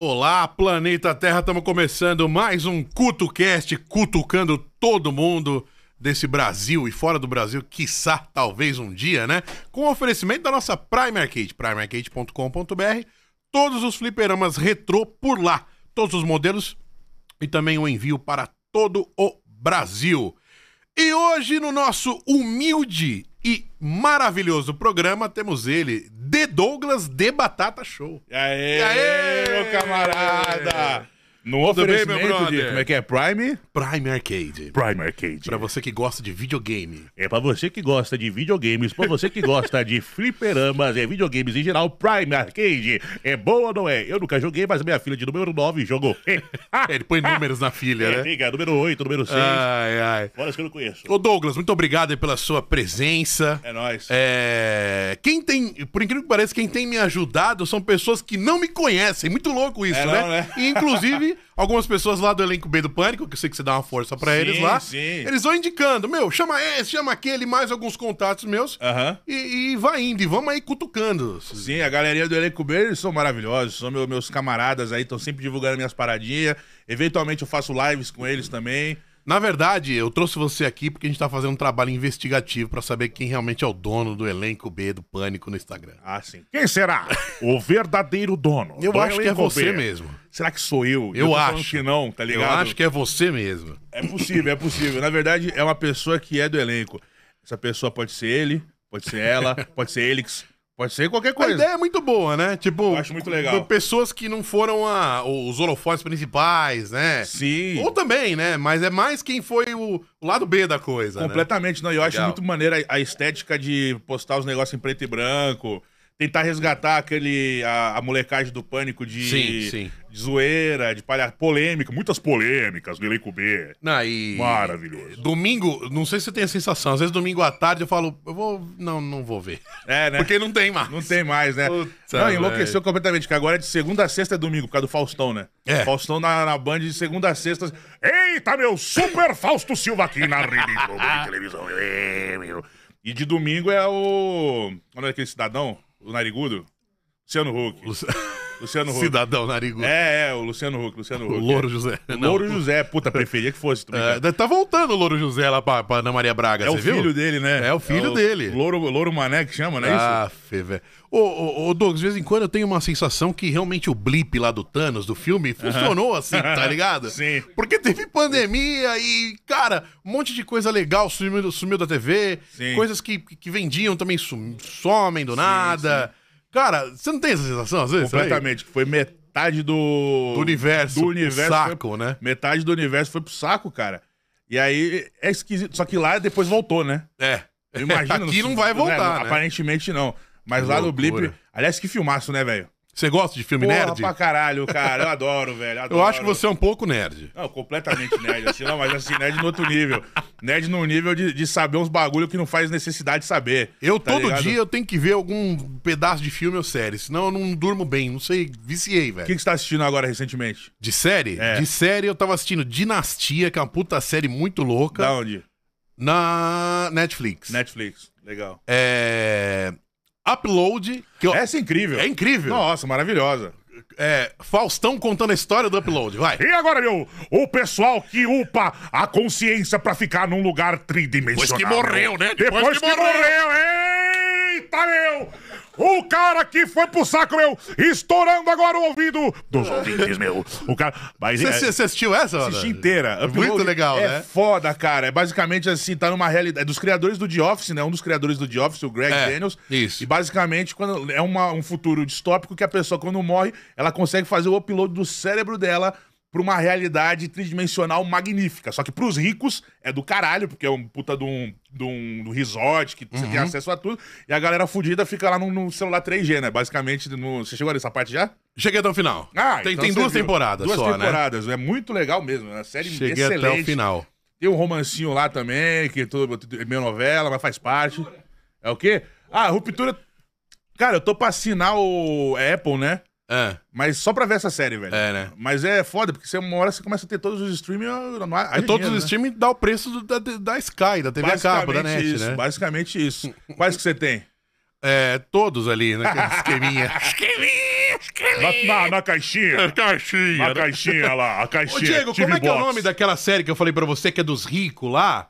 Olá, planeta Terra, estamos começando mais um CutoCast, cutucando todo mundo desse Brasil e fora do Brasil, quiçá, talvez um dia, né? Com oferecimento da nossa Prime Arcade, primearcade.com.br, todos os fliperamas retrô por lá, todos os modelos e também o envio para todo o Brasil. E hoje no nosso humilde e maravilhoso programa temos ele, The Douglas de Batata Show. E aê, E aê! meu camarada! No Tudo bem, oferecimento meu brother? de... Como é que é? Prime? Prime Arcade. Prime Arcade. Pra você que gosta de videogame. É pra você que gosta de videogames, pra você que gosta de fliperamas e videogames em geral, Prime Arcade é boa ou não é? Eu nunca joguei, mas minha filha de número 9 jogou. É, ele põe números na é, Ah. filha, né? liga, número 8, número 6. Ai, ai. Fora as que eu não conheço. Ô, Douglas, muito obrigado aí pela sua presença. É nóis. É, Quem tem, por incrível que pareça, quem tem me ajudado são pessoas que não me conhecem. Muito louco isso, É, né? não, né? E, inclusive, algumas pessoas lá do elenco B do Pânico, que eu sei que você dá uma força pra Sim, eles lá, sim. eles vão indicando: meu, chama esse, chama aquele, mais alguns contatos meus. Aham. E, e vai indo, e vamos aí cutucando. Sim, a galerinha do Elenco B, eles são maravilhosos, são meu- meus camaradas aí, estão sempre divulgando minhas paradinhas. Eventualmente eu faço lives com eles também. Na verdade, eu trouxe você aqui porque a gente tá fazendo um trabalho investigativo pra saber quem realmente é o dono do elenco B do Pânico no Instagram. Ah, sim. Quem será? O verdadeiro dono. Eu do acho que é Elenco você B. mesmo. Será que sou eu? Eu tô acho. falando que não, tá ligado? Eu acho que é você mesmo. É possível, é possível. Na verdade, é uma pessoa que é do elenco. Essa pessoa pode ser ele, pode ser ela, pode ser Elix, pode ser qualquer A coisa. ideia é muito boa, né? Tipo, Eu acho muito legal. pessoas que não foram a- os holofotes principais, né? Sim. Ou também, né? Mas é mais quem foi o, o lado B da coisa, né? Completamente, não. Eu acho Legal. muito maneira a estética de postar os negócios em preto e branco, tentar resgatar aquele a, a molecagem do pânico de, Sim, sim. de zoeira, de palha polêmica, muitas polêmicas do elenco B. Não, e- Maravilhoso. Domingo, não sei se você tem a sensação, às vezes domingo à tarde eu falo, eu vou. Não, não vou ver. É, né? Porque não tem mais. Não tem mais, né? Puta, não, enlouqueceu completamente, que agora é de segunda a sexta é domingo, por causa do Faustão, né? É. Faustão na, na Band de segunda a sexta. Eita, meu super Fausto Silva aqui na Rede Globo Ah. de televisão. É, meu. E de domingo é o. Quando é aquele cidadão? O narigudo? Luciano Huck. Luciano Huck. Cidadão narigudo. É, é, o Luciano Huck, Luciano O Huck. Louro José. Não. Louro José, puta, preferia que fosse. tu me engana. É, tá voltando o Louro José lá pra, pra Ana Maria Braga, é o você viu? filho dele, né? É o filho dele. Louro, Louro Mané que chama, não é isso? Ah, Fê, velho. Ô, ô, ô, Douglas, de vez em quando eu tenho uma sensação que realmente o blip lá do Thanos, do filme, funcionou assim, tá ligado? Sim. Porque teve pandemia e, cara, um monte de coisa legal sumiu, sumiu da TV, Sim. coisas que, que vendiam também sum- somem do nada. Cara, você não tem essa sensação às vezes? Completamente, que foi metade do. Do universo, Do pro universo. saco, foi- né? Metade do universo foi pro saco, cara. E aí é esquisito. Só que lá depois voltou, né? É. Eu imagino. Aqui não vai voltar, né? Aparentemente não. Mas Que lá no loucura. Blip. Aliás, que filmaço, né, velho? Você gosta de filme Porra nerd? pra caralho, cara. Eu adoro, velho. Eu acho que adoro. você é um pouco nerd. Não, completamente nerd, assim, não, mas assim, nerd no outro nível. Nerd no nível de, de saber uns bagulho que não faz necessidade de saber. Eu, tá todo ligado? dia, eu tenho que ver algum pedaço de filme ou série, senão eu não durmo bem, não sei, viciei, velho. O que, que você tá assistindo agora recentemente? De série? É. De série eu tava assistindo Dinastia, que é uma puta série muito louca, Da onde? na Netflix. Netflix. Legal. É... Upload, que eu- é... Essa é incrível. incrível. Nossa, maravilhosa. É, Faustão contando a história do Upload, vai. E agora, meu, o pessoal que upa a consciência pra ficar num lugar tridimensional. Depois que morreu, né? Depois, Depois que, que morreu. Eita, meu! O cara que foi pro saco, meu, estourando agora o ouvido dos ouvintes, meu. O cara... Mas, Você é, você- você assistiu essa? Ana? Assisti inteira. Muito Upload legal, é né? foda, cara. É basicamente assim, tá numa realidade. É dos criadores do The Office, né? Um dos criadores do The Office, o Greg É, Daniels. isso. E basicamente quando é uma- um futuro distópico que a pessoa, quando morre, ela consegue fazer o upload do cérebro dela pra uma realidade tridimensional magnífica. Só que pros ricos é do caralho, porque é um puta de um, de um resort que você tem Uhum. acesso a tudo. E a galera fudida fica lá no, no celular 3G, né? Basicamente, no... você chegou nessa parte já? Cheguei até o final. tem, então tem você duas viu. temporadas duas só, né? temporadas. É muito legal mesmo. É uma série Cheguei excelente. até o final. Tem um romancinho lá também, que é tudo- é meio novela, mas faz parte. É o quê? Ah, Ruptura... Cara, eu tô pra assinar o é Apple, né? É. Mas só pra ver essa série, velho. É, né? Mas é foda, porque você, uma hora você começa a ter todos os streaming... É Todos os streams dá o preço do- da, da Sky, da TV a cabo, da NET, isso, né? Basicamente isso. Quais que você tem? É, todos ali, né? Aquele esqueminha. esqueminha, Na, na, na caixinha. Caixinha. né? Na caixinha lá, a Ô, caixinha. Diego, TV como é que é o Box. nome daquela série que eu falei pra você, que é dos ricos lá?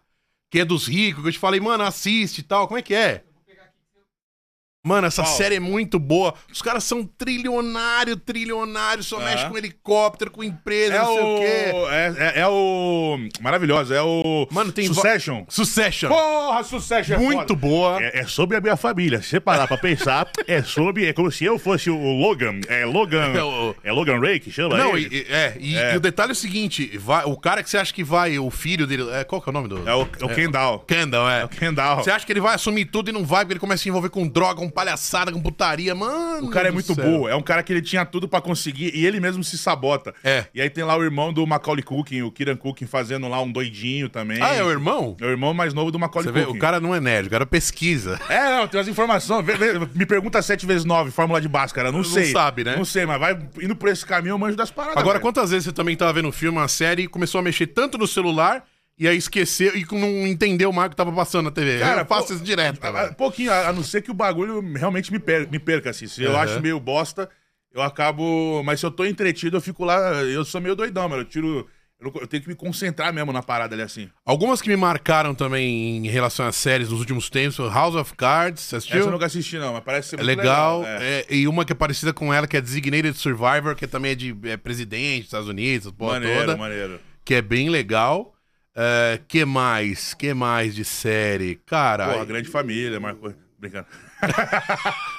Que é dos ricos, que eu te falei, mano, assiste e tal. Como é que é? Mano, essa Qual? série é muito boa. Os caras são trilionário, trilionário, só É. mexe com helicóptero, com empresa, É não sei o o... quê. É, é- é o... Maravilhoso, é o... Mano, tem va- Succession. Succession. Porra, Succession é muito foda. boa. É, é sobre a minha família. Se você parar pra pensar, é sobre. É como se eu fosse o Logan. É Logan. É o- É Logan Ray que chama? Não, ele? e, e- é, e, É. e o detalhe é o seguinte: vai- o cara que você acha que vai, o filho dele. É, qual que é o nome do. É o, é o Kendall. Kendall, é. É o Kendall. Você acha que ele vai assumir tudo e não vai, porque ele começa a se envolver com droga, com palhaçada, com putaria, mano. O cara é do muito céu. burro. É um cara que ele tinha tudo pra conseguir e ele mesmo se sabota. É. E aí tem lá o irmão do Macaulay Culkin, o Kiran Culkin, fazendo lá um doidinho também. Ah, é o irmão? É o irmão mais novo do Macaulay Você vê, Culkin. o cara não é nerd, o cara pesquisa. É, não, tem umas informações. Vê- vê- me pergunta 7 vezes 9, fórmula de Bhaskara. Não, sei. sabe, né? Não sei, mas vai indo por esse caminho, eu manjo das paradas. Agora, velho. quantas vezes você também tava vendo um filme, uma série, e começou a mexer tanto no celular e aí esqueceu e não entendeu mais o que tava passando na TV? eu faço pô, isso direto. a- a- velho. Pouquinho, a, a não ser que o bagulho realmente me, per- me perca, assim. Se eu Aham. acho meio bosta, eu acabo. Mas se eu tô entretido, eu fico lá. Eu sou meio doidão, mano. Eu tiro. Eu, não- eu tenho que me concentrar mesmo na parada ali, assim. Algumas que me marcaram também em relação às séries nos últimos tempos, foi House of Cards, você Essa eu assistiu? nunca assisti, não, mas parece ser É muito legal. legal. é. é, e uma que é parecida com ela, que é Designated Survivor, que também é de é, presidente dos Estados Unidos, essa porra maneiro, toda. maneiro. Que é bem legal. É, que mais? Que mais de série? Cara. Pô, a grande família, Marco. Brincando.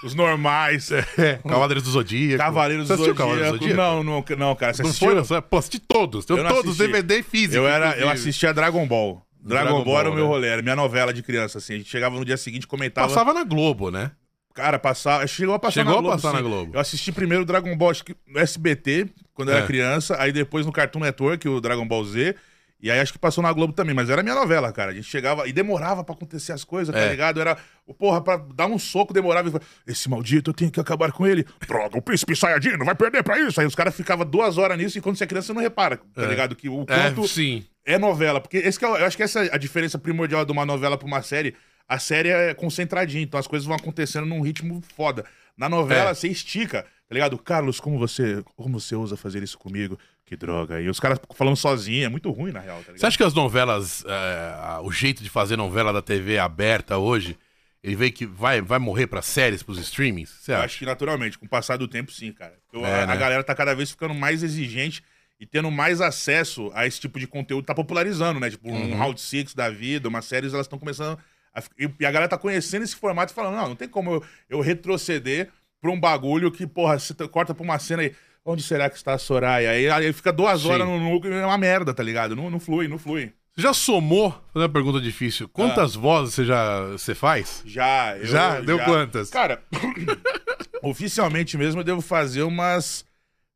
Os normais. É. Cavaleiros do Zodíaco. Cavaleiros Você do assistiu Zodíaco. Cavaleiros do Zodíaco? Não, não, não, cara. Você Não assistiu? foi na sua? Pô, assisti todos. Tenho Eu não todos, assisti. DVD físico. Eu, era, eu inclusive. assistia Dragon Ball. Dragon, Dragon Ball era Ball, o meu né? rolê, era minha novela de criança, assim. A gente chegava no dia seguinte, comentava. Passava na Globo, né? Cara, passava. Chegou a passar Chegou na a Globo. passar na sim. Globo. Eu assisti primeiro Dragon Ball acho que no SBT, quando eu É. era criança, aí depois no Cartoon Network, o Dragon Ball Z. E aí acho que passou na Globo também, mas era minha novela, cara. A gente chegava e demorava pra acontecer as coisas, É. tá ligado? Era, o porra, pra dar um soco demorava. e falava, Esse maldito, eu tenho que acabar com ele. Droga, o príncipe Saiyajin não vai perder pra isso. Aí os caras ficavam duas horas nisso e quando você é criança você não repara, tá ligado? Que o É, quanto sim. é novela, porque esse que é o- eu acho que essa é a diferença primordial de uma novela pra uma série. A série é concentradinha, então as coisas vão acontecendo num ritmo foda. Na novela, É. você estica, tá ligado? Carlos, como você, como você ousa fazer isso comigo? Que droga. E os caras falando sozinho, é muito ruim, na real, tá Você ligado? acha que as novelas, é, o jeito de fazer novela da TV aberta hoje, ele veio que vai, vai morrer pra séries, pros streamings? Você Eu acha? acho que naturalmente, com o passar do tempo, sim, cara. Eu- É, a, né? a galera tá cada vez ficando mais exigente e tendo mais acesso a esse tipo de conteúdo, tá popularizando, né? Tipo, Uhum. um Round Six da vida, umas séries, elas estão começando. A, fi- e, e a galera tá conhecendo esse formato e falando: não, não tem como eu, eu retroceder pra um bagulho que, porra, você t- corta pra uma cena aí. Onde será que está a Soraya? Aí, aí fica duas Sim. horas no núcleo e é uma merda, tá ligado? Não, não flui, não flui. Você já somou? Vou fazer uma pergunta difícil. Quantas vozes você já você faz? Já, Ah. eu, Já? Deu quantas? Cara, oficialmente mesmo eu devo fazer umas.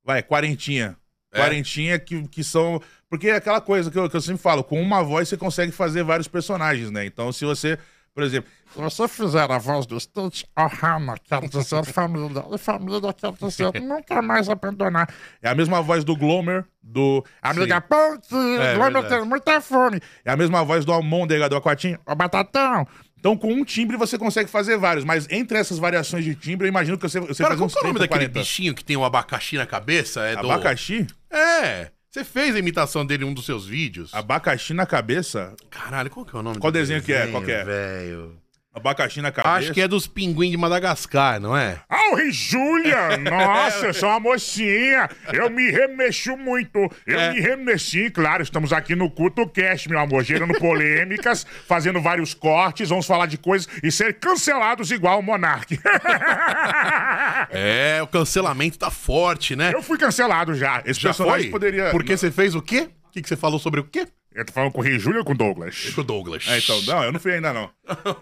Vai, quarentinha. É? Quarentinha que, que são. Porque é aquela coisa que eu, que eu sempre falo, com uma voz você consegue fazer vários personagens, né? Então se você. Por exemplo, Se você fizer a voz do Stitch, a Hannah é quer dizer família, e família quer dizer nunca mais abandonar. é a mesma voz do Glomer, do. Amiga Ponte, É, o homem verdade. tem muita fome. É a mesma voz do Almôndega, do Aquatinho. Ô, Batatão, Então, com um timbre você consegue fazer vários, mas entre essas variações de timbre, eu imagino que você, você Cara, faz qual uns que é o nome 30, daquele 40. bichinho que tem o abacaxi na cabeça? É do- Abacaxi? É. Você fez a imitação dele em um dos seus vídeos. Abacaxi na cabeça? Caralho, qual que é o nome Qual do desenho que é? Qual que é? Tá Velho. Abacaxi na cabeça? Acho que é dos pinguins de Madagascar, não é? Au, e Júlia! Nossa, eu sou uma mocinha. Eu me remexo muito. Eu É. me remexi, claro. Estamos aqui no CultoCast, meu amor, gerando polêmicas, fazendo vários cortes. Vamos falar de coisas e ser cancelados igual o Monark. É, o cancelamento tá forte, né? eu fui cancelado já. Esse Já personagem foi? poderia. Porque você fez o quê? O que, que você falou sobre o quê? Eu tô falando com o Rei Júlio ou com o Douglas? O Douglas. É, então, não, eu não fui ainda, não.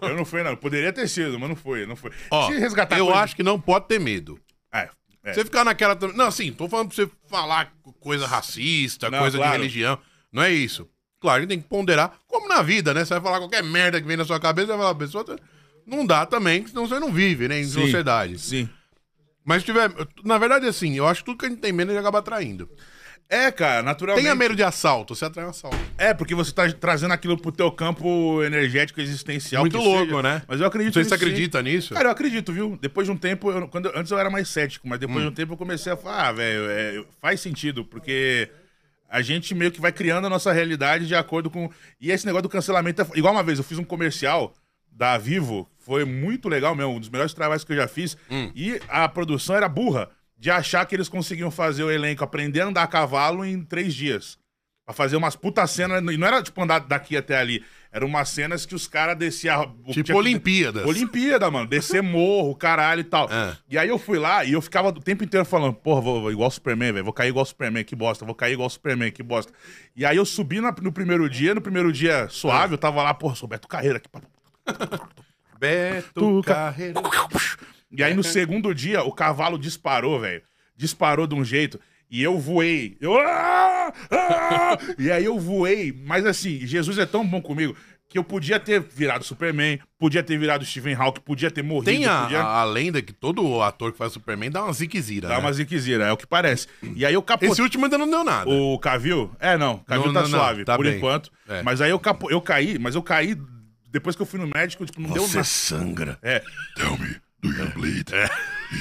Eu não fui, não. Poderia ter sido, mas não fui, não fui. Ó, Se resgatar eu coisa- acho que não pode ter medo. É, é. Você ficar naquela... Não, assim, tô falando pra você falar coisa racista, Não, coisa de claro. religião. Não é isso. Claro, a gente tem que ponderar, como na vida, né? Você vai falar qualquer merda que vem na sua cabeça, você vai falar, pessoa... tá- Não dá também, senão você não vive, né? Em Sim. sociedade. Sim. Mas se tiver. Na verdade, assim, eu acho que tudo que a gente tem medo ele acaba atraindo. É, cara, naturalmente. Tenha medo de assalto, você atrai um assalto. É, porque você tá trazendo aquilo pro teu campo energético existencial. Muito que louco, seja. né? Mas eu acredito Não sei se você nisso, sim. acredita nisso. Cara, eu acredito, viu? Depois de um tempo, eu- quando, antes eu era mais cético, mas Hum. depois de um tempo eu comecei a falar, ah, velho, é, faz sentido, porque a gente meio que vai criando a nossa realidade de acordo com. E esse negócio do cancelamento é. Igual uma vez, eu fiz um comercial da Vivo, foi muito legal mesmo, um dos melhores trabalhos que eu já fiz, Hum. e a produção era burra de achar que eles conseguiam fazer o elenco aprender a andar a cavalo em três dias. Pra fazer umas puta cenas. E não era tipo andar daqui até ali. Eram umas cenas que os caras desciam. Tipo tinha que- Olimpíadas. Olimpíada, mano. Descer morro, caralho e tal. É. E aí eu fui lá e eu ficava o tempo inteiro falando, porra, vou, vou igual Superman, velho. Vou cair igual Superman, que bosta. Vou cair igual Superman, que bosta. E aí eu subi na- no primeiro dia. No primeiro dia suave, eu tava lá, porra, sou Beto Carreira. Que... pá, pá, Beto Tuca. Carreiro. E aí no segundo dia, o cavalo disparou, velho. Disparou de um jeito. E eu voei. Eu... Ah! Ah! E aí eu voei. Mas assim, Jesus é tão bom comigo que eu podia ter virado Superman, podia ter virado Steven Hawking, podia ter morrido. Tem a, podia... a- a lenda que todo ator que faz Superman dá uma ziquezira. Dá né? uma ziquezira, é o que parece. E aí eu capotei. Esse último ainda não deu nada. O Cavil? É, não. Cavil Não, tá não, não, suave, tá por bem. enquanto. É. Mas aí eu, capo... eu caí, mas eu caí depois que eu fui no médico, tipo, não deu Você nada. sangra. É. Tell me, do you bleed?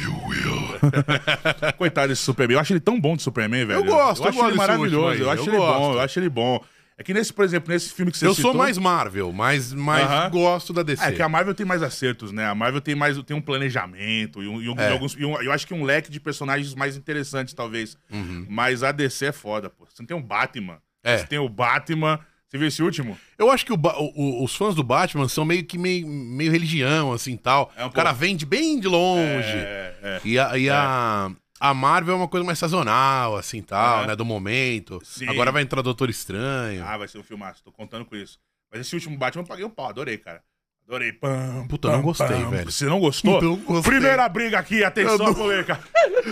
You will. Coitado desse Superman. Eu acho ele tão bom de Superman, velho. gosto, eu eu acho gosto ele desse último aí, maravilhoso. Eu eu acho ele gosto. bom, eu acho ele bom. É que nesse, por exemplo, nesse filme que você Eu citou... sou mais Marvel, mas, mas Aham. gosto da DC. É que a Marvel tem mais acertos, né? A Marvel tem mais tem um planejamento e, um- e um- É. e alguns. e um- eu acho que um leque de personagens mais interessantes, talvez. Mas a DC é foda, pô. Você não tem o Batman. Uhum. É. Você tem o Batman. Você viu esse último? Eu acho que o Ba- o- o- os fãs do Batman são meio que meio, meio religião, assim, tal. É um o cara pouco. vende bem de longe. É, é. E, a, e a, a Marvel é uma coisa mais sazonal, assim, tal, Aham. né? Do momento. É. Sim. Agora vai entrar Doutor Estranho. Ah, vai ser um filmaço, tô contando com isso. Mas esse último Batman eu paguei o pau, adorei, cara. Adorei. Pam, Puta, eu não gostei, velho. Você não gostou? Não gostei. Primeira briga aqui, atenção, Eu não- colega.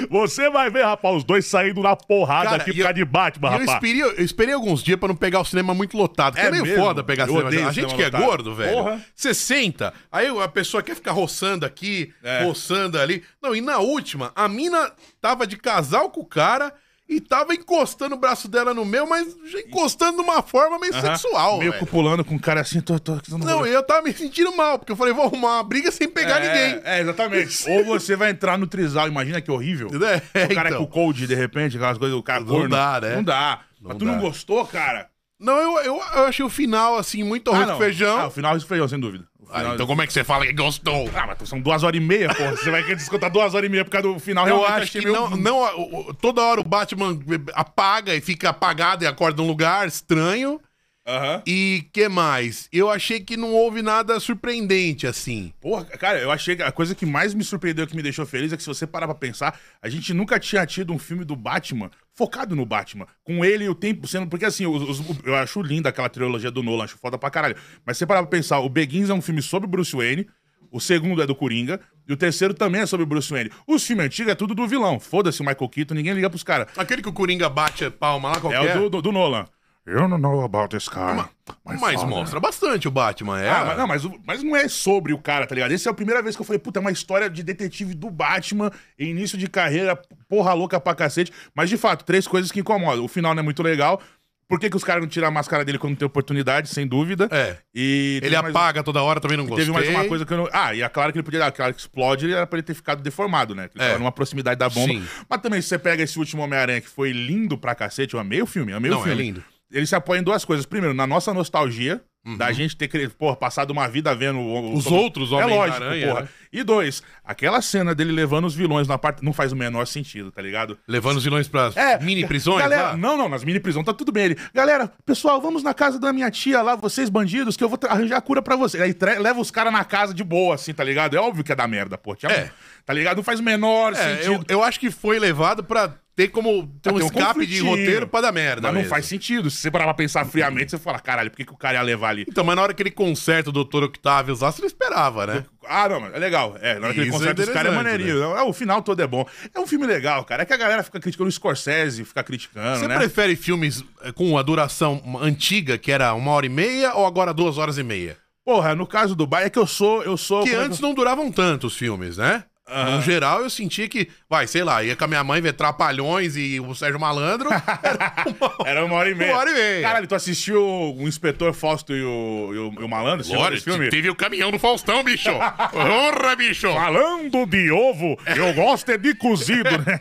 Você vai ver, rapaz, os dois saindo na porrada Cara, aqui por e eu- causa de Batman, E eu rapaz. esperei, eu esperei alguns dias pra não pegar o cinema muito lotado. Porque é, É meio mesmo? foda pegar Eu cinema. odeio A gente cinema que é lotado. gordo, velho. Porra. Você senta, aí a pessoa quer ficar roçando aqui, É. roçando ali. Não, e na última, a mina tava de casal com o cara e tava encostando o braço dela no meu, mas já encostando de uma forma meio Aham. sexual, Meio velho. cupulando com um cara assim, tô, tô, tô Não, eu tava me sentindo mal, porque eu falei, vou arrumar uma briga sem pegar ninguém. É, exatamente. Ou você vai entrar no trisal, imagina que horrível. É, o cara é então. com o cold, de repente, aquelas coisas, o cara Não dá, né? Não dá. Mas Não tu não dá. gostou, cara? Não, eu, eu, eu achei o final, assim, muito Ah, arroz não. com feijão. Ah, o final é isso feijão, sem dúvida. O Ah, final- então como é que você fala que gostou? Ah, mas são duas horas e meia, pô. Você vai querer descontar duas horas e meia por causa do final. Eu Realmente, acho que achei meio- não, não, o- o- toda hora o Batman apaga e fica apagado e acorda num lugar estranho. Aham. E que mais? Eu achei que não houve nada surpreendente assim. Porra, cara, eu achei que a coisa que mais me surpreendeu, que me deixou feliz, é que se você parar pra pensar, a gente nunca tinha tido um filme do Batman focado no Batman. Com ele e o tempo sendo. Porque assim, os- os- eu acho linda aquela trilogia do Nolan, acho foda pra caralho. Mas se você parar pra pensar, o Begins é um filme sobre Bruce Wayne, o segundo é do Coringa, e o terceiro também é sobre Bruce Wayne. Os filmes antigos é tudo do vilão. Foda-se o Michael Keaton, ninguém liga pros caras. Aquele que o Coringa bate a palma lá É qualquer. o do, do- do Nolan. You don't know about this car. Mas, mostra bastante o Batman, é. né? Ah, mas, não, mas, o- mas não é sobre o cara, tá ligado? Essa é a primeira vez que eu falei, puta, é uma história de detetive do Batman, em início de carreira, porra louca pra cacete. Mas, de fato, três coisas que incomodam. O final não é muito legal. Por que, que os caras não tiram a máscara dele quando tem oportunidade, sem dúvida? É. E Ele teve mais- um- apaga toda hora, também não gostei. Teve mais uma coisa que eu não. Ah, e a Clara que ele podia dar. A Clara que explode, ele era pra ele ter ficado deformado, né? Que ele É. tava numa proximidade da bomba. Sim. Mas também, se você pega esse último Homem-Aranha, que foi lindo pra cacete, eu amei o filme, amei Não, o é filme. lindo. Ele se apoia em duas coisas. Primeiro, na nossa nostalgia, da gente ter cre- porra, passado uma vida vendo o- o- Uhum. Os sobre- outros É Homens-Aranha, lógico, porra. né? E dois, aquela cena dele levando os vilões na parte. Não faz o menor sentido, tá ligado? Levando os vilões pra mini prisões É, galera, lá. Não, não, nas mini prisões tá tudo bem. Ele, galera, pessoal, vamos na casa da minha tia lá, vocês bandidos, que eu vou tra- arranjar a cura pra vocês. Aí tre- leva os caras na casa de boa, assim, tá ligado? É óbvio que é da merda, pô. Tia, É. Tá ligado? Não faz o menor É, sentido. eu, eu acho que foi levado pra ter como ter um Tem escape de conflitinho. roteiro pra dar merda. Mas não mesmo. faz sentido. Se você parar pra pensar friamente, você fala, caralho, por que, que o cara ia levar ali? Então, mas na hora que ele conserta o Dr. Octavius lá, você não esperava, né? Ah, não, mas é legal. É, na hora que ele Isso é conserta os caras é interessante, maneirinho. É, O final todo é bom. É um filme legal, cara. É que a galera fica criticando o Scorsese, fica criticando, Você né? prefere filmes eh, com a duração antiga, que era uma hora e meia, ou agora duas horas e meia? Porra, no caso do Bayern, é que eu sou. Eu sou Porque como é que antes não duravam tanto os filmes, né? eu- No geral, eu sentia que, vai, sei lá, ia com a minha mãe ver Trapalhões e o Sérgio Malandro. Era uma- Era uma hora e meia. Uma hora e meia. Caralho, tu assistiu o Inspetor Fausto e o, e o, e o Malandro? Você viu Olha, esse filme? teve o caminhão do Faustão, bicho. Porra, bicho. Falando de ovo, eu gosto é de cozido, né?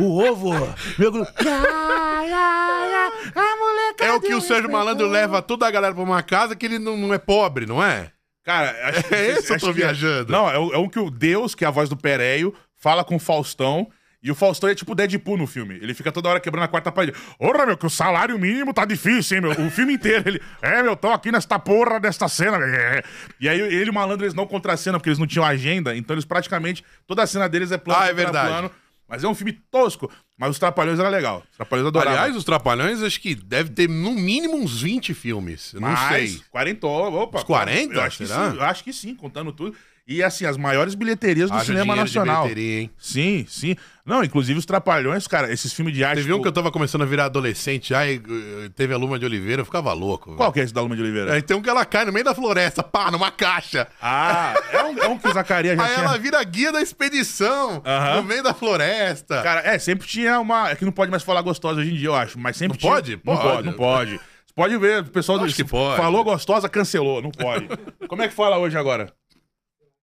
O ovo. Meu gru... Ai, ai, ai, a molecada. É o que o Sérgio Malandro leva toda a galera pra uma casa que ele não, não é pobre, não é? Cara, acho, É esse eu tô acho que é- viajando. Não, é o, é o que o Deus, que é a voz do Pereio, fala com o Faustão. E o Faustão é tipo o Deadpool no filme. Ele fica toda hora quebrando a quarta parede. Porra, meu, que o salário mínimo tá difícil, hein, meu? O filme inteiro. Ele, é, meu, tô aqui nesta porra desta cena. É. E aí ele e o malandro, eles não contracenam, porque eles não tinham agenda. Então eles praticamente. Toda a cena deles é plano. Ah, é contra verdade. plano. Mas é um filme tosco. Mas os Trapalhões era legal. Os Trapalhões adoravam. Aliás, os Trapalhões acho que deve ter no mínimo uns 20 filmes. Eu Não Mais, sei. 40, opa. Uns 40, Eu acho, será? Que sim, eu acho que sim, contando tudo. E assim, as maiores bilheterias do Haja cinema dinheiro de nacional. bilheteria, hein? Sim, sim. Não, inclusive os Trapalhões, cara, esses filmes de arte. Teve um que tipo, eu tava começando a virar adolescente já e eh, teve a Luma de Oliveira, eu ficava louco. velho. Qual que é esse da Luma de Oliveira? Aí tem um que ela cai no meio da floresta, pá, numa caixa. Ah, é um, é um que o Zacarias já Aí tinha. ela vira guia da expedição Aham. no meio da floresta. Cara, é, sempre tinha uma. É que não pode mais falar gostosa hoje em dia, eu acho. Mas sempre Não tinha. pode? Não Pode. pode, não pode. Você pode ver, o pessoal Acho do. que pode. Falou gostosa, cancelou. Não pode. Como é que fala hoje agora?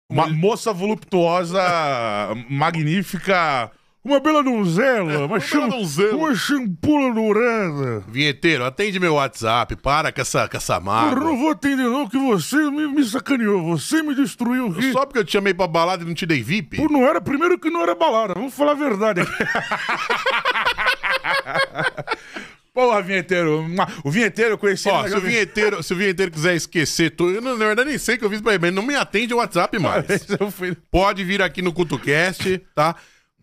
Uma moça voluptuosa, magnífica. Uma bela donzela. Uma, É, bela donzela. uma champula dourada. Vinheteiro, atende meu WhatsApp, para com essa, com essa Eu mágoa. não vou atender, não, que você me, me sacaneou. Você me destruiu aqui. Só porque eu te chamei pra balada e não te dei VIP? Pô, não era, primeiro que não era balada, vamos falar a verdade aqui. Porra, vinheteiro. mua. O vinheteiro eu conheci Ó, ele se na o, Jovem- vinheteiro, se o vinheteiro quiser esquecer tudo, eu não- na verdade nem sei o que eu fiz pra ele, mas não me atende o WhatsApp mais. Eu fui- Pode vir aqui no CutoCast, tá?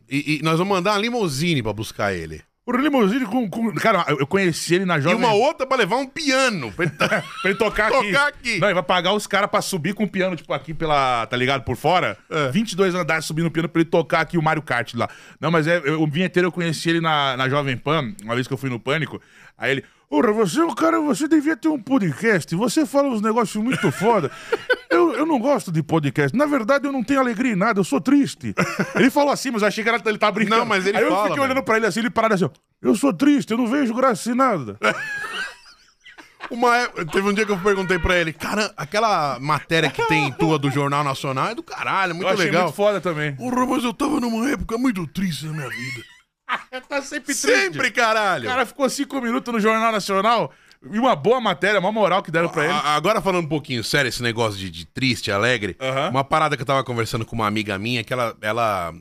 E, e nós vamos mandar uma limousine pra buscar ele. O limousine com, com- Cara, eu eu conheci ele na E jovem. uma outra pra levar um piano. pra ele tá- Pra ele tocar aqui. Tocar aqui. Não, ele vai pagar os caras pra subir com o piano, tipo, aqui pela. Tá ligado? Por fora. É. 22 andares subindo o piano pra ele tocar aqui o Mario Kart lá. Não, mas é, eu, o vinheteiro eu conheci ele na, na Jovem Pan, uma vez que eu fui no Pânico. Aí ele. Porra, você é um cara, você devia ter um podcast. Você fala uns negócios muito foda. Eu, eu não gosto de podcast. Na verdade, eu não tenho alegria em nada, eu sou triste. Ele falou assim, mas eu achei que era, ele tava brincando. Não, mas ele Aí eu fala, fiquei mano. olhando pra ele assim, ele parado assim, ó, eu sou triste, eu não vejo graça em nada. É, Uma época- teve um dia que eu perguntei pra ele, cara, aquela matéria que tem tua do Jornal Nacional é do caralho, é muito Eu achei legal. muito foda também. Porra, mas eu tava numa época muito triste na minha vida. Tá sempre Sempre, caralho! O cara ficou cinco minutos no Jornal Nacional e uma boa matéria, uma moral que deram pra ele. A- Agora falando um pouquinho sério, esse negócio de, de triste, alegre, Aham. uma parada que eu tava conversando com uma amiga minha, que ela. Ela.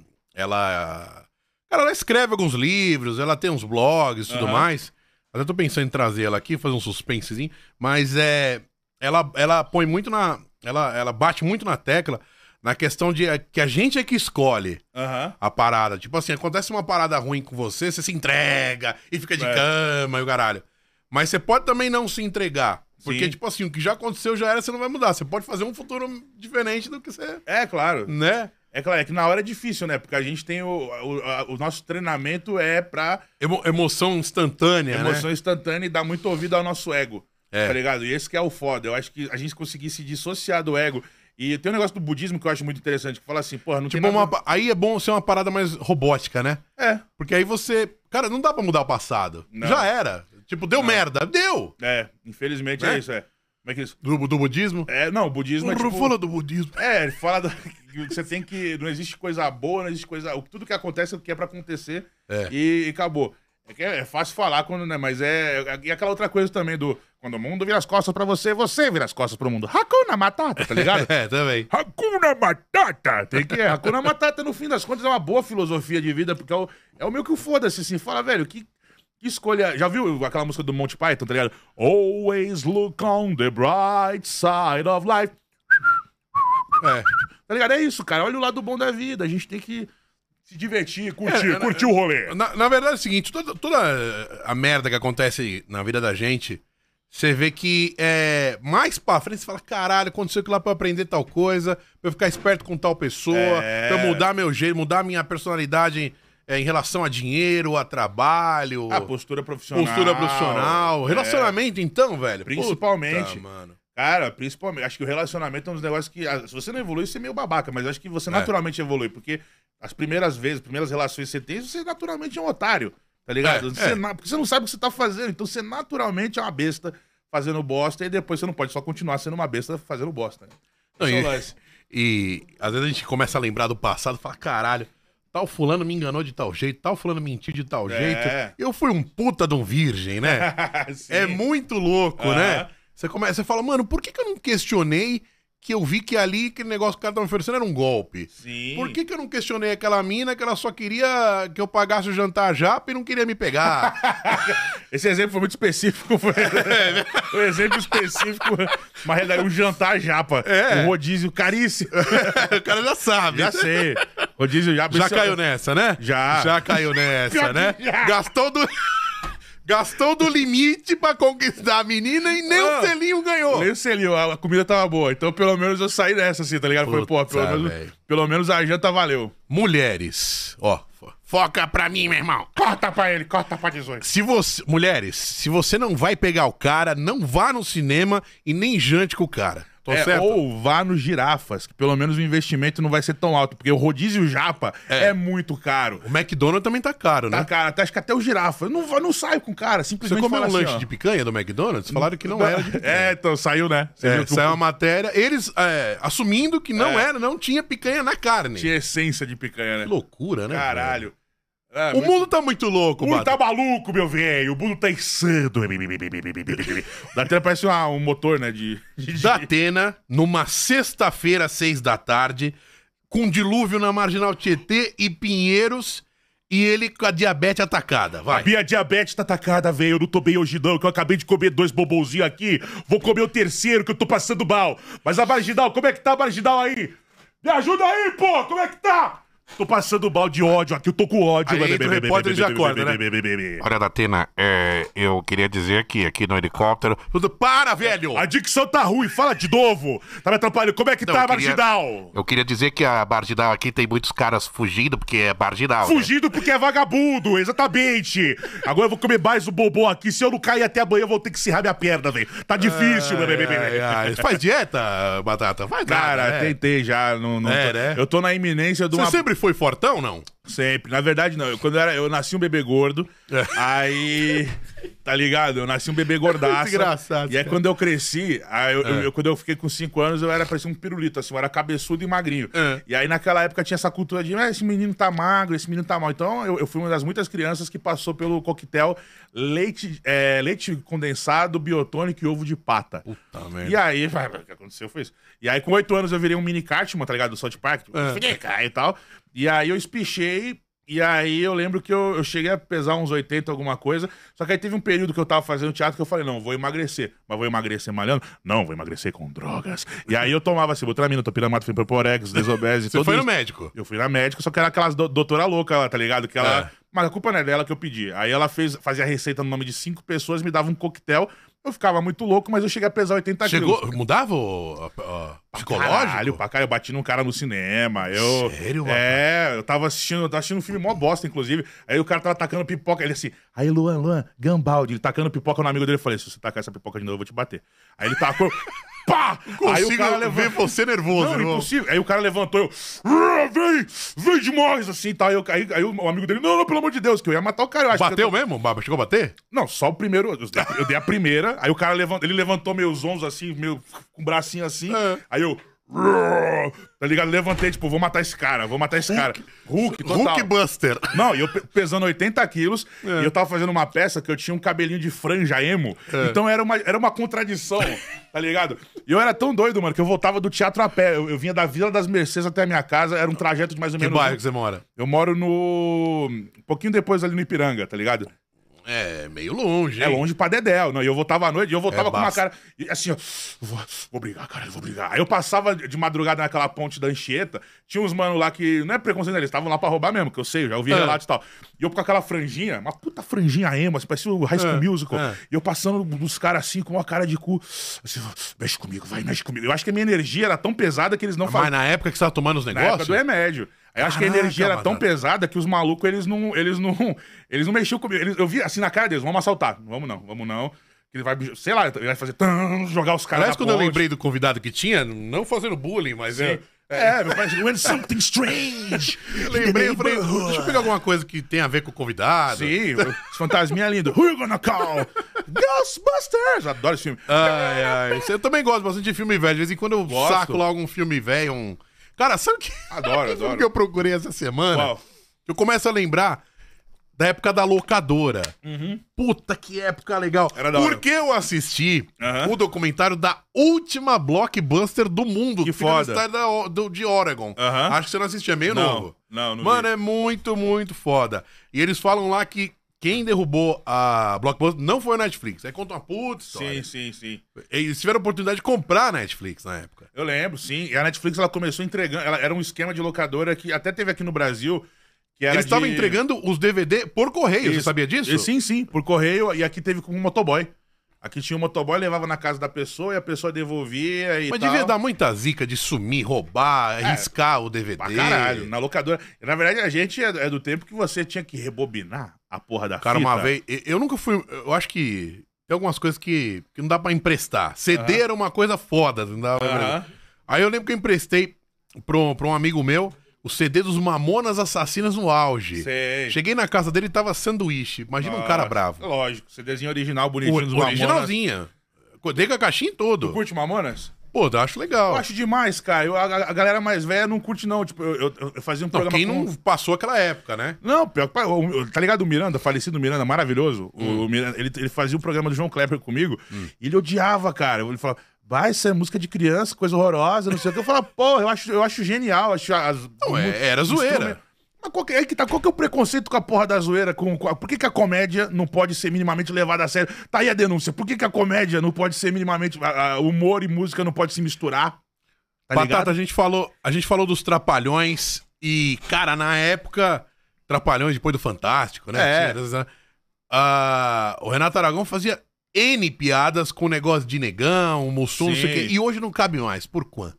Ela, cara, ela escreve alguns livros, ela tem uns blogs e tudo mais. Até tô pensando em trazer ela aqui, fazer um suspensezinho, mas é. Ela, ela põe muito na. Ela, ela bate muito na tecla na questão de é, que a gente é que escolhe Aham. a parada. Tipo assim, acontece uma parada ruim com você, você se entrega e fica de É. cama e o caralho. Mas você pode também não se entregar. Porque, Sim. tipo assim, o que já aconteceu já era, você não vai mudar. Você pode fazer um futuro diferente do que você. É claro. Né? É claro, é que na hora é difícil, né? Porque a gente tem o. O, a- o nosso treinamento é pra Emo- emoção instantânea, emoção né? instantânea e dar muito ouvido ao nosso ego. É. Tá ligado? E esse que é o foda. Eu acho que a gente conseguir se dissociar do ego. E tem um negócio do budismo que eu acho muito interessante, que fala assim, porra, não Tipo, tem uma, nada... pa- aí é bom ser uma parada mais robótica, né? É, Porque aí você. Cara, não dá pra mudar o passado. Não. Já era. Tipo, deu merda. Deu! é. Infelizmente Né? é isso, é. Como é que é isso? Do, do budismo? É, não, o budismo é Porra, tipo... Fala do budismo. É, ele fala do- que você tem que. Não existe coisa boa, não existe coisa. o- Tudo que acontece é o que é pra acontecer É. e, e acabou. É, que é- é fácil falar quando, né? Mas é. E aquela outra coisa também do. Quando o mundo vira as costas pra você, você vira as costas pro mundo. Hakuna Matata, tá ligado? É, também. Hakuna Matata! Tem que é. Hakuna Matata, no fim das contas, é uma boa filosofia de vida, porque é o, é o meio que o foda-se, assim. Fala, velho, que, que escolha. Já viu aquela música do Monty Python, tá ligado? Always look on the bright side of life. É. Tá ligado? É isso, cara. Olha o lado bom da vida. A gente tem que se divertir, curtir, curtir o rolê. Na, na verdade é o seguinte, toda, toda a merda que acontece na vida da gente, você vê que é, mais pra frente você fala, caralho, aconteceu aquilo lá pra eu aprender tal coisa, pra eu ficar esperto com tal pessoa, É. pra eu mudar meu jeito, mudar minha personalidade é, em relação a dinheiro, a trabalho, A Ah, postura profissional. postura profissional, É. relacionamento então, velho. Principalmente. Puta, mano. Cara, principalmente, acho que o relacionamento é um dos negócios que. ah, Se você não evolui, você é meio babaca, mas acho que você naturalmente evolui, porque as primeiras vezes, as primeiras relações que você tem, você naturalmente é um otário, tá ligado? É, Você é. na- Porque você não sabe o que você tá fazendo, então você naturalmente é uma besta fazendo bosta, e depois você não pode só continuar sendo uma besta fazendo bosta. Né? Não, Esse é o e- lance. E às vezes a gente começa a lembrar do passado e fala: caralho, tal fulano me enganou de tal jeito, tal fulano mentiu de tal É. jeito. Eu fui um puta de um virgem, né? é Sim. muito louco, Aham. né? Você começa, você fala, mano, por que, que eu não questionei que eu vi que ali aquele negócio que o cara tava me oferecendo era um golpe? Sim. Por que, que eu não questionei aquela mina que ela só queria que eu pagasse o jantar japa e não queria me pegar? Esse exemplo foi muito específico. Foi É, né? um exemplo específico. Uma realidade, um jantar japa. É. Um rodízio caríssimo. o cara já sabe. Já sei. Rodízio japa. Já isso é- caiu nessa, né? Já. Já caiu nessa, Pior né? que já. Gastou do. Gastou do limite pra conquistar a menina e nem Ah, o selinho ganhou. Nem o selinho, a comida tava boa. Então pelo menos eu saí dessa, assim, tá ligado? Foi, Puta, pô, pelo menos, velho. pelo menos a janta valeu. Mulheres, ó, fo- foca pra mim, meu irmão. Corta pra ele, corta pra 18. Se você, mulheres, se você não vai pegar o cara, não vá no cinema e nem jante com o cara. Tô É, certo? Ou vá nos girafas, que pelo menos o investimento não vai ser tão alto, porque o rodízio japa é, muito caro. O McDonald's também tá caro, Tá, né? cara, até, acho que até o girafa. Eu não, vou- não saio com o cara, Você simplesmente. comeu um fala assim, lanche ó. de picanha do McDonald's? Falaram que não era de picanha. É, então saiu, né? Você É, viu que o- saiu uma matéria, eles é, assumindo que não É. era, não tinha picanha na carne. Tinha essência de Que picanha, né? loucura, né? velho? Caralho. É, O mundo tá muito louco, O mano. mundo tá maluco, meu velho. O mundo tá insano. Dá até parece uma- um motor, né? De, de- Da Atena, numa sexta-feira, seis da tarde, com dilúvio na Marginal Tietê e Pinheiros, e ele com a diabetes atacada. A Vai. minha diabetes tá atacada, velho. Eu não tô bem hoje, não. Que eu acabei de comer dois bombonzinhos aqui. Vou comer o terceiro, que eu tô passando mal. Mas a marginal, como é que tá a marginal aí? Me ajuda aí, pô! Como é que tá? Tô passando mal de ódio aqui. Eu tô com ódio, Aí entra o repórter e já acorda, né? Olha, Datena, é, eu queria dizer que aqui no helicóptero Tudo- Para, velho! A dicção tá ruim. Fala de novo. Tá me atrapalhando. Como é que Não, tá a eu queria- marginal? Eu queria dizer que a Bargidal aqui tem muitos caras fugindo, porque é Bargidal. né? Fugindo porque é vagabundo, exatamente. Agora eu vou comer mais um bombom aqui. Se eu não cair até amanhã, eu vou ter que serrar minha perna, velho. Tá difícil, meu Ai, ai, É, Faz dieta, Batata? Faz nada, Cara, né? tentei já. Não, não É, tô- né? Eu tô na iminência de Você uma. sempre foi fortão, não? Sempre. Na verdade, não. Eu, quando eu era, eu nasci um bebê gordo. É. aí. Tá ligado? Eu nasci um bebê gordaço. Muito engraçado, E aí, cara. quando eu cresci, aí eu, eu- É. eu- quando eu fiquei com 5 anos, eu era parecia um pirulito, assim, eu era cabeçudo e magrinho. É. E aí, naquela época, tinha essa cultura de, ah, esse menino tá magro, esse menino tá mal. Então, eu, eu fui uma das muitas crianças que passou pelo coquetel leite, é, leite condensado, biotônico e ovo de pata. Puta E aí, vai, vai, o que aconteceu foi isso. E aí, com oito anos, eu virei um mini Cartman, tá ligado? Do South Park. Tipo, É. "Fica", e tal. E aí, eu espichei. E aí, eu lembro que eu, eu cheguei a pesar uns 80, alguma coisa. Só que aí teve um período que eu tava fazendo teatro que eu falei, não, vou emagrecer. Mas vou emagrecer malhando? Não, vou emagrecer com drogas. E aí, eu tomava assim, cibutramina, topiramato, fimproporex, desobese, Você tudo foi no isso. médico? Eu fui na médica, só que era aquelas do- doutora louca lá, tá ligado? Que ela. É. Mas a culpa não é dela que eu pedi. Aí ela fez, fazia receita no nome de cinco pessoas, me dava um coquetel. Eu ficava muito louco, mas eu cheguei a pesar 80 Chegou, quilos. mudava o, o- o psicológico? Caralho, pra cá, eu bati num cara no cinema. Eu, Sério, É, eu tava assistindo, eu tava assistindo um filme mó bosta, inclusive. Aí o cara tava tacando pipoca. Ele assim, aí Luan, Luan, Gambaldi, ele tacando pipoca no amigo dele. Eu falei, se você tacar essa pipoca de novo, eu vou te bater. Aí ele tacou. pá! Aí o Consigo cara ver levou. você nervoso, Não, irmão. impossível. Aí o cara levantou, eu. "Ah, Vem! Vem demais! Assim, tá. Aí, eu, aí, aí o amigo dele, não, não, pelo amor de Deus, que eu ia matar o cara. Eu acho que eu Bateu mesmo? Baba? Chegou a bater? não, só o primeiro. Eu dei, eu dei a primeira, aí o cara levantou, ele levantou meus ombros assim, meu, com o bracinho assim. É. Aí eu. Tá ligado? Levantei, tipo, vou matar esse cara, vou matar esse cara. Hulk, total. Hulk Buster. Não, e eu pe- pesando 80 quilos, É. e eu tava fazendo uma peça que eu tinha um cabelinho de franja emo. É. Então era uma, era uma contradição, tá ligado? E eu era tão doido, mano, que eu voltava do teatro a pé. Eu, eu vinha da Vila das Mercedes até a minha casa, era um trajeto de mais ou Que menos. bairro que você mora? Eu moro no. Um pouquinho depois ali no Ipiranga, tá ligado? É, meio longe, É hein? longe pra Dedéu. Não, e eu voltava à noite e eu voltava É, com uma basta. cara. e assim, ó, vou, vou brigar, cara, eu vou brigar. Aí eu passava de madrugada naquela ponte da Anchieta, tinha uns manos lá que. Não é preconceito, eles estavam lá pra roubar mesmo, que eu sei, eu já ouvi É. relatos e tal. E eu com aquela franjinha, uma puta franjinha emo, assim, parecia o High School É, Musical. é. E eu passando dos caras assim, com uma cara de cu. Assim, mexe comigo, vai, mexe comigo. Eu acho que a minha energia era tão pesada que eles não Mas na época que você tava tomando os na época negócios? do remédio. Eu acho que a Caraca, energia era tão batata. pesada que os malucos, eles não. Eles não. Eles não mexiam comigo. Eles, eu vi assim na cara deles, vamos assaltar. Vamos não, vamos não. Que ele vai, sei lá, ele vai fazer. tan, Jogar os caras. Aliás, na quando eu ponte. lembrei do convidado que tinha, não fazendo bullying, mas É, eu, é, meu pai disse, when something strange. in the lembrei, eu falei, neighborhood." deixa eu pegar alguma coisa que tem a ver com o convidado. Sim, os fantasminha lindo. Who you gonna call? Ghostbusters! Adoro esse filme. Ai, ai. Eu também gosto bastante de filme velho. De vez em quando eu Gosto. saco lá algum filme velho, um. Cara, sabe que. Adoro, que filme adoro. que eu procurei essa semana? Qual? Eu começo a lembrar da época da locadora. Puta que época legal. Uhum. Era da hora. Porque eu assisti Aham. o documentário da última blockbuster do mundo. Que fica no foda. estado da O- do- de Oregon. Aham. Acho que você não assistiu, é meio Não, novo. não, não Mano, vi. é muito, muito foda. E eles falam lá que quem derrubou a blockbuster não foi a Netflix. Aí conta uma puta história. Sim, sim, sim. Eles tiveram a oportunidade de comprar a Netflix na época. Eu lembro, sim. E a Netflix ela começou entregando. Ela era um esquema de locadora que até teve aqui no Brasil. Que era Eles estavam de- entregando os DVD por correio, você Isso. sabia disso? E sim, sim, por correio. E aqui teve com um motoboy. Aqui tinha um motoboy, levava na casa da pessoa e a pessoa devolvia e Mas tal. É, devia dar um muita zica de sumir, roubar, arriscar o DVD. Pra caralho, na locadora. Na verdade, a gente é, é do tempo que você tinha que rebobinar a porra da Cara, fita. uma vez. eu- Eu nunca fui. Eu acho que tem algumas coisas que, que não dá pra emprestar. CD era uma coisa foda. Não dá pra Aham. emprestar. Aí eu lembro que eu emprestei pra um, pra um amigo meu o CD dos Mamonas Assassinas no auge. Sei. Cheguei na casa dele e tava sanduíche. Imagina um Ah, cara bravo. Lógico, CDzinho original, O, bonitinho dos Mamonas. originalzinha. Dei com a caixinha e tudo. Curte Mamonas? Pô, eu acho legal. Eu acho demais, cara. Eu- a, a galera mais velha não curte, não. Tipo, eu, eu- eu fazia um Não, programa quem com... não passou aquela época, né? Não, pior que. o- o- Tá ligado o Miranda, falecido Miranda, maravilhoso? O- Hum. O, Miranda, ele, ele fazia o programa do João Kleber comigo e ele odiava, cara. Ele falava. Vai, isso é música de criança, coisa horrorosa, não sei o que. Eu falava, pô, eu acho, eu acho genial. Acho as, Não, é- mu- era zoeira. instrumento- Mas qual que, aí que tá, qual que é o preconceito com a porra da zoeira? Com, com a- por que, que a comédia não pode ser minimamente levada a sério? Tá aí a denúncia. Por que, que a comédia não pode ser minimamente. a- a- humor e música não pode se misturar? Tá Batata, ligado? a gente falou, a gente falou dos Trapalhões e, cara, na época, Trapalhões depois do Fantástico, né? É. Tinha essas- Ah, o Renato Aragão fazia N piadas com o negócio de negão, moçom, não sei o Sim. quê. E hoje não cabe mais. Por quanto?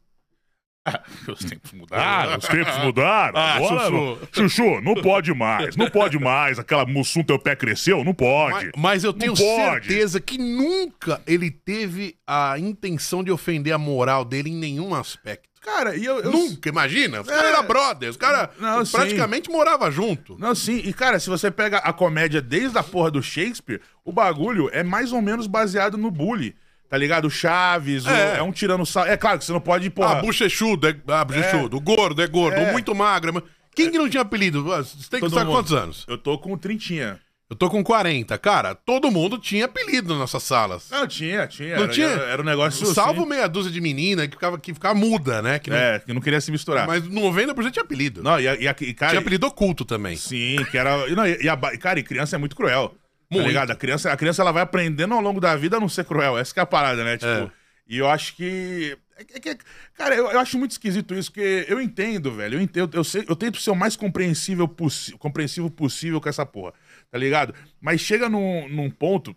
Os tempos Ah, os tempos mudaram. Ah, Agora, Chuchu. Chuchu. não pode mais. Não pode mais. Aquela mussum teu pé cresceu? Não pode. Mas, mas eu tenho pode. certeza que nunca ele teve a intenção de ofender a moral dele em nenhum aspecto. Cara, e eu. eu- Nunca, imagina. Os caras eram brother, os caras Não, sim. praticamente moravam junto. Não, sim. E, cara, se você pega a comédia desde a porra do Shakespeare, o bagulho é mais ou menos baseado no bully. Tá ligado? O Chaves, o- É. é, um tirando sal. É claro que você não pode, Ah, porra. bochechudo é ah, bochechudo. O gordo é gordo. O muito magro. é ma- Quem que não tinha apelido? Ah, Você tem que Todo estar com mundo. quantos anos? Eu tô com trintinha. Eu tô com 40. Cara, todo mundo tinha apelido nas nossas salas. Não, tinha, tinha. Não era, tinha? Era, era um negócio. Salvo assim. meia dúzia de menina que ficava, que ficava muda, né? Que não- É, que não queria se misturar. Mas 90% tinha apelido. Não, e, a- e, a- e cara. Tinha apelido oculto também. Sim, que era. e Não, e, e a, ba- cara, e criança é muito cruel. Muito. Tá ligado? A criança, a criança ela vai aprendendo ao longo da vida a não ser cruel. Essa que é a parada, né? Tipo, É. e eu acho que. é que- é que- cara, eu, eu acho muito esquisito isso, porque eu entendo, velho. Eu entendo, eu, sei, eu tento ser o mais compreensível, possi compreensivo possível com essa porra, tá ligado? Mas chega num, num ponto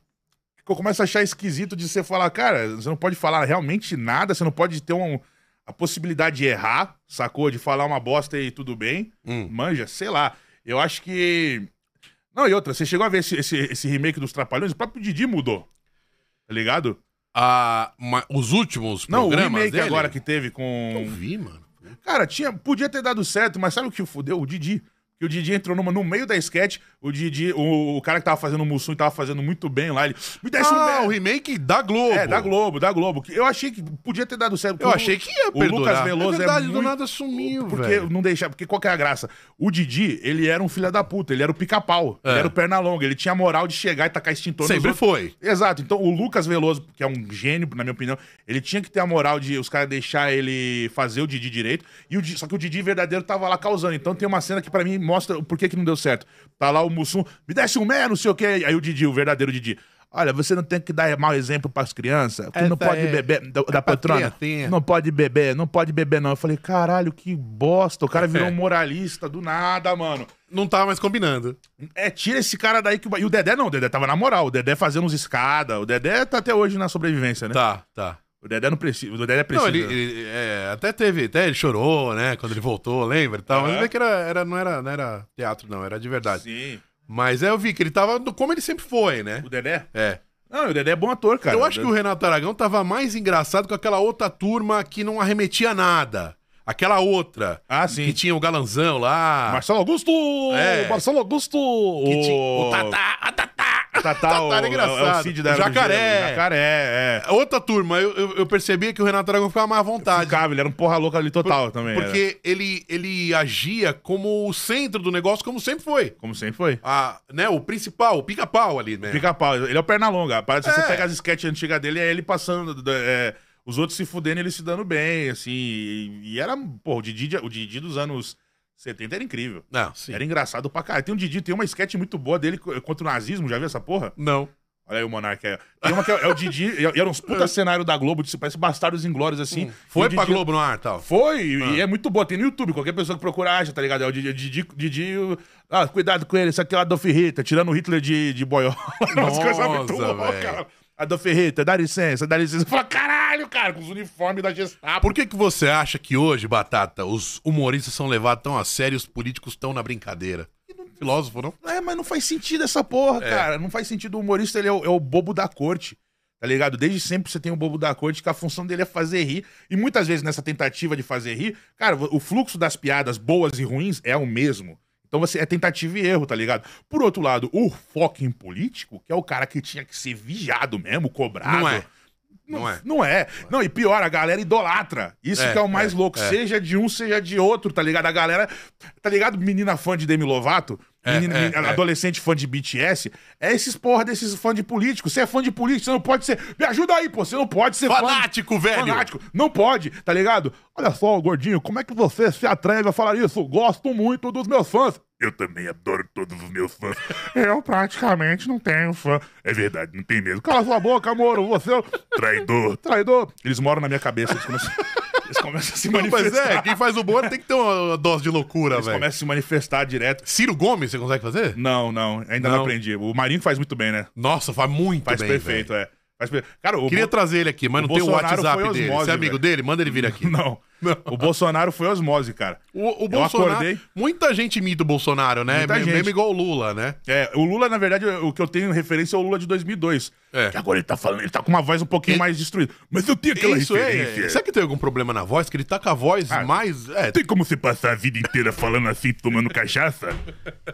que eu começo a achar esquisito de você falar, cara, você não pode falar realmente nada, você não pode ter um, a possibilidade de errar, sacou? De falar uma bosta e tudo bem. Manja, sei lá. Eu acho que. Não, e outra, você chegou a ver esse, esse, esse remake dos Trapalhões? O próprio Didi mudou. Tá ligado? Ah, ma- os últimos Não, o programas remake dele... agora que teve Eu com. vi, mano. Cara, tinha, podia ter dado certo, mas sabe o que fudeu? O Didi. Que o Didi entrou numa, no meio da sketch, o Didi, o, o cara que tava fazendo o Mussum e tava fazendo muito bem lá, ele. Me desce um Ah, berro." o remake da Globo. É, da Globo, da Globo. Eu achei que podia ter dado certo. Eu achei que ia o Lucas perdurar. Veloso é é verdade, do muito- nada sumiu, Porque velho. não deixava, porque qual que é a graça? O Didi, ele era um filho da puta, ele era o pica-pau, ele era o perna longa, ele tinha a moral de chegar e tacar extintor nos É. Sempre outros. foi. Exato. Então, o Lucas Veloso, que é um gênio, na minha opinião, ele tinha que ter a moral de os caras deixar ele fazer o Didi direito. E o, Di- só que o Didi verdadeiro tava lá causando. Então, tem uma cena que pra mim mostra o porquê que não deu certo. Tá lá o Mussum, me desce um mé, não sei o quê. Aí o Didi, o verdadeiro Didi. Olha, você não tem que dar mau exemplo pras crianças, que não Essa pode é- beber da, da patrona. criancinha. Não pode beber, não pode beber, não. Eu falei, caralho, que bosta. O cara virou um moralista do nada, mano. Não tava mais combinando. É, tira esse cara daí que. o ba- E o Dedé não, o Dedé tava na moral. O Dedé fazendo uns escada. O Dedé tá até hoje na sobrevivência, né? Tá, tá. O Dedé não precisa. O Dedé Não, precisa. ele, ele- é, até teve, até ele chorou, né? Quando ele voltou, lembra e tal. Mas eu vi que era, era- não, era, não era teatro, não, era de verdade. Sim. Mas é, eu vi que ele tava do- como ele sempre foi, né? O Dedé? É. Não, o Dedé é bom ator, cara. Eu acho que o Renato Aragão tava mais engraçado com aquela outra turma que não arremetia nada. Aquela outra. Ah, sim. Que tinha o galanzão lá. Marcelo Augusto! É. Marcelo Augusto! que tinha- O, O Tatá, a Tatá. o Tatá, o, era engraçado. engraçado. É o Cid da Era do Jacaré. Gelo. Jacaré, é. Outra turma, eu, eu, eu percebia que o Renato Aragão ficava mais à vontade. Ficava, ele era um porra louca ali total também. era. Porque ele, ele agia como o centro do negócio, como sempre foi. Como sempre foi. A, né, o principal, o pica-pau ali, né? Pica-pau. Ele é o perna longa. Parece que É. você pega as sketches antigas dele, é ele passando. da- é, os outros se fudendo, ele se dando bem, assim. E, e era, pô, o Didi, de- o Didi dos anos 70 era incrível. Não, sim. Era engraçado pra caralho. Tem um Didi, tem uma sketch muito boa dele co- contra o nazismo, já viu essa porra? Não. Olha aí o Monarca aí. ó. Tem uma que é, é o Didi, e era uns puta cenário da Globo, de- parece Bastardos Inglórios, assim. E Foi o pra Didi- Globo no ar, tal. Foi, e- Ah. e é muito boa. Tem no YouTube, qualquer pessoa que procurar acha, tá ligado? É o Didi. Didi, Didi o- ah, cuidado com ele, isso aqui é o Adolf Hitler, tirando o Hitler de, de boiola. Umas Nossa, coisas muito velho. loucas. Adolf Hitler, dá licença, dá licença. Fala, caralho, cara, com os uniformes da Gestapo. Por que, que você acha que hoje, Batata, os humoristas são levados tão a sério e os políticos estão na brincadeira? Filósofo, não? É, mas não faz sentido essa porra, É. cara. Não faz sentido. O humorista, ele é o, é o bobo da corte. Tá ligado? Desde sempre você tem o bobo da corte, que a função dele é fazer rir. E muitas vezes nessa tentativa de fazer rir, cara, o fluxo das piadas boas e ruins é o mesmo. Então você é tentativa e erro, tá ligado? Por outro lado, o fucking político, que é o cara que tinha que ser vigiado mesmo, cobrado. Não é. Não é. Não é. Não, e pior, a galera idolatra. Isso É, que é o mais é, louco. é. Seja de um, seja de outro, tá ligado? A galera. Tá ligado? Menina fã de Demi Lovato, menina, é, menina- é. adolescente fã de BTS, é esses porra desses fã de político. Você é fã de político, você não pode ser. Me ajuda aí, pô. Você não pode ser fã de- Fanático, velho! Fanático. Não pode, tá ligado? Olha só, gordinho, como é que você se atreve a falar isso? Gosto muito dos meus fãs. Eu também adoro todos os meus fãs. Eu praticamente não tenho fã. É verdade, não tem mesmo. Cala sua boca, amor. Você é um Traidor. traidor. Eles moram na minha cabeça. Eles começam, eles começam a se Não, mas manifestar. é, quem faz humor tem que ter uma dose de loucura, Eles velho. começam Hum. a se manifestar direto. Ciro Gomes, você consegue fazer? Não, não, ainda não, Não. aprendi. O Marinho faz muito bem, né? Nossa, faz muito Faz bem, perfeito, velho. é. Faz per- Cara, o Queria Bo- trazer ele aqui, mas não o tem o Bolsonaro WhatsApp foi dele. osmose, Você é amigo velho. dele? Manda ele vir aqui. Não. O Bolsonaro foi osmose, cara. O, o Eu Bolsonaro. acordei. Muita gente imita o Bolsonaro, né? Muita Me- gente. Mesmo igual o Lula, né? É, o Lula, na verdade, o que eu tenho em referência é o Lula de 2002. É. Que agora ele tá falando, ele tá com uma voz um pouquinho Ele- mais destruída. Mas eu tenho aquela Isso é, referência. Ah. é. Será que tem algum problema na voz? Que ele tá com a voz mais. É, Tem como você passar a vida inteira falando assim, tomando cachaça?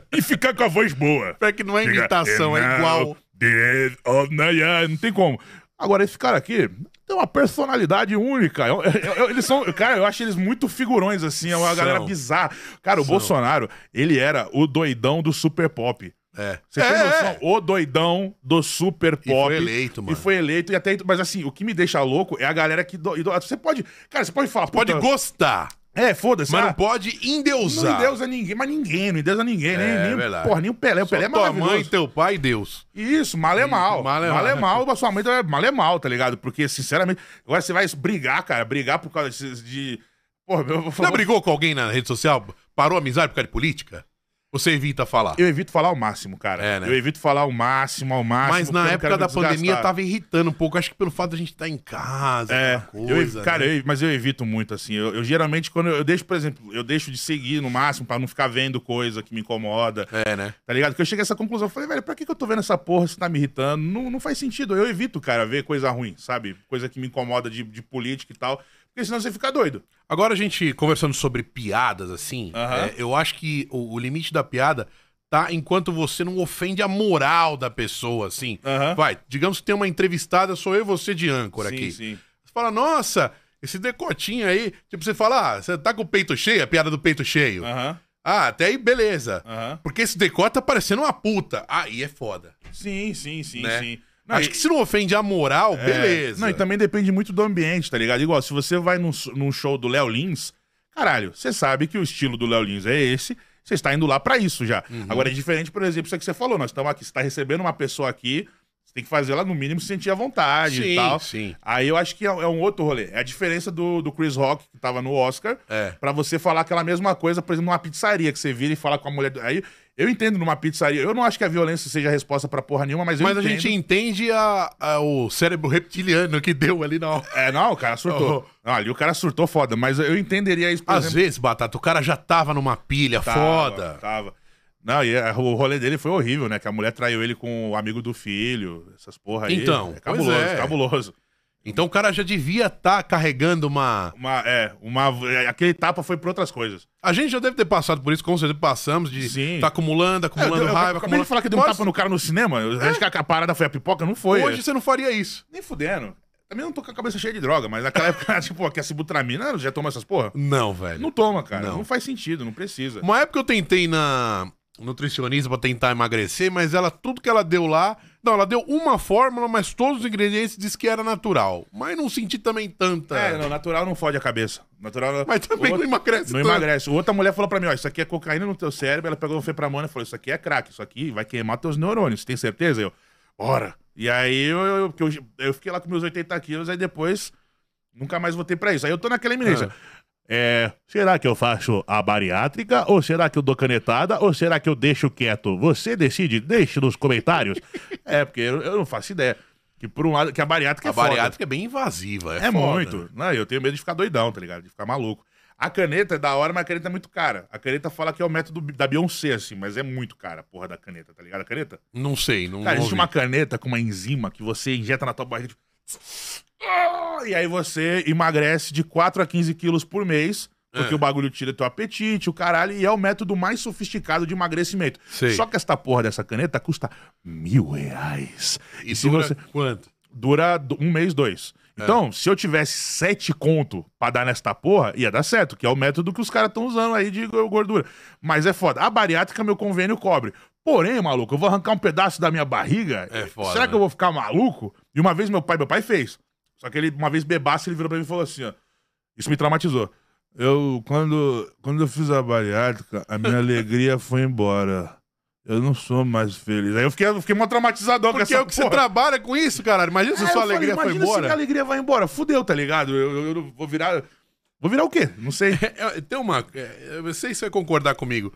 E ficar com a voz boa. pior que não é imitação, é now, igual. the end of the year. Não tem como. Agora, esse cara aqui tem uma personalidade única. Eu- eu- eu- eles são. Cara, eu acho eles muito figurões, assim. É uma São. galera bizarra. Cara, o Bolsonaro, ele era o doidão do super pop. É. Você tem É, noção? é. O doidão do super pop. foi eleito, mano. E foi eleito. E até, mas assim, o que me deixa louco é a galera que... Do, idolatra. você pode... Cara, você pode falar... Pode puta, gostar, É, foda-se. mas ah, não pode endeusar. Não endeusa ninguém. Mas ninguém. Não endeusa ninguém. É, nem, nem, verdade. porra, nem o Pelé. O Só Pelé é tua maravilhoso. mãe, teu pai, Deus. Isso, mal é mal. Mal é mal. né, mas sua mãe é mal é mal, tá ligado? Porque, sinceramente... Agora você vai brigar, cara. Brigar por causa de... de porra, eu, Já brigou com alguém na rede social? Parou a amizade por causa de política? Você evita falar. eu evito falar o máximo, cara. É, né? Eu evito falar o máximo, ao máximo. Mas na porque eu não época da quero me desgastar. pandemia tava irritando um pouco. Acho que pelo fato de a gente estar em casa, É, aquela eu coisa. evi- cara, né? eu- mas eu evito muito, assim. Eu, eu geralmente, quando eu, eu deixo, por exemplo, eu deixo de seguir no máximo pra não ficar vendo coisa que me incomoda, É, né? tá ligado? Porque eu cheguei a essa conclusão, eu falei, velho, pra que, que eu tô vendo essa porra se tá me irritando? Não, não faz sentido. Eu evito, cara, ver coisa ruim, sabe? Coisa que me incomoda de, de política e tal. Porque senão você fica doido. Agora a gente conversando sobre piadas, assim, Aham. é, eu acho que o, o limite da piada tá enquanto você não ofende a moral da pessoa, assim. Aham. Vai, digamos que tem uma entrevistada, sou eu e você de âncora Sim, aqui. sim. Você fala, nossa, esse decotinho aí. Tipo, você fala, ah, você tá com o peito cheio, a piada do peito cheio. Aham, Ah, até aí, beleza. aham. Porque esse decote tá parecendo uma puta. Aí é foda. Sim, sim, sim, Né? sim. Não, acho e- que se não ofende a moral, É. beleza. Não, e também depende muito do ambiente, tá ligado? Igual, se você vai num, s- num show do Léo Lins, caralho, você sabe que o estilo do Léo Lins é esse, você está indo lá pra isso já. Uhum. Agora, é diferente, por exemplo, isso que você falou, nós estamos aqui, você está recebendo uma pessoa aqui, você tem que fazer ela, no mínimo, se sentir à vontade Sim, e tal. sim. Aí eu acho que é, é um outro rolê. É a diferença do, do Chris Rock, que tava no Oscar, É. pra você falar aquela mesma coisa, por exemplo, numa pizzaria, que você vira e fala com a mulher... do- Aí, eu entendo numa pizzaria, eu não acho que a violência seja a resposta pra porra nenhuma, mas eu Mas a entendo. gente entende a- a- o cérebro reptiliano que deu ali na hora. É, não, o cara surtou. Não, ali o cara surtou foda, mas eu entenderia isso, por Às exemplo. vezes, Batata, o cara já tava numa pilha Tava, foda. Tava. Não, e a- o rolê dele foi horrível, né? Que a mulher traiu ele com o amigo do filho, essas porra aí. Então, é pois cabuloso, é. cabuloso. Então o cara já devia estar carregando uma. Uma, é, uma, é, aquele tapa foi por outras coisas. A gente já deve ter passado por isso, com certeza passamos, de Sim. tá acumulando, acumulando É, eu, eu, raiva, acabei acumulando. de falar que deu um Mas tapa no cara no cinema. Eu acho que a, a parada foi a pipoca, não foi. Hoje você não faria isso. Nem fudendo. Também não tô com a cabeça cheia de droga, mas naquela época, tipo, aqui a cibutramina, já toma essas porra? Não, velho. Não toma, cara. Não. Não, faz sentido, não precisa. Uma época eu tentei na nutricionista pra tentar emagrecer, mas ela tudo que ela deu lá, não, ela deu uma fórmula, mas todos os ingredientes disse que era natural. Mas não senti também tanta. É, não, natural não fode a cabeça. Natural Mas também o não emagrece Não tanto. emagrece. Outra mulher falou pra mim, ó, isso aqui é cocaína no teu cérebro. Ela pegou o fepramona e falou, isso aqui é crack, isso aqui vai queimar teus neurônios, você tem certeza? Eu, bora. E aí, eu, eu, porque eu, eu fiquei lá com meus 80 quilos, aí depois nunca mais voltei pra isso. Aí eu tô naquela eminência. É, será que eu faço a bariátrica? Ou será que eu dou canetada? Ou será que eu deixo quieto? Você decide, deixe nos comentários. é, porque eu, eu não faço ideia. Que por um lado, que a bariátrica a é foda. bariátrica é bem invasiva. É, É foda. muito. Não, eu tenho medo de ficar doidão, tá ligado? De ficar maluco. A caneta é da hora, mas a caneta é muito cara. A caneta fala que é o método bi- da Beyoncé, assim, mas é muito cara a porra da caneta, tá ligado? A caneta? Não sei, não. Cara, não existe ouvi. uma caneta com uma enzima que você injeta na tua barriga, tipo... Ah, E aí você emagrece de 4 a 15 quilos por mês, porque É. o bagulho tira teu apetite, o caralho, e é o método mais sofisticado de emagrecimento. Sei. Só que esta porra dessa caneta custa mil reais. E, se dura você- quanto? dura do- um mês, dois. É. Então, se eu tivesse sete conto pra dar nesta porra, ia dar certo, que é o método que os caras estão usando aí de go- gordura. Mas é foda. A bariátrica, meu convênio cobre. Porém, maluco, eu vou arrancar um pedaço da minha barriga. É foda, Será que né? eu vou ficar maluco? E uma vez meu pai, meu pai fez. Só que ele, uma vez bebaço, ele virou pra mim e falou assim, ó. Isso me traumatizou. Eu, quando, quando eu fiz a bariátrica, a minha alegria foi embora. Eu não sou mais feliz. Aí eu fiquei, eu fiquei mó traumatizador com Porque é essa o que você porra. trabalha com isso, caralho. Imagina se Aí a Ah, eu sua falei, alegria foi imagina se embora. minha alegria vai embora. Fudeu, tá ligado? Eu, eu- eu vou virar. Vou virar o quê? Não sei. É, é, tem uma. é, eu não sei se você vai concordar comigo.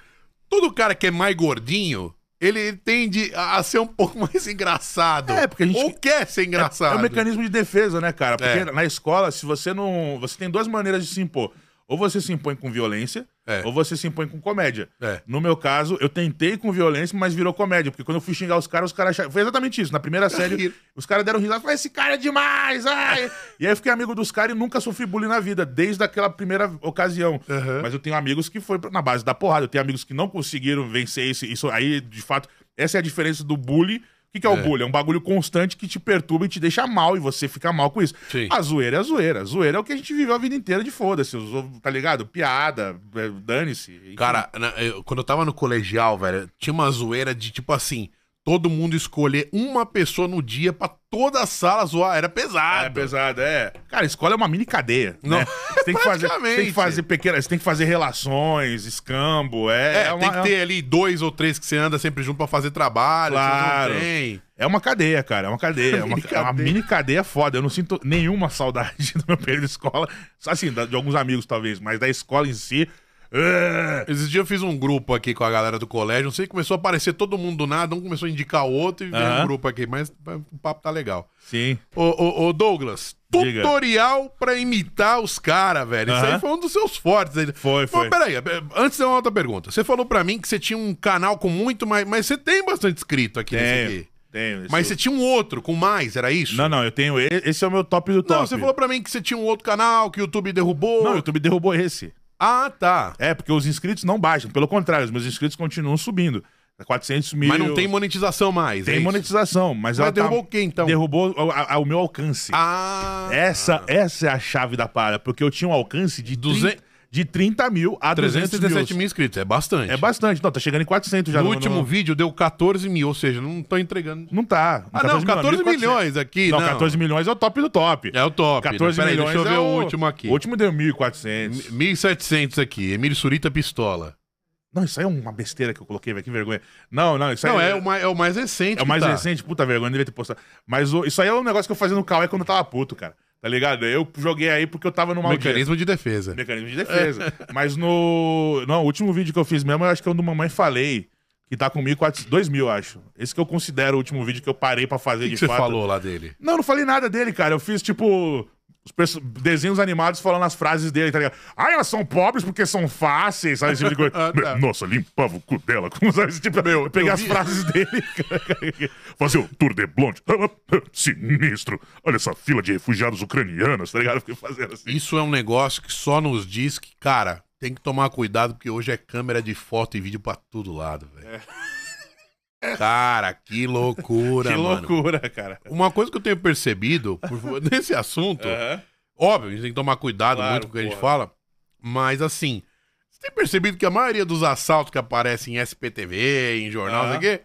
Todo cara que é mais gordinho, ele tende a, a ser um pouco mais engraçado. É, porque a gente- Ou quer ser É engraçado. um mecanismo de defesa, né, cara? Porque É. na escola, se você não. Você tem duas maneiras de se impor. Ou você se impõe com violência, É. ou você se impõe com comédia. É. No meu caso, eu tentei com violência, mas virou comédia. Porque quando eu fui xingar os caras, os caras acharam. Foi exatamente isso. Na primeira série, Riram. os caras deram risada. Falaram, esse cara é demais! Ai! e aí eu fiquei amigo dos caras e nunca sofri bullying na vida, desde aquela primeira ocasião. Aham. Mas eu tenho amigos que foi na base da porrada. Eu tenho amigos que não conseguiram vencer esse, isso aí, de fato. Essa é a diferença do bullying. O que, que é, o bullying? É um bagulho constante que te perturba e te deixa mal e você fica mal com isso. Sim. A zoeira é a zoeira. A zoeira é o que a gente viveu a vida inteira de foda-se. usou, Tá ligado? Piada, é, dane-se. enfim. Cara, na- eu- quando eu tava no colegial, velho, tinha uma zoeira de tipo assim. Todo mundo escolher uma pessoa no dia pra toda a sala zoar. Era É pesado. pesado, é. Cara, escola é uma mini cadeia. Não. Né? Você tem que fazer, Praticamente. tem que fazer pequenas, você tem que fazer relações, escambo, é. É, uma, tem que ter ali dois ou três que você anda sempre junto pra fazer trabalho. vocês não Claro. têm. É uma cadeia, cara. É uma cadeia. É uma, é uma mini cadeia foda. Eu não sinto nenhuma saudade do meu período de escola. Só Assim, da- de alguns amigos, talvez, mas da escola em si. é. Esses dias eu fiz um grupo aqui com a galera do colégio, não sei, começou a aparecer todo mundo do nada, um começou a indicar o outro e veio Aham. um grupo aqui, mas mas o papo tá legal. Sim. Ô, ô, ô, Douglas, Diga. tutorial pra imitar os caras, velho. Isso aí Aham. foi um dos seus fortes. aí. Foi, foi. Mas peraí, antes é uma outra pergunta. Você falou pra mim que você tinha um canal com muito mais, mas você tem bastante inscrito aqui nesse Tenho. aqui. Tenho. isso- Mas você tinha um outro com mais, era isso? Não, não, eu tenho. e- Esse é o meu top do top. Não, você falou pra mim que você tinha um outro canal, que o YouTube derrubou. Não, o YouTube derrubou esse. Ah, tá. É, porque os inscritos não baixam. Pelo contrário, os meus inscritos continuam subindo. 400 mil. Mas não tem monetização mais. é Tem isso? monetização, mas, Mas ela tá- derrubou o quê, então? Derrubou o- a- a- o meu alcance. Ah. Essa, essa é a chave da parada, porque eu tinha um alcance de, 200 30, de 30 mil a 317 317 mil. mil inscritos, é bastante. É bastante. Não, tá chegando em 400 já. No não- último não- vídeo deu 14 mil, ou seja, não tô entregando. Não tá. Ah, não, 14 14.400. milhões aqui, Não, não. 14 milhões é o top do top. É o top. 14 Peraí, milhões Deixa eu ver é o... último aqui. O último deu 1.400. 1.700 aqui, Emílio Surita Pistola. Não, isso aí é uma besteira que eu coloquei, velho. Que vergonha. Não, não, isso aí Não, é o mais, é o mais recente. É o que mais tá. recente, puta vergonha, devia ter postado. Mas o- isso aí é um negócio que eu fazia no Cauê quando eu tava puto, cara. Tá ligado? Eu joguei aí porque eu tava numa audiência. Mecanismo tá de defesa. Mecanismo de defesa. Mas no. Não, o último vídeo que eu fiz mesmo, eu acho que é o do Mamãe Falei, que tá com 1.400, 2 mil, acho. Esse que eu considero o último vídeo que eu parei pra fazer O que que de você fato. falou lá dele? Não, não falei nada dele, cara. Eu fiz tipo. os perso- desenhos animados falando as frases dele, tá ligado? Ah, elas são pobres porque são fáceis, sabe? Esse tipo de coisa. Ah, tá. Nossa, limpava o cu dela. Como sabe? Esse tipo, Meu, pegar eu as vi- frases dele. Fazer o tour de blonde. Ah, Sinistro. Olha essa fila de refugiados ucranianos, tá ligado? Fiquei fazendo assim. Isso é um negócio que só nos diz que, cara, tem que tomar cuidado, porque hoje é câmera de foto e vídeo pra todo lado, velho. Cara, É. que loucura, que mano. loucura, cara. Uma coisa que eu tenho percebido por- nesse assunto, óbvio, a gente tem que tomar cuidado É. Claro, muito com o que a gente porra. fala, mas assim, você tem percebido que a maioria dos assaltos que aparecem em SPTV, em jornal, Ah. não sei o quê,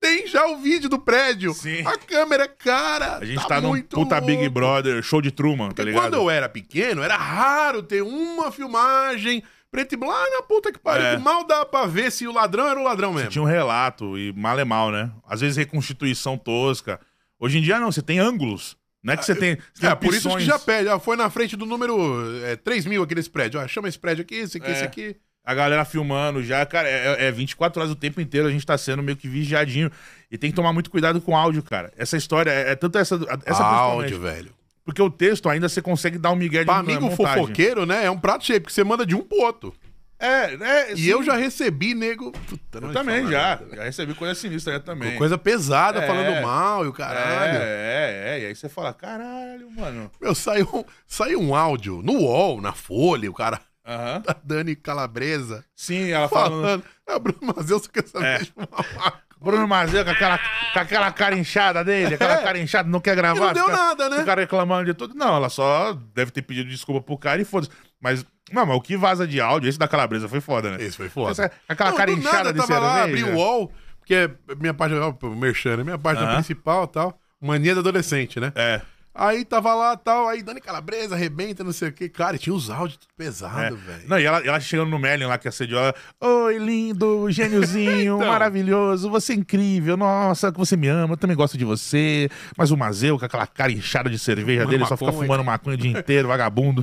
tem já o vídeo do prédio. Sim. A câmera, cara. A gente tá, num muito puta Big louco. Brother, show de Truman, tá Porque ligado? quando eu era pequeno, era raro ter uma filmagem preto e branco lá na puta que pariu. É. que Mal dá pra ver se o ladrão era o ladrão mesmo. Tinha um relato, e mal é mal, né? Às vezes reconstituição tosca. Hoje em dia não, você tem ângulos. Não é que você tem. Você É, tem por isso que opções. já pede. ó, foi na frente do número é, 3 mil aqui nesse prédio. Ó, chama esse prédio aqui, esse aqui, É. esse aqui. A galera filmando já, cara, é, é 24 horas o tempo inteiro, a gente tá sendo meio que vigiadinho. E tem que tomar muito cuidado com áudio, cara. Essa história é, é tanto essa. essa Áudio, principalmente. velho. Porque o texto ainda você consegue dar um migué de Pra amigo montagem. fofoqueiro, né? É um prato cheio, porque você manda de um pro outro. É, é. E eu já recebi, nego. Puta, não Eu ia também falar já. nada. Já recebi coisa sinistra já também. Coisa pesada, É. falando mal e o caralho. É, é, é. E aí você fala, caralho, mano. Meu, saiu, um- saiu um áudio no UOL, na Folha, o cara Aham. da Dani Calabresa Sim, ela Tá falando. É. falando. É o Bruno Mazeus que essa vez uma maconha. Bruno Mazel com aquela, com aquela cara inchada dele, aquela cara inchada, não quer gravar. É. E não deu fica- nada, né? O cara reclamando de tudo. Não, ela só deve ter pedido desculpa pro cara e foda-se. Mas, não, mas o que vaza de áudio, esse da calabresa foi foda, né? Esse foi foda. Essa- aquela cara do inchada nada, de tava lá, abri cerveja. o UOL, porque é minha página, ó, o merchan, né? Minha página Aham. principal e tal. Mania da adolescente, né? É. Aí tava lá tal, aí Dani Calabresa, arrebenta, não sei o quê. Cara, e tinha os áudios tudo É. pesado, velho. Não, e ela, ela chegando no Merlin lá que assediou ela. Oi, lindo, gêniozinho, Então. maravilhoso, você é incrível, nossa, que você me ama, eu também gosto de você. Mas o Mazeu, com aquela cara inchada de cerveja dele, só fica maconha. fumando maconha o dia inteiro, vagabundo.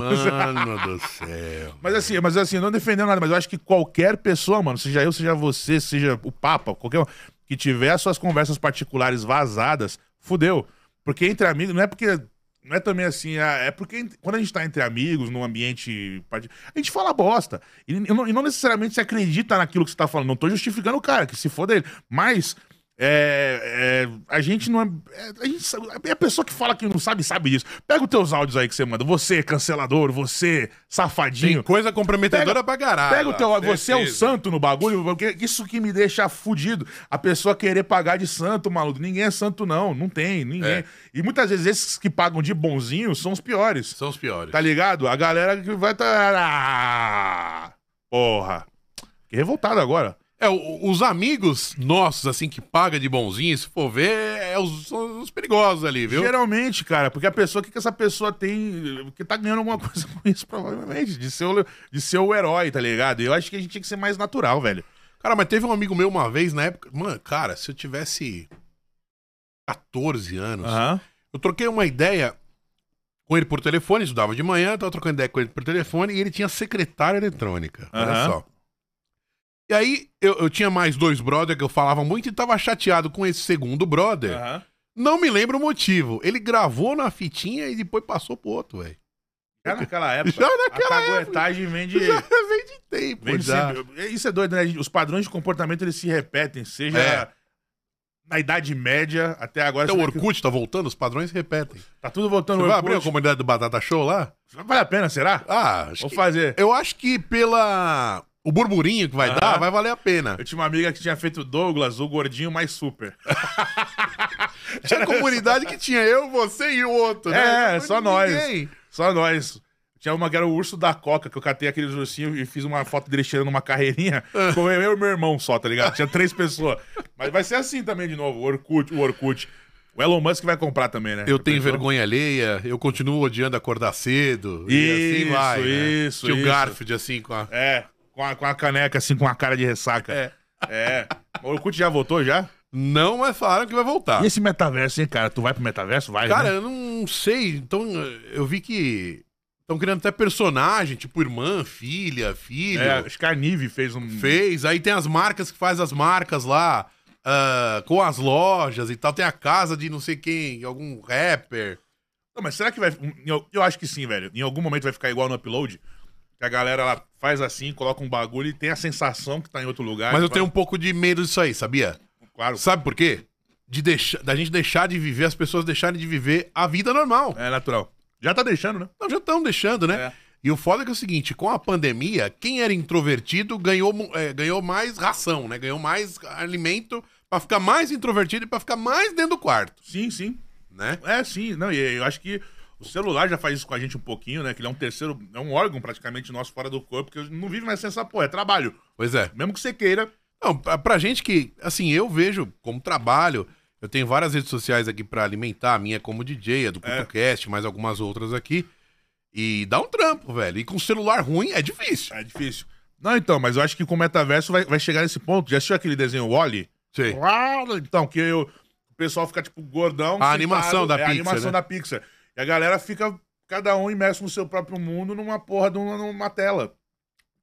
Mano do céu. Mas assim, mas assim, não defendendo nada, mas eu acho que qualquer pessoa, mano, seja eu, seja você, seja o Papa, qualquer um, que tiver as suas conversas particulares vazadas, fudeu. Porque entre amigos, não é porque. Não é também assim, ah, é porque ent- quando a gente tá entre amigos, num ambiente. parti- A gente fala bosta. E, e não, e não necessariamente você acredita naquilo que você tá falando. Não tô justificando o cara, que se foda ele. Mas. É, é, a gente não é, é, a gente sabe- é a pessoa que fala que não sabe, sabe disso. Pega os teus áudios aí que você manda. Você, cancelador, você, safadinho. Tem coisa comprometedora pra caralho. Pega o teu. Você é Ah, um certeza. santo no bagulho, porque isso que me deixa fudido. A pessoa querer pagar de santo, maluco. Ninguém é santo, não. Não tem, ninguém. É. E muitas vezes esses que pagam de bonzinho são os piores. São os piores. Tá ligado? A galera que vai. Tá... Ah, Porra. Fiquei revoltado agora. É, o- os amigos nossos, assim, que paga de bonzinho, se for ver, é os, são os perigosos ali, viu? Geralmente, cara, porque a pessoa, o que, que essa pessoa tem. Que tá ganhando alguma coisa com isso, provavelmente. De ser, o, de ser o herói, tá ligado? E Eu acho que a gente tinha que ser mais natural, velho. Cara, mas teve um amigo meu uma vez na época. Mano, cara, se eu tivesse 14 anos, eu troquei uma ideia com ele por telefone, estudava de manhã, tava trocando ideia com ele por telefone, e ele tinha secretária eletrônica. Olha Aham. só. E aí, eu, eu tinha mais dois brother que eu falava muito e tava chateado com esse segundo brother. Aham. Não me lembro o motivo. Ele gravou na fitinha e depois passou pro outro, velho. Já naquela época. Já naquela a caguetagem vem de. Já vem de tempo, Vem de já. sempre. Isso é doido, né? Os padrões de comportamento eles se repetem, seja É. na Idade Média até agora. Então o você vê que Orkut tá voltando, os padrões se repetem. Tá tudo voltando Você ao vai Orkut. abrir a comunidade do Batata Show lá? Vale a pena, será? Ah, acho Vou que... fazer. Eu acho que pela... O burburinho que vai Aham. dar, vai valer a pena. Eu tinha uma amiga que tinha feito Douglas, o gordinho mais super. Tinha comunidade que tinha eu, você e o outro, né? É, Não só tinha nós. ninguém. Só nós. Tinha uma que era o urso da coca, que eu catei aqueles ursinhos e fiz uma foto dele cheirando uma carreirinha. Ah. Com eu e meu irmão só, tá ligado? Tinha três pessoas. Mas vai ser assim também de novo, o Orkut, o Orkut. O Elon Musk vai comprar também, né? Eu tenho Pensou? vergonha alheia, eu continuo odiando acordar cedo. e assim Isso, vai, né? isso, Tinha o isso. Garfield, assim, com a... É, com a, com a caneca assim, com a cara de ressaca. É. É. O Orkut já voltou já? Não, mas falaram que vai voltar. E esse metaverso, hein, cara? Tu vai pro metaverso? Vai, Cara, né? eu não sei. Então, eu vi que estão criando até personagem, tipo irmã, filha, filho. É, acho que a Nive fez um... Fez. Aí tem as marcas que faz as marcas lá ah, com as lojas e tal. Tem a casa de não sei quem, algum rapper. Não, mas será que vai. hum, Eu, eu acho que sim, velho. Em algum momento vai ficar igual no upload. Que a galera ela faz assim, coloca um bagulho e tem a sensação que tá em outro lugar. Mas eu Vai- tenho um pouco de medo disso aí, sabia? Claro. Sabe por quê? De deixar, da gente deixar de viver, as pessoas deixarem de viver a vida normal. É natural. Já tá deixando, né? Não, já estão deixando, né? É. E o foda é que é o seguinte, com a pandemia, quem era introvertido ganhou, mu- é, ganhou mais ração, né? Ganhou mais alimento pra ficar mais introvertido e pra ficar mais dentro do quarto, Sim, sim. né? É, sim. Não, e eu acho que o celular já faz isso com a gente um pouquinho, né? Que ele é um terceiro, é um órgão praticamente nosso fora do corpo, que não vive mais sem essa porra, é trabalho. Pois é. Mesmo que você queira. Não, pra, pra gente que, assim, eu vejo como trabalho, eu tenho várias redes sociais aqui pra alimentar, a minha é como DJ, a do CutoCast, mais algumas outras aqui. E dá um trampo, velho. E com celular ruim é difícil. É difícil. Não, então, mas eu acho que com o metaverso vai, vai chegar nesse ponto. Já assistiu aquele desenho Wally? Sei. Claro, então, que eu- o pessoal fica, tipo, gordão. A animação da é A Pixar, animação né? da Pixar. E a galera fica, cada um imerso no seu próprio mundo, numa porra de uma, numa tela.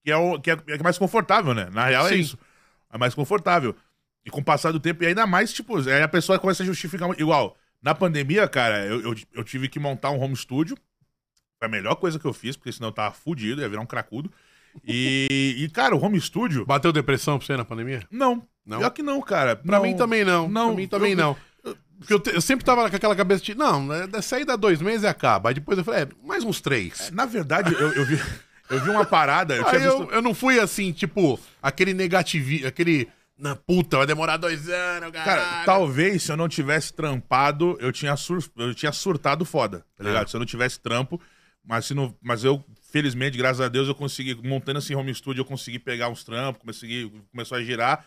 Que é, o, que, é, é mais confortável, né? Na real é Sim. isso. É mais confortável. E com o passar do tempo, e ainda mais, tipo, aí a pessoa começa a justificar. Igual, na pandemia, cara, eu, eu, eu tive que montar um home studio. Foi a melhor coisa que eu fiz, porque senão eu tava fudido, ia virar um cracudo. E, e cara, o home studio. Bateu depressão pra você na pandemia? Não. Não? Pior que não, cara. Pra Não. mim também não. Não, pra mim também eu- não. Porque eu, te- eu sempre tava com aquela cabeça de, não, né, sair dá dois meses e acaba. Aí depois eu falei, é, mais uns três. Na verdade, eu, eu vi, eu vi uma parada. É, Eu tinha Aí visto. eu, eu não fui assim, tipo, aquele negativismo, aquele, na puta, vai demorar dois anos, Cara, tá cara. talvez se eu não tivesse trampado, eu tinha, sur- eu tinha surtado foda, tá ligado? É. Se eu não tivesse trampo, mas, se não, mas eu, felizmente, graças a Deus, eu consegui, montando esse home studio, eu consegui pegar uns trampos, consegui, começou a girar,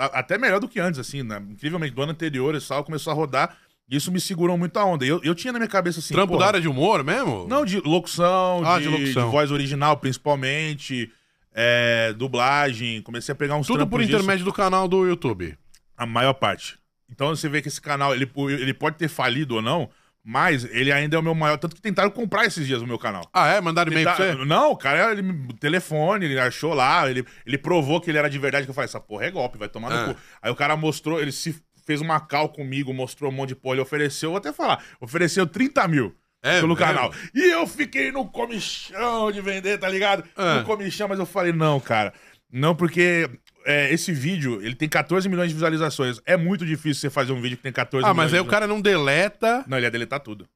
a- até melhor do que antes, assim, né? incrivelmente, do ano anterior e tal, começou a rodar, e isso me segurou muito a onda. E Eu, eu tinha na minha cabeça assim... Trampo porra, da área de humor mesmo? Não, de locução, Ah, de, de locução. de voz original, principalmente, é, dublagem, comecei a pegar uns Tudo trampos por disso. intermédio do canal do YouTube. A maior parte. Então você vê que esse canal, ele, ele pode ter falido ou não, mas ele ainda é o meu maior. Tanto que tentaram comprar esses dias o meu canal. Ah, é? Mandaram e-mail pra Tá- você? não, o cara, ele me- telefone, ele achou lá, ele, ele provou que ele era de verdade, que eu falei, essa porra é golpe, vai tomar Ah. no cu. Aí o cara mostrou, ele se fez uma cal comigo, mostrou um monte de porra, ele ofereceu, vou até falar, ofereceu 30 mil. É pelo mesmo? canal. E eu fiquei no comichão de vender, tá ligado? Ah. No comichão, mas eu falei, não, cara. Não, porque é, esse vídeo, ele tem 14 milhões de visualizações. É muito difícil você fazer um vídeo que tem 14 Ah, milhões mas aí de o cara não deleta. Não, ele ia deletar tudo.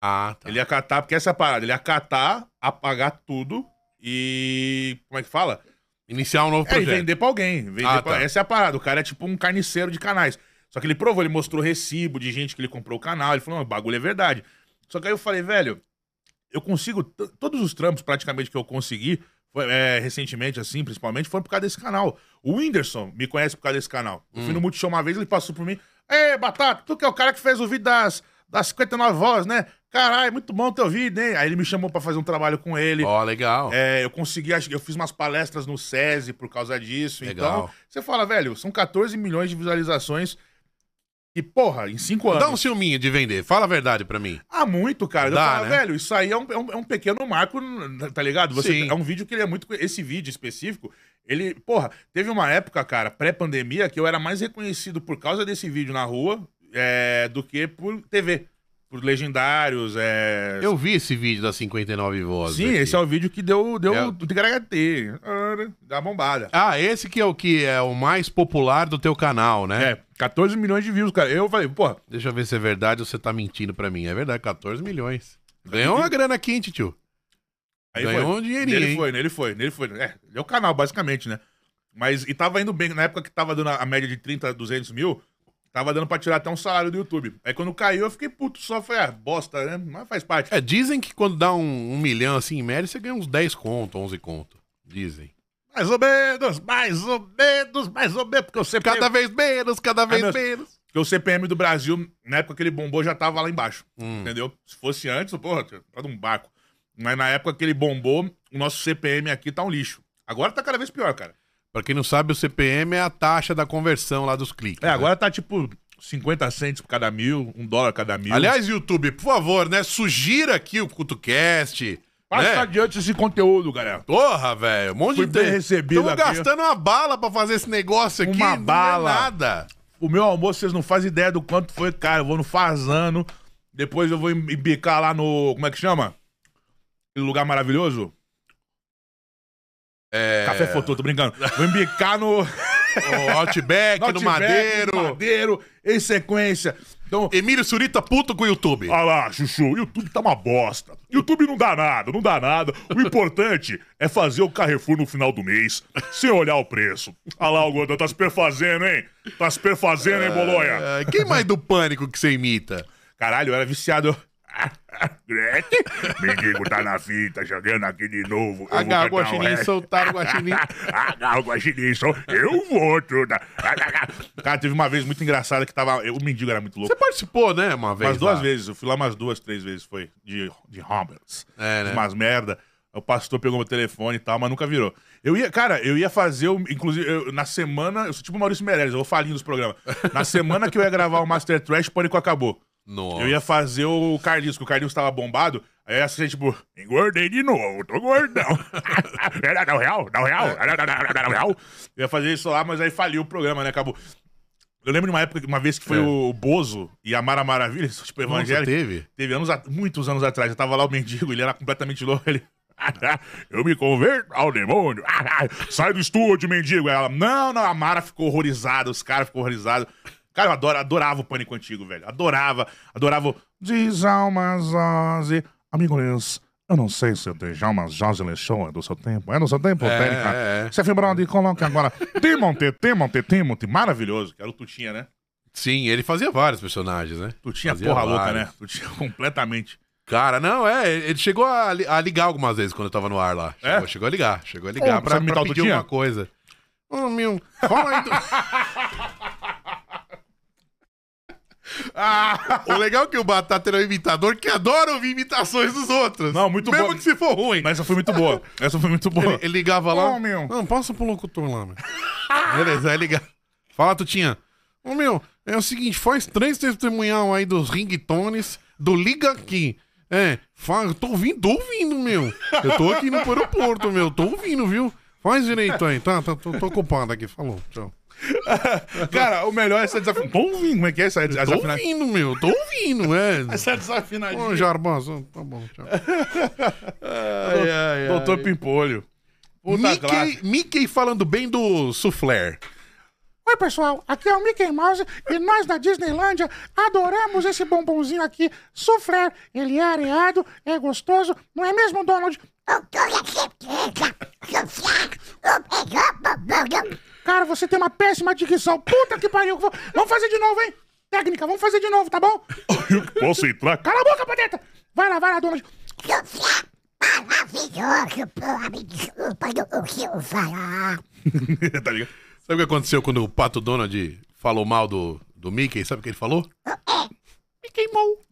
Ah, tá. Ele ia catar, porque essa é a parada. Ele ia catar, apagar tudo e. Como é que fala? Iniciar um novo É, e projeto. vender pra alguém. Vender Ah, pra- tá. Essa é a parada. O cara é tipo um carniceiro de canais. Só que ele provou, ele mostrou recibo de gente que ele comprou o canal. Ele falou, não, o bagulho é verdade. Só que aí eu falei, velho, eu consigo. t- Todos os trampos praticamente que eu consegui, foi- é, recentemente, assim, principalmente, foram por causa desse canal. O Whindersson me conhece por causa desse canal. Eu Hum. fui no Multishow uma vez, ele passou por mim. Ê, Batata, tu que é o cara que fez o vídeo das, das 59 vozes, né? Caralho, muito bom teu vídeo, hein? Aí ele me chamou pra fazer um trabalho com ele. Ó, legal. É, eu consegui, acho que eu fiz umas palestras no SESI por causa disso. Legal. Então, você fala, velho, são 14 milhões de visualizações. E, porra, em 5 anos. Dá um ciúminho de vender. Fala a verdade pra mim. Há muito, cara. Dá, eu falo, né? velho, isso aí é um, é um- é um pequeno marco, tá ligado? Você, Sim. É um vídeo que ele é muito. Esse vídeo específico, ele. Porra, teve uma época, cara, pré-pandemia, que eu era mais reconhecido por causa desse vídeo na rua é, do que por TV. Por legendários, é. Eu vi esse vídeo das 59 vozes. Sim, esse é o vídeo que deu. deu É. o TGRHT. Da bombada. Ah, esse que é o que é o mais popular do teu canal, né? É, 14 milhões de views, cara. Eu falei, porra, Deixa eu ver se é verdade ou você tá mentindo pra mim. É verdade, 14 milhões. Tá Ganhou uma grana quente, tio. aí Ganhou foi. um dinheirinho, Nele hein? foi, nele foi, nele foi. É, ele é o canal, basicamente, né? Mas, e tava indo bem, na época que tava dando a a média de 30, 200 mil, tava dando pra tirar até um salário do YouTube. Aí quando caiu, eu fiquei puto, só foi, ah, bosta, né? Mas faz parte. É, dizem que quando dá um, um milhão assim em média, você ganha uns 10 conto, 11 conto. Dizem. Mais ou menos, mais ou menos, mais ou menos, porque o CPM, Cada vez menos, cada vez É meu- menos. porque o CPM do Brasil, na época que ele bombou, já tava lá embaixo. Hum. Entendeu? Se fosse antes, porra, tá de um barco. Mas na época que ele bombou, o nosso CPM aqui tá um lixo. Agora tá cada vez pior, cara. Pra quem não sabe, o CPM é a taxa da conversão lá dos cliques. É, né? agora tá tipo 50 centos por cada mil, um dólar cada mil. Aliás, YouTube, por favor, né? Sugira aqui o CutoCast. passa Né? adiante esse conteúdo, galera. Porra, velho. Um monte Fui de bem recebido Tamo aqui. gastando uma bala pra fazer esse negócio aqui. Uma não é bala. nada. O meu almoço, vocês não fazem ideia do quanto foi caro. Eu vou no Fazano. Depois eu vou em- embicar lá no. Como é que chama? Aquele lugar maravilhoso? É, Café Fotô, tô brincando. Vou embicar no. o Outback, no Outback, Madeiro. no Madeiro, em sequência. Então, Emílio Surita puto com o YouTube. Ah lá, Chuchu, YouTube tá uma bosta. YouTube não dá nada, não dá nada. O importante é fazer o Carrefour no final do mês, sem olhar o preço. Ah lá, o Godão tá se perfazendo, hein? Tá se perfazendo, hein, Bolonha? Ah, quem mais do Pânico que você imita? caralho, eu era viciado. Greg, mendigo tá na fita, jogando aqui de novo. Eu vou Agarra o cantar um guaxinim, rap. soltar o guaxinim. Agarra o guaxinim, só eu vou, Truta. Cara, teve uma vez muito engraçada que tava. eu- O mendigo era muito louco. Você participou, né, uma vez? Umas duas lá? vezes, eu fui lá umas duas, três vezes, foi, de, de Homeless. É, né? Umas merda. O pastor pegou meu telefone e tal, mas nunca virou. Eu ia, cara, eu ia fazer, o- inclusive, eu- na semana, eu sou tipo o Maurício Meirelles, eu vou falinho dos programas. Na semana que eu ia gravar o Master Trash, o Pânico acabou. Nossa. Eu ia fazer o Carlinhos, que o Carlinhos tava bombado, aí eu ia ser tipo, Engordei de novo, tô gordão. era não real, não É. real, era não, não, não, não real. Eu ia fazer isso lá, mas aí faliu o programa, né, acabou. Eu lembro de uma época, uma vez que foi É. o Bozo e a Mara Maravilha, eles são, tipo, Nossa, evangélico. teve? Teve anos, at- muitos anos atrás, eu tava lá o mendigo, ele era completamente louco, ele... "Ah, Eu me converto ao demônio. Sai do estúdio, mendigo. Aí Ela, não, não, a Mara ficou horrorizada, os caras ficou horrorizados. Cara, eu adoro, adorava o Pânico Antigo, velho. Adorava, adorava o... Desalma Zose. Amigo Liz, eu não sei se Dejalma Zose Lechou é do seu tempo. É do seu tempo, É, Técnica. é, é. Você Brody, coloque agora. Timonte, Timonte, Timonte. Maravilhoso, que era o Tutinha, né? Sim, ele fazia vários personagens, né? Tutinha, Fazia porra louca, vários. né? Tutinha completamente. Cara, não, é, ele chegou a, li- a ligar algumas vezes quando eu tava no ar lá. É? Chegou, chegou a ligar, chegou a ligar Ô, pra, sabe pra imitar o pedir Tutinha? alguma coisa. Ô, meu, fala aí do... Ah, o legal é que o Batata era um imitador que adora ouvir imitações dos outros. Não, muito Mesmo boa. que se for ruim. Mas essa foi muito boa. Essa foi muito boa. Ele, ele ligava lá. Ô, meu. Não, passa pro locutor lá, meu. Beleza, aí liga. Fala, Tutinha. Ô, meu, é o seguinte, faz três testemunhal aí dos ringtones do Liga Aqui. É, fala, eu tô ouvindo, tô ouvindo, meu. Eu tô aqui no aeroporto, meu, tô ouvindo, viu? Faz direito aí, tá? tá tô, tô ocupado aqui, falou, tchau. Cara, o melhor é essa desafio. Bom vinho, como é que é essa Tô desafio? ouvindo, meu, tô ouvindo, é. Essa desafinadinha. Ô, Jarbas, tá bom, tchau. Doutor Pimpolho. Puta classe. Mickey, Mickey falando bem do Soufflé. Oi, pessoal, aqui é o Mickey Mouse e nós da Disneylândia adoramos esse bombonzinho aqui, Soufflé. Ele é areado, é gostoso, não é mesmo, Donald? Cara, você tem uma péssima dicção. Puta que pariu. Vamos fazer de novo, hein? Técnica, vamos fazer de novo, tá bom? Posso entrar? Tá Cala a boca, pateta! Vai lá, vai lá, Donald. tá ligado? Sabe o que aconteceu quando o Pato Donald falou mal do, do Mickey? Sabe o que ele falou? Me queimou.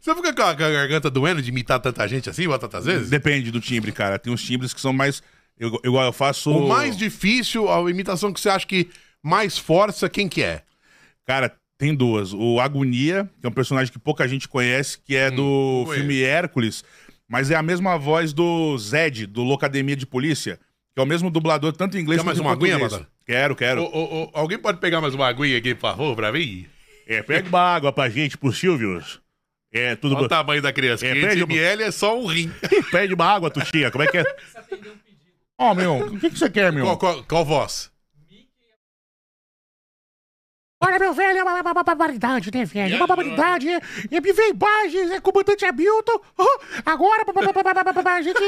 Você fica com a, com a garganta doendo de imitar tanta gente assim, Batata, às vezes? Depende do timbre, cara. Tem uns timbres que são mais. Eu, eu, eu faço. O mais difícil, a imitação que você acha que mais força, quem que é? Cara, tem duas. O Agonia, que é um personagem que pouca gente conhece, que é do Hum, conheço. filme Hércules, mas é a mesma voz do Zed, do Locademia de Polícia, que é o mesmo dublador, tanto em inglês Quer mais em uma aguinha, português. Badal? Quero, quero. alguém pode pegar mais uma aguinha aqui, por favor, pra mim? É, pega uma água pra gente, pro Silvio. É, tudo Olha tá. bom. o tamanho da criança. É, 500 pede- ml é só um rim. Pede uma água, Tutinha. Como é que é? Ó, meu, o que que você quer, meu? Qual, qual, qual voz? Olha, meu velho, é uma, uma- uma barbaridade, né, velho? É uma barbaridade. É, é, me vem imagens, é comandante Hamilton. Oh, agora, ba- ba- ba- ba- ba- ba- ba- a gente.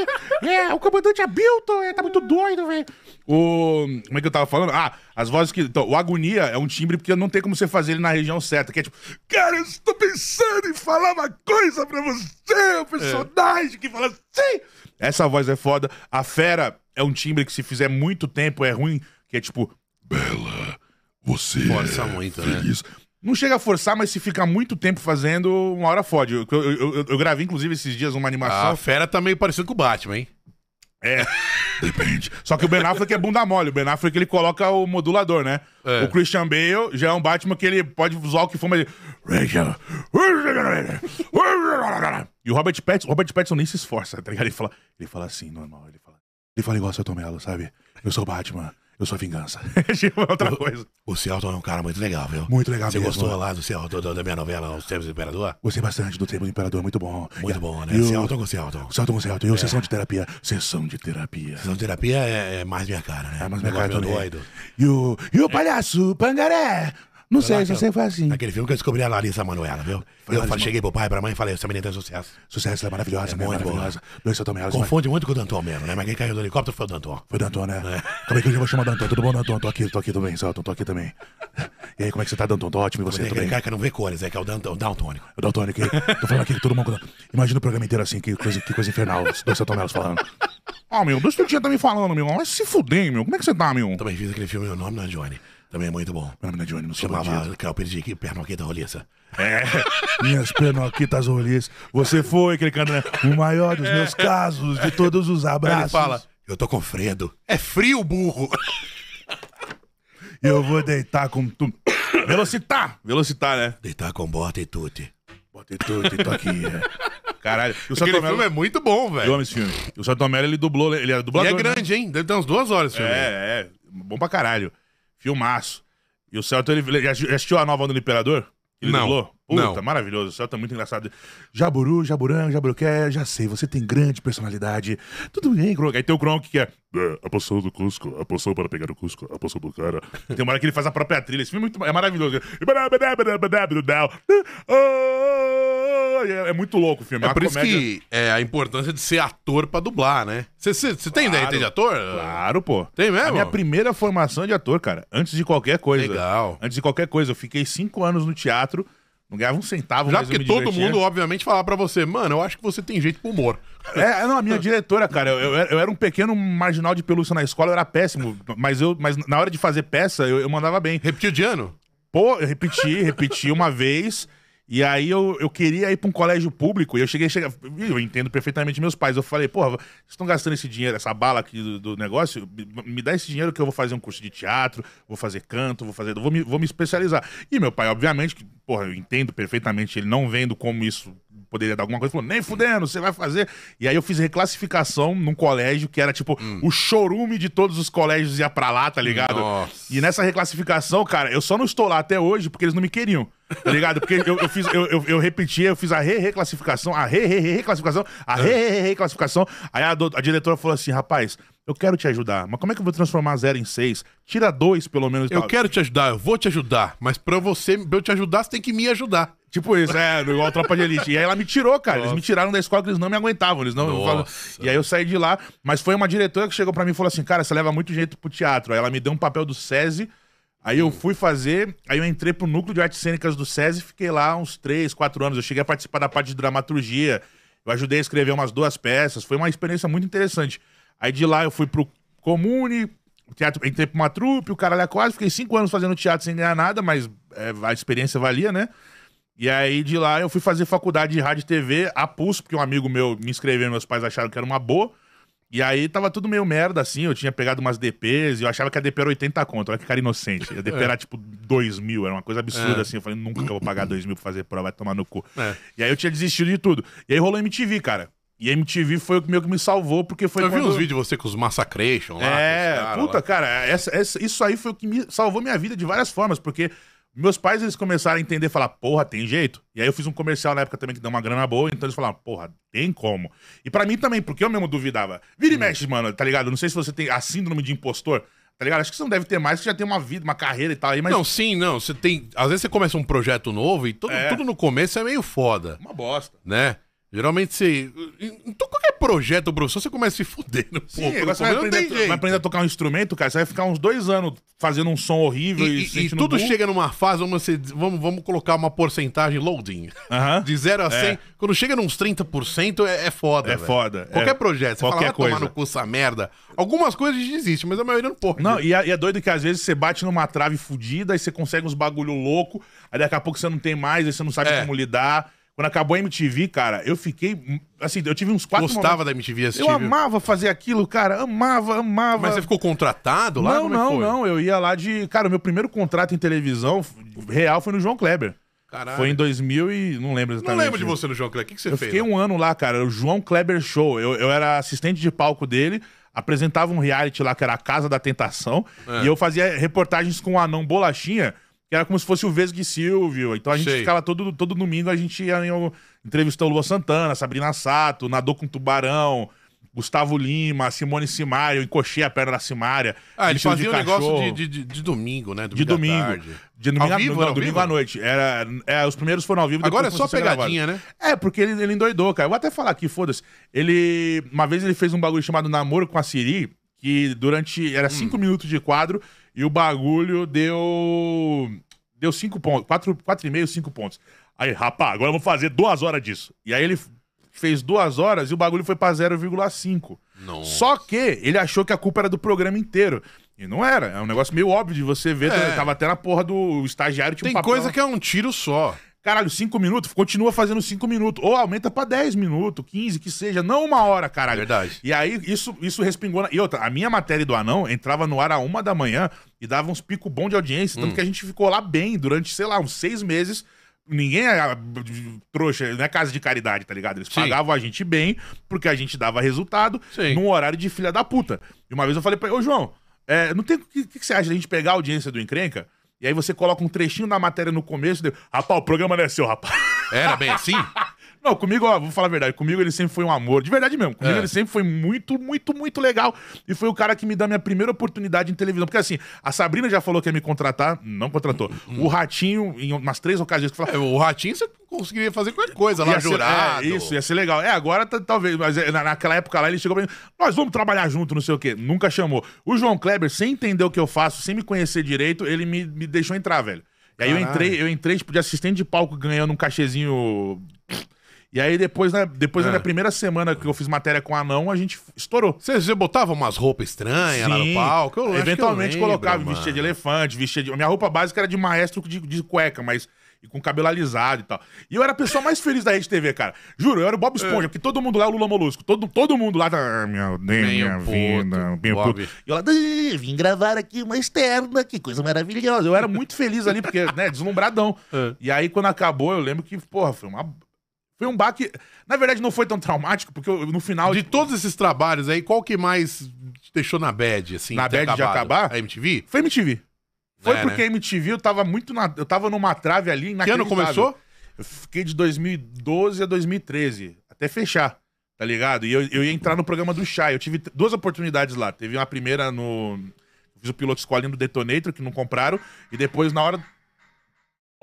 É, o comandante Hamilton é, tá muito doido, velho. O. Como é que eu tava falando? Ah, as vozes que. Então, o agonia é um timbre porque não tem como você fazer ele na região certa. Que é tipo, cara, eu estou pensando em falar uma coisa pra você, É. o personagem que fala assim. Essa voz é foda. A fera é um timbre que se fizer muito tempo é ruim, que é tipo, Bela, você. é Força muito, né? Isso. Não chega a forçar, mas se ficar muito tempo fazendo, uma hora fode. Eu, eu, eu- eu gravei, inclusive, esses dias uma A animação. É. fera tá meio parecido com o Batman, hein? Depende. Só que o Ben Affleck é bunda mole. O Ben Affleck ele coloca o modulador, né? É. O Christian Bale já é um Batman que ele pode usar o que for, mas ele... E o Robert Pattinson, o Robert Pattinson nem se esforça, tá ligado? Ele fala, ele fala assim, normal. Ele fala, ele fala igual o seu Tomelo, sabe? Eu sou Batman. Eu Eu sou a vingança. Tipo, é outra coisa. O Celton é um cara muito legal, viu? Muito legal Você mesmo. gostou lá do Celton, da- da minha novela, Os Tempos do Imperador? Gostei bastante do tempo do Imperador, muito Tá bom. Assim, Muito bom, né? E o- Celton com Celton. Celton com Celton. E o Sessão de Terapia. Sessão de Terapia. É. Sessão de terapia é, é mais minha cara, né? É, mas minha cara Negócio também. meio doido. É. E o, e o palhaço Pangaré. Não sei, só Naquela- sei faz assim. Naquele filme que eu descobri a Larissa Manoela, viu? Eu Larissa falei- né, cheguei pro pai e pra mãe e falei, essa menina tem sucesso. Sucesso, ela é maravilhosa, né? muito boa. maravilhosa. Dois Celton Melos. mas- Confunde muito com o Danton mesmo, né? Mas quem caiu do helicóptero foi o Danton. é Foi Danton, né? Como é que eu já vou chamar Danton? Tudo bom, Danton? Tô aqui, tô aqui também, Celton, tô aqui também. E aí, como é que você tá, Danton? Tô ótimo, e você Tem também? aquele cara que não vê cores, é que é o Danton, o Daltônico. Eu dou tônico, hein? Tô falando aqui que todo mundo. Imagina o programa inteiro assim, que coisa, que coisa infernal. Os dois Celton Melos falando. Ah, meu, dois dia tá me falando, meu. Vai se fuder, meu. Como é que você tá, meu? Meu Também fiz aquele filme, o nome não é Johnny. Também é muito bom. nome não é Johnny, não sou bandido. É. Chamava Crau Perdique, Pernoquita Roliça. Minhas penoquitas rolis. Você foi, aquele cara, né? O maior dos meus casos, de todos os Aí abraços. ele fala, eu tô com fredo. É frio, burro. Eu vou deitar com tu. Velocitar! Velocitar, né? Deitar com bota e tute. Botei tudo, tô aqui. é. Caralho. E o Santo Aquele Melo- filme é muito bom, Eu velho. amo esse filme. E o Santo Melo, ele dublou, ele era E dublador. é né? grande, hein? Deve ter umas duas horas esse filme. É, é. Bom pra caralho. Filmaço. E o Celta, ele, ele já assistiu a nova do Imperador? Ele Não. dublou? Puta, Não. maravilhoso. O Celta é muito engraçado. Jaburu, Jaburã, Jaburuqué, já sei, você tem grande personalidade. Tudo bem, Gronk. Aí tem o Gronk que é. "É, A poção do Cusco, a poção para pegar o Cusco, a poção do cara. Tem uma hora que ele faz a própria trilha. Esse filme é, muito, é maravilhoso. É muito louco o filme. É uma por isso comédia- que é a importância de ser ator pra dublar, né? Você tem Claro, ideia de ator? Claro, pô. Tem mesmo? A minha primeira formação de ator, cara. Antes de qualquer coisa. Legal. Antes de qualquer coisa. Eu fiquei cinco anos no teatro, não ganhava um centavo. Já mas eu porque me todo divertia. mundo, obviamente, falar pra você, mano, eu acho que você tem jeito pro humor. É, não, a minha diretora, cara, eu, eu era- eu era um pequeno marginal de pelúcia na escola, eu era péssimo, mas, eu, mas na hora de fazer peça, eu, eu mandava bem. Repetiu de ano? Pô, eu repeti, repeti uma vez. E aí eu, eu queria ir pra um colégio público e eu cheguei, cheguei. Eu entendo perfeitamente meus pais. Eu falei, porra, vocês estão gastando esse dinheiro, essa bala aqui do, do negócio? Me- Me dá esse dinheiro que eu vou fazer um curso de teatro, vou fazer canto, vou fazer. Vou me, vou me especializar. E meu pai, obviamente, que, porra, eu entendo perfeitamente, ele não vendo como isso poderia dar alguma coisa, falou, nem fudendo, você vai fazer. E aí eu fiz reclassificação num colégio que era tipo o chorume de todos os colégios ia pra lá, tá ligado? Nossa. E nessa reclassificação, cara, eu só não estou lá até hoje porque eles não me queriam. Tá ligado? Porque eu, eu fiz, eu, eu, eu repeti, eu fiz a re-reclassificação, a re-re-reclassificação, a re-re-reclassificação. Aí a, do- a diretora falou assim: rapaz, eu quero te ajudar, mas como é que eu vou transformar zero em seis? Tira dois, pelo menos. e Eu tal." quero te ajudar, eu vou te ajudar. Mas pra você, pra eu te ajudar, você tem que me ajudar. Tipo isso, é, igual a tropa de elite. E aí ela me tirou, cara. Eles me tiraram da escola que eles não me aguentavam. Eles não. não falavam. E aí eu saí de lá. Mas foi uma diretora que chegou pra mim e falou assim: cara, você leva muito jeito pro teatro. Aí ela me deu um papel do SESI. Aí eu fui fazer, aí eu entrei pro núcleo de artes cênicas do SESI, fiquei lá uns 3, 4 anos. Eu cheguei a participar da parte de dramaturgia. Eu ajudei a escrever umas duas peças. Foi uma experiência muito interessante. Aí de lá eu fui pro Comune, o teatro, entrei pra uma trupe, o caralho a quase, fiquei cinco anos fazendo teatro sem ganhar nada, mas é, a experiência valia, né? E aí de lá eu fui fazer faculdade de rádio e TV a pulso, porque um amigo meu me inscreveu, meus pais acharam que era uma boa. E aí tava tudo meio merda, assim, eu tinha pegado umas DPs e eu achava que a DP era 80 conto, olha que cara inocente. A DP É. era tipo 2 mil, era uma coisa absurda, assim. Eu falei, nunca que eu vou pagar 2 mil pra fazer prova, vai tomar no cu. É. E aí eu tinha desistido de tudo. E aí rolou MTV, cara. E MTV foi o que meio que me salvou, porque foi eu vi quando- uns vídeos de você com os Massacration lá. é, com os cara puta, lá. cara, essa- essa- isso aí foi o que me salvou minha vida de várias formas, porque meus pais eles começaram a entender, falar, porra, tem jeito. E aí eu fiz um comercial na época também que deu uma grana boa, então eles falaram, porra, tem como. E pra mim também, porque eu mesmo duvidava. Hum. Vira e mexe, mano, tá ligado? Não sei se você tem a síndrome de impostor, tá ligado? Acho que você não deve ter mais, que já tem uma vida, uma carreira e tal aí, mas Não, sim, não. Você tem. Às vezes você começa um projeto novo e tudo, É. tudo no começo é meio foda, uma bosta. né? Geralmente você. em- Então qualquer projeto, professor, você começa a se fudendo. um Sim, pouco. No agora você vai começo não aprender, tem a to- jeito. vai aprender a tocar um instrumento, cara, você vai ficar uns dois anos fazendo um som horrível e, E, se e- e sentindo tudo burro. chega numa fase, vamos, se- vamos, vamos colocar uma porcentagem loading. Aham. De 0 a 100, É. quando chega nos 30%, é, é foda. É velho. foda, Qualquer é. projeto, você Qualquer fala, vai tomar coisa. no cu essa merda. Algumas coisas a gente desiste, mas a maioria não pode. Não, e é, e é doido que às vezes você bate numa trave fodida, aí você consegue uns bagulho louco, aí daqui a pouco você não tem mais, aí você não sabe É. como lidar. Quando acabou a MTV, cara, eu fiquei. hum, Assim, eu tive uns quatro. Gostava momentos- da MTV assistir. Eu viu? amava fazer aquilo, cara. Amava, amava. Mas você ficou contratado lá? Não, Como é que não, foi? não. Eu ia lá de. Cara, o meu primeiro contrato em televisão f- real foi no João Kleber. Caralho. Foi em 2000 e. Não lembro Não exatamente. lembro de você no João Kleber. O que, que você Eu um fez? fiquei lá? um ano lá, cara. O João Kleber Show. Eu, eu era assistente de palco dele. apresentava um reality lá que era a Casa da Tentação, É. e eu fazia reportagens com o anão Bolachinha, que era como se fosse o Vesgo Silvio. Então a gente Sei. ficava todo, todo domingo, a gente ia em algum- entrevistou Lua Santana, Sabrina Sato, nadou com tubarão. Gustavo Lima, Simone Simária, eu encochei a perna da Simária. Ah, ele vestido fazia um negócio de, de, de domingo, né? de domingo. à tarde. De domingo, Ao à- vivo, não, era ao domingo vivo? à noite. Era, é, os primeiros foram ao vivo. Agora depois é só começou a ser pegadinha, gravado. né? É, porque ele, ele endoidou, cara. Eu vou até falar aqui, foda-se. Ele. Uma vez ele fez um bagulho chamado Namoro com a Siri, que durante. Hum. Era cinco minutos de quadro e o bagulho deu. Deu cinco pontos. Quatro, quatro e meio, cinco pontos. Aí, rapá, agora eu vou fazer duas horas disso. E aí ele f- fez duas horas e o bagulho foi pra 0,5. Nossa. Só que ele achou que a culpa era do programa inteiro. E não era. É um negócio meio óbvio de você ver. É. Tava até na porra do estagiário. Tinha Tem um papel. coisa que é um tiro só. Caralho, 5 minutos? Continua fazendo 5 minutos. Ou aumenta pra 10 minutos, 15, que seja. Não uma hora, caralho. Verdade. E aí, isso, isso respingou. Na... E outra, a minha matéria do anão entrava no ar a uma da manhã e dava uns picos bons de audiência. Hum. Tanto que a gente ficou lá bem durante, sei lá, uns seis meses. Ninguém é ah, b- b- trouxa, não é casa de caridade, tá ligado? Eles Sim. pagavam a gente bem, porque a gente dava resultado Sim. num horário de filha da puta. E uma vez eu falei pra ele, ô João, é, não tem. O que, que você acha da gente pegar a audiência do encrenca? E aí você coloca um trechinho da matéria no começo, deu, rapaz, o programa não é seu, rapaz. Era bem assim? Não, comigo, ó, vou falar a verdade, comigo ele sempre foi um amor, de verdade mesmo. Comigo É. ele sempre foi muito, muito, muito legal. E foi o cara que me dá minha primeira oportunidade em televisão. Porque assim, a Sabrina já falou que ia me contratar, não contratou. Hum, O Ratinho, em umas três ocasiões, que falou. É, o ratinho você conseguiria fazer qualquer coisa lá, Ia ser- jurado. é, isso, ia ser legal. É, agora tá- talvez, mas é, na- naquela época lá ele chegou pra mim, nós vamos trabalhar junto, não sei o quê. Nunca chamou. O João Kleber, sem entender o que eu faço, sem me conhecer direito, ele me, me deixou entrar, velho. E aí eu Caralho. entrei, eu entrei, tipo, de assistente de palco ganhando um cachezinho. E aí depois, né, depois É. da minha primeira semana que eu fiz matéria com o Anão, a gente estourou. Você, você botava umas roupas estranhas lá no Sim. palco? Eu acho que eu Eventualmente lembro, colocava, mano. vestia de elefante, vestia de. A minha roupa básica era de maestro de, de cueca, mas. E com cabelo alisado e tal. E eu era a pessoa mais feliz da Rede TV, cara. Juro, eu era o Bob Esponja, porque todo mundo lá é o Lula Molusco. Todo, todo mundo lá. Tá, "Ah, minha minha puto, vida, bem Bob. puto. E eu lá, "Ah, vim gravar aqui uma externa, que coisa maravilhosa. Eu era muito feliz ali, porque, né, deslumbradão. É. E aí, quando acabou, eu lembro que, porra, foi uma. Foi um baque. Na verdade, não foi tão traumático, porque eu- no final. De todos esses trabalhos aí, qual que mais te deixou na bad, assim? Na ter bad de acabado? acabar? A MTV? Foi MTV. Foi É, porque né? a MTV eu tava muito na. Eu tava numa trave ali. Que ano inacreditável. começou? Eu fiquei de 2012 a 2013, até fechar, tá ligado? E eu, eu ia entrar no programa do Chá. Eu tive t- duas oportunidades lá. Teve uma primeira no. eu Fiz o piloto escolhendo o Detonator, que não compraram. E depois, na hora.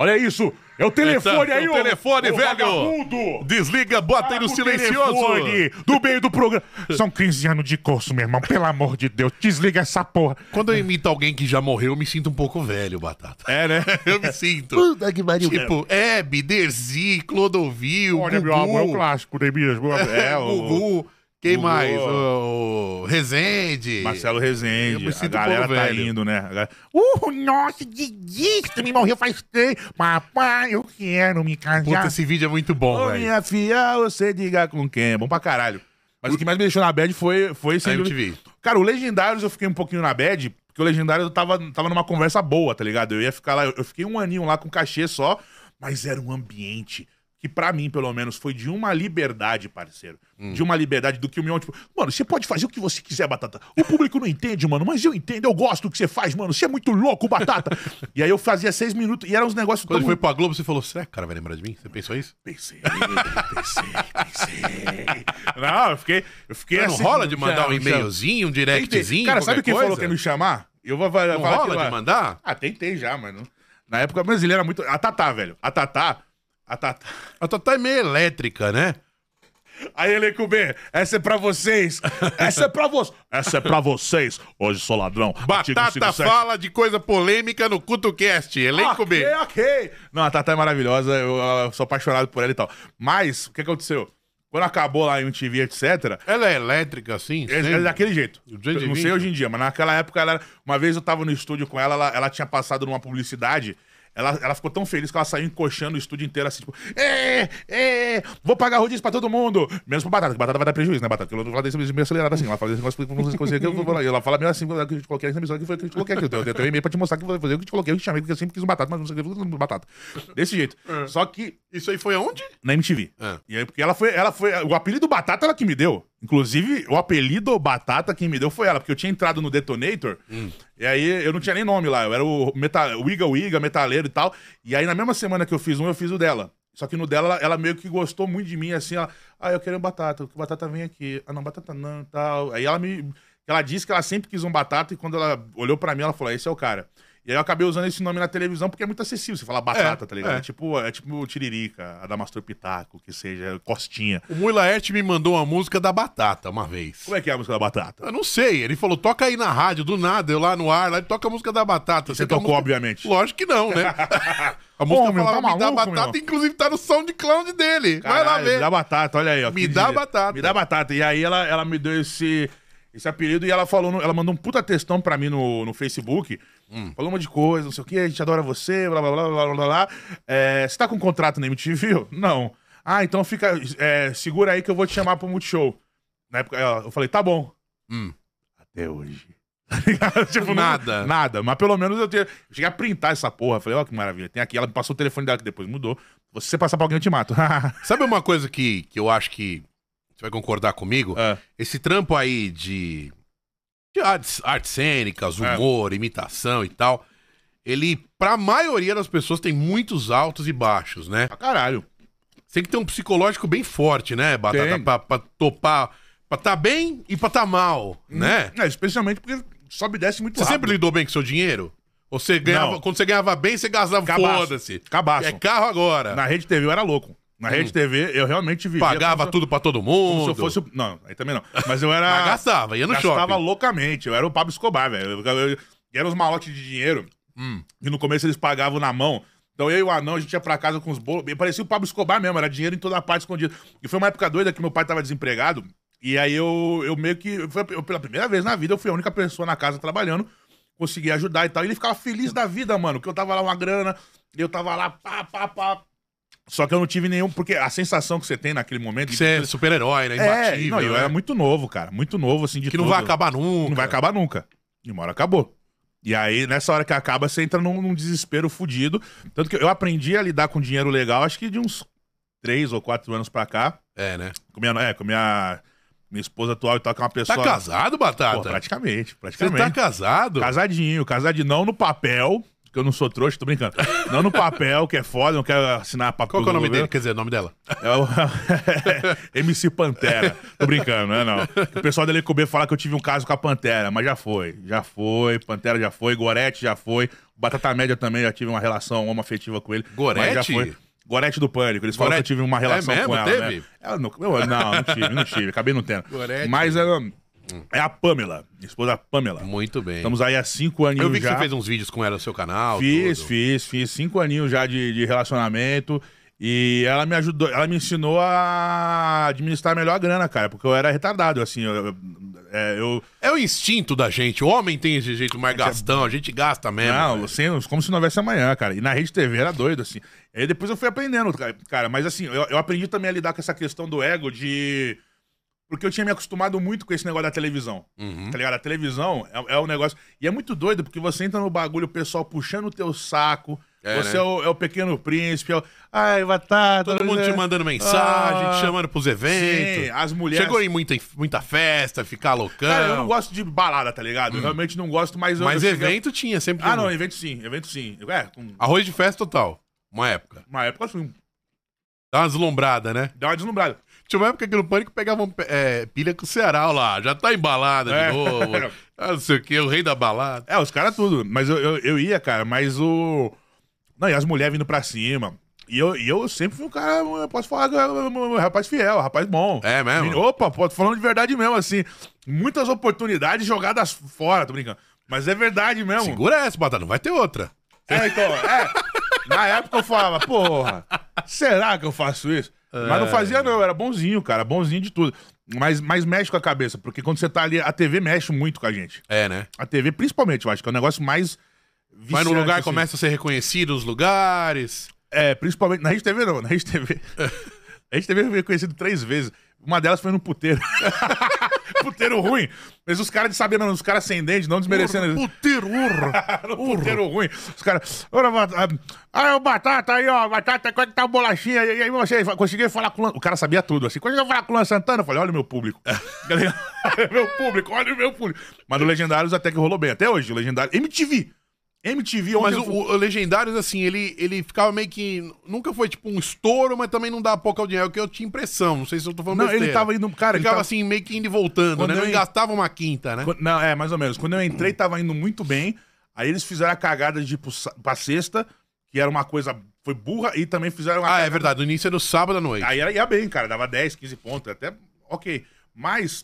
Olha isso! É o telefone Eita, aí, é o ô- telefone, ô velho! vagabundo! Desliga, bota aí Para no o silencioso. telefone Do meio do programa. São 15 anos de curso, meu irmão. Pelo amor de Deus, desliga essa porra. Quando eu imito alguém que já morreu, eu me sinto um pouco velho, Batata. É, né? Eu me sinto. Puta que pariu. tipo, Hebe, Derzi, Clodovil, Olha, meu amor, é um Gugu, clássico, né, mesmo? É, o Gugu. Quem Gugu, mais? ó. O, o Rezende. Marcelo Eu Rezende. me A sinto galera pô tá velho. indo, né? A galera- Uh, nossa, Didi, você me morreu faz tempo. Papai, eu quero me Puta, casar. esse vídeo é muito bom, Ô, velho. minha filha, você diga com quem. É bom pra caralho. Mas o que mais me deixou na bad foi, foi A sem dúvida- MTV. Cara, o Legendários eu fiquei um pouquinho na bad, porque o Legendários eu tava, tava numa conversa boa, tá ligado? Eu ia ficar lá, eu eu fiquei um aninho lá com cachê só, mas era um ambiente que pra mim, pelo menos, foi de uma liberdade, parceiro. Hum. De uma liberdade do que o meu, tipo, mano, você pode fazer o que você quiser, Batata. O público não entende, mano, mas eu entendo, eu gosto do que você faz, mano. Você é muito louco, Batata. e aí eu fazia seis minutos e eram uns negócios Quando tão- foi pra Globo, você falou, será que o cara vai lembrar de mim? Você pensou isso? Pensei, pensei, pensei. Não, eu fiquei. Eu fiquei Não assim, rola de já- mandar um já- e-mailzinho, um Tentei. directzinho, Cara, sabe qualquer quem falou coisa? que é ia me chamar? Eu vou Não falar falar aquilo rola lá. de mandar? Ah, tentei já, mano. Na época brasileira era muito. A Tatá, velho. A Tatá. A Tatá. A Tatá é meio elétrica, né? Aí, Elenco B, essa é pra vocês. Essa é pra vocês. Essa é pra vocês. Hoje sou ladrão. Artigo Batata 57. fala de coisa polêmica no CutoCast. Elenco B. Ok, ok. Não, a Tatá é maravilhosa, eu, ah, sou apaixonado por ela e tal. Mas, o que aconteceu? Quando acabou lá em um TV, etc., Ela é elétrica, assim? É, sempre? é daquele jeito. Do jeito de Eu não vir, sei então. hoje em dia, mas naquela época ela era... Uma vez eu tava no estúdio com ela, ela, ela tinha passado numa publicidade. Ela, ela ficou tão feliz que ela saiu encoxando o estúdio inteiro assim, tipo, é, é, vou pagar rodízio pra todo mundo, menos pra Batata, que Batata vai dar prejuízo, né, Batata? Porque eu não falo desse meio acelerado assim, ela fala desse negócio, vamos fazer aqui, eu vou falar, e ela fala meio assim, que a gente coloquei aqui na emissora, que foi que a gente coloquei aqui, eu tenho eu tenho um e-mail pra te mostrar que foi que eu te coloquei, eu te chamei, porque eu sempre quis um Batata, mas não sei o que, Batata. Desse jeito. É. Só que Isso aí foi aonde? na MTV. É. E aí, porque ela foi, ela foi. O apelido Batata ela que me deu. Inclusive, o apelido Batata quem me deu foi ela, porque eu tinha entrado no Detonator, e aí eu não tinha nem nome lá, eu era o meta, Wiga Wiga, metaleiro e tal, e aí na mesma semana que eu fiz um, eu fiz o dela. Só que no dela, ela, ela meio que gostou muito de mim, assim, ela, ah, eu quero um Batata, que Batata vem aqui, ah, não, Batata não, tal. Aí ela me, ela disse que ela sempre quis um Batata, e quando ela olhou pra mim, ela falou, esse é o cara. E aí eu acabei usando esse nome na televisão porque é muito acessível você falar batata, tá ligado? É. tipo, é tipo o Tiririca, a Damastor Pitaco, que seja, Costinha. O Muilaert me mandou uma música da Batata uma vez. Como é que é a música da batata? Eu não sei, ele falou, toca aí na rádio, do nada, eu lá no ar, lá ele toca a música da Batata. Você Sei que a tocou, música- obviamente. Lógico que não, né? A música Ô, meu, falava tá Me Dá maluco, Batata, meu? inclusive tá no SoundCloud dele. Vai lá Caralho, Me dá ver. batata, olha aí, ó. Me que dá dia. batata. Me dá batata. E aí ela, ela me deu esse, esse apelido e ela falou, no- ela mandou um puta textão pra mim no, no Facebook. Hum. Falou um monte de coisa, não sei o que, a gente adora você, blá blá blá blá blá blá, blá. É, você tá com contrato na MTV? Não. Ah, então fica. é, segura aí que eu vou te chamar pro Multishow. Na época, ela- eu falei, tá bom. Hum. Até hoje. Tá ligado? tipo, não- Nada. nada. Mas pelo menos eu tenho. Eu cheguei a printar essa porra. Falei, ó, que maravilha. Tem aqui. Ela me passou o telefone dela que depois mudou. Se você passar pra alguém, eu te mato. Sabe uma coisa que, que eu acho que você vai concordar comigo? É. Esse trampo aí de, de artes, artes cênicas, É. humor, imitação e tal, ele, pra maioria das pessoas, tem muitos altos e baixos, né? Pra caralho. Você tem que ter um psicológico bem forte, né, Batata? Tem. Pra, pra topar, pra tá bem e pra tá mal, né? É, especialmente porque sobe e desce muito Você rápido. sempre lidou bem com seu dinheiro? Ou você ganhava, Não. quando você ganhava bem, você gastava, Cabaço. foda-se. Cabaço. É carro agora. Na rede TV eu era louco. Na rede TV eu realmente vivia. Pagava como se- tudo pra todo Como mundo. se eu fosse. o- Não, aí também não. Mas eu era. Mas gastava, ia no Gastava shopping. loucamente. Eu era o Pablo Escobar, velho. Eu- eu- E eram os malotes de dinheiro. Hum. E no começo eles pagavam na mão. Então eu e o anão, a gente ia pra casa com os bolos. E parecia o Pablo Escobar mesmo, era dinheiro em toda parte escondido. E foi uma época doida que meu pai tava desempregado. E aí eu, eu meio que. foi- eu, pela primeira vez na vida, eu fui a única pessoa na casa trabalhando. Consegui ajudar e tal. E ele ficava feliz da vida, mano. Que eu tava lá uma grana, eu tava lá, pá, pá, pá. Só que eu não tive nenhum, porque a sensação que você tem naquele momento. de- Você é super-herói, né? é, Imbatível. não, eu né? era muito novo, cara. Muito novo, assim, de Que não vai tudo. acabar nunca. Não vai acabar nunca. E uma hora acabou. E aí, nessa hora que acaba, você entra num, num desespero fudido. Tanto que eu aprendi a lidar com dinheiro legal, acho que de uns três ou quatro anos pra cá. É, né? Com minha, é, com minha, minha esposa atual e tal, que é uma Tá pessoa. casado, Pô, Batata? praticamente, Você praticamente. tá casado? Casadinho, casadinho, não no papel, que eu não sou trouxa, tô brincando. Não no papel, que é foda, não quero assinar papel. Qual que é o do nome dele? governo. Quer dizer, o nome dela? É o MC Pantera. Tô brincando, não é não. O pessoal da LQB fala que eu tive um caso com a Pantera, mas já foi. Já foi, Pantera já foi, Gorete já foi. Batata Média também já tive uma relação homoafetiva com ele. Gorete? Mas já foi. Gorete do Pânico. Eles falam que eu Gorete? tive uma relação É mesmo? com ela. Teve? né? Ela não, eu- não, não tive, não tive. Acabei não tendo. Gorete. Mas ela- é a Pamela, esposa da Pamela. Muito bem. Estamos aí há cinco aninhos Eu vi que já. você fez uns vídeos com ela no seu canal. Fiz, tudo. fiz, fiz. Cinco aninhos já de, de relacionamento. E ela me ajudou, ela me ensinou a administrar melhor a grana, cara, porque eu era retardado, assim. Eu, eu- é, eu- É o instinto da gente. O homem tem esse jeito mais gastão, a gente gasta mesmo. é não, velho. assim, como se não houvesse amanhã, cara. E na rede TV era doido, assim. Aí depois eu fui aprendendo, cara- cara. Mas assim, eu, eu aprendi também a lidar com essa questão do ego de. Porque eu tinha me acostumado muito com esse negócio da televisão. Uhum. Tá ligado? A televisão é, é um negócio. E é muito doido, porque você entra no bagulho, o pessoal puxando o teu saco. É, você né? é, o, é o pequeno príncipe, é o. Ai, tá, batata. Todo mundo te mandando mensagem, te chamando pros eventos. é- Ah. Sim, as mulheres. Chegou em muita, muita festa, ficar loucão. Cara, eu não gosto de balada, tá ligado? Eu realmente não gosto, mas eu. Hum. Mas eu cheguei- evento tinha sempre. Ah, um. não, evento sim, evento sim. É, com- Arroz de festa total. Uma época. uma época assim, Dá uma deslumbrada, né? dá uma deslumbrada. Tinha uma época que no Pânico pegavam é, pilha com o Ceará ó lá. Já tá embalada É. de novo. Ah, não sei o quê, o rei da balada. É, os caras tudo. Mas eu, eu, eu ia, cara, mas o. Não, e as mulheres vindo pra cima. E eu, e eu sempre fui um cara, eu posso falar, que eu- eu- eu- rapaz fiel, rapaz bom. É mesmo? Menino- Opa, pô, tô falando de verdade mesmo, assim. Muitas oportunidades jogadas fora, tô brincando. Mas é verdade mesmo. Segura essa, Batata, não vai ter outra. É, então, é. Na época eu falava, porra, será que eu faço isso? Mas não É. fazia, não, eu era bonzinho, cara, bonzinho de tudo. Mas, mas mexe com a cabeça, porque quando você tá ali, a TV mexe muito com a gente. É, né? A TV, principalmente, eu acho que é o negócio mais. Viciante, Vai num lugar, assim. começa a ser reconhecido nos lugares. É, principalmente. Na Rede TV não, na Rede TV. A Rede TV foi reconhecido três vezes. Uma delas foi no puteiro. puteiro ruim. Mas os caras de saber, não, os caras sem dente, não desmerecendo. eles. Puteiro, urra. Era um puteiro ruim. Os caras. "Ora, bat- ah, Ah, o batata aí, ó. Batata, quanto tá o bolachinha? E aí você fa- conseguiu falar com o Lan... O cara sabia tudo, assim. Conseguiu falar com o Lan Santana? Eu falei, olha o meu público. É. Tá ligado? Olha o meu público, olha o meu público. Mas no Legendários até que rolou bem. Até hoje, o Legendário. MTV. MTV Mas ontem é eu o, fui- o Legendários, assim, ele, ele ficava meio que. Nunca foi tipo um estouro, mas também não dá pouca audiência. É o que eu tinha impressão. Não sei se eu tô falando Não, besteira. ele tava indo. Cara, ele Ficava tava... assim, meio que indo e voltando, Quando né? Não eu en- engastava uma quinta, né? Quando- Não, é, mais ou menos. Quando eu Hum. entrei, tava indo muito bem. Aí eles fizeram a cagada de ir pro sa- pra sexta, que era uma coisa. Foi burra, e também fizeram a Ah, é verdade. O início era no sábado à noite. Aí era, ia bem, cara. Dava 10, 15 pontos, até ok. Mas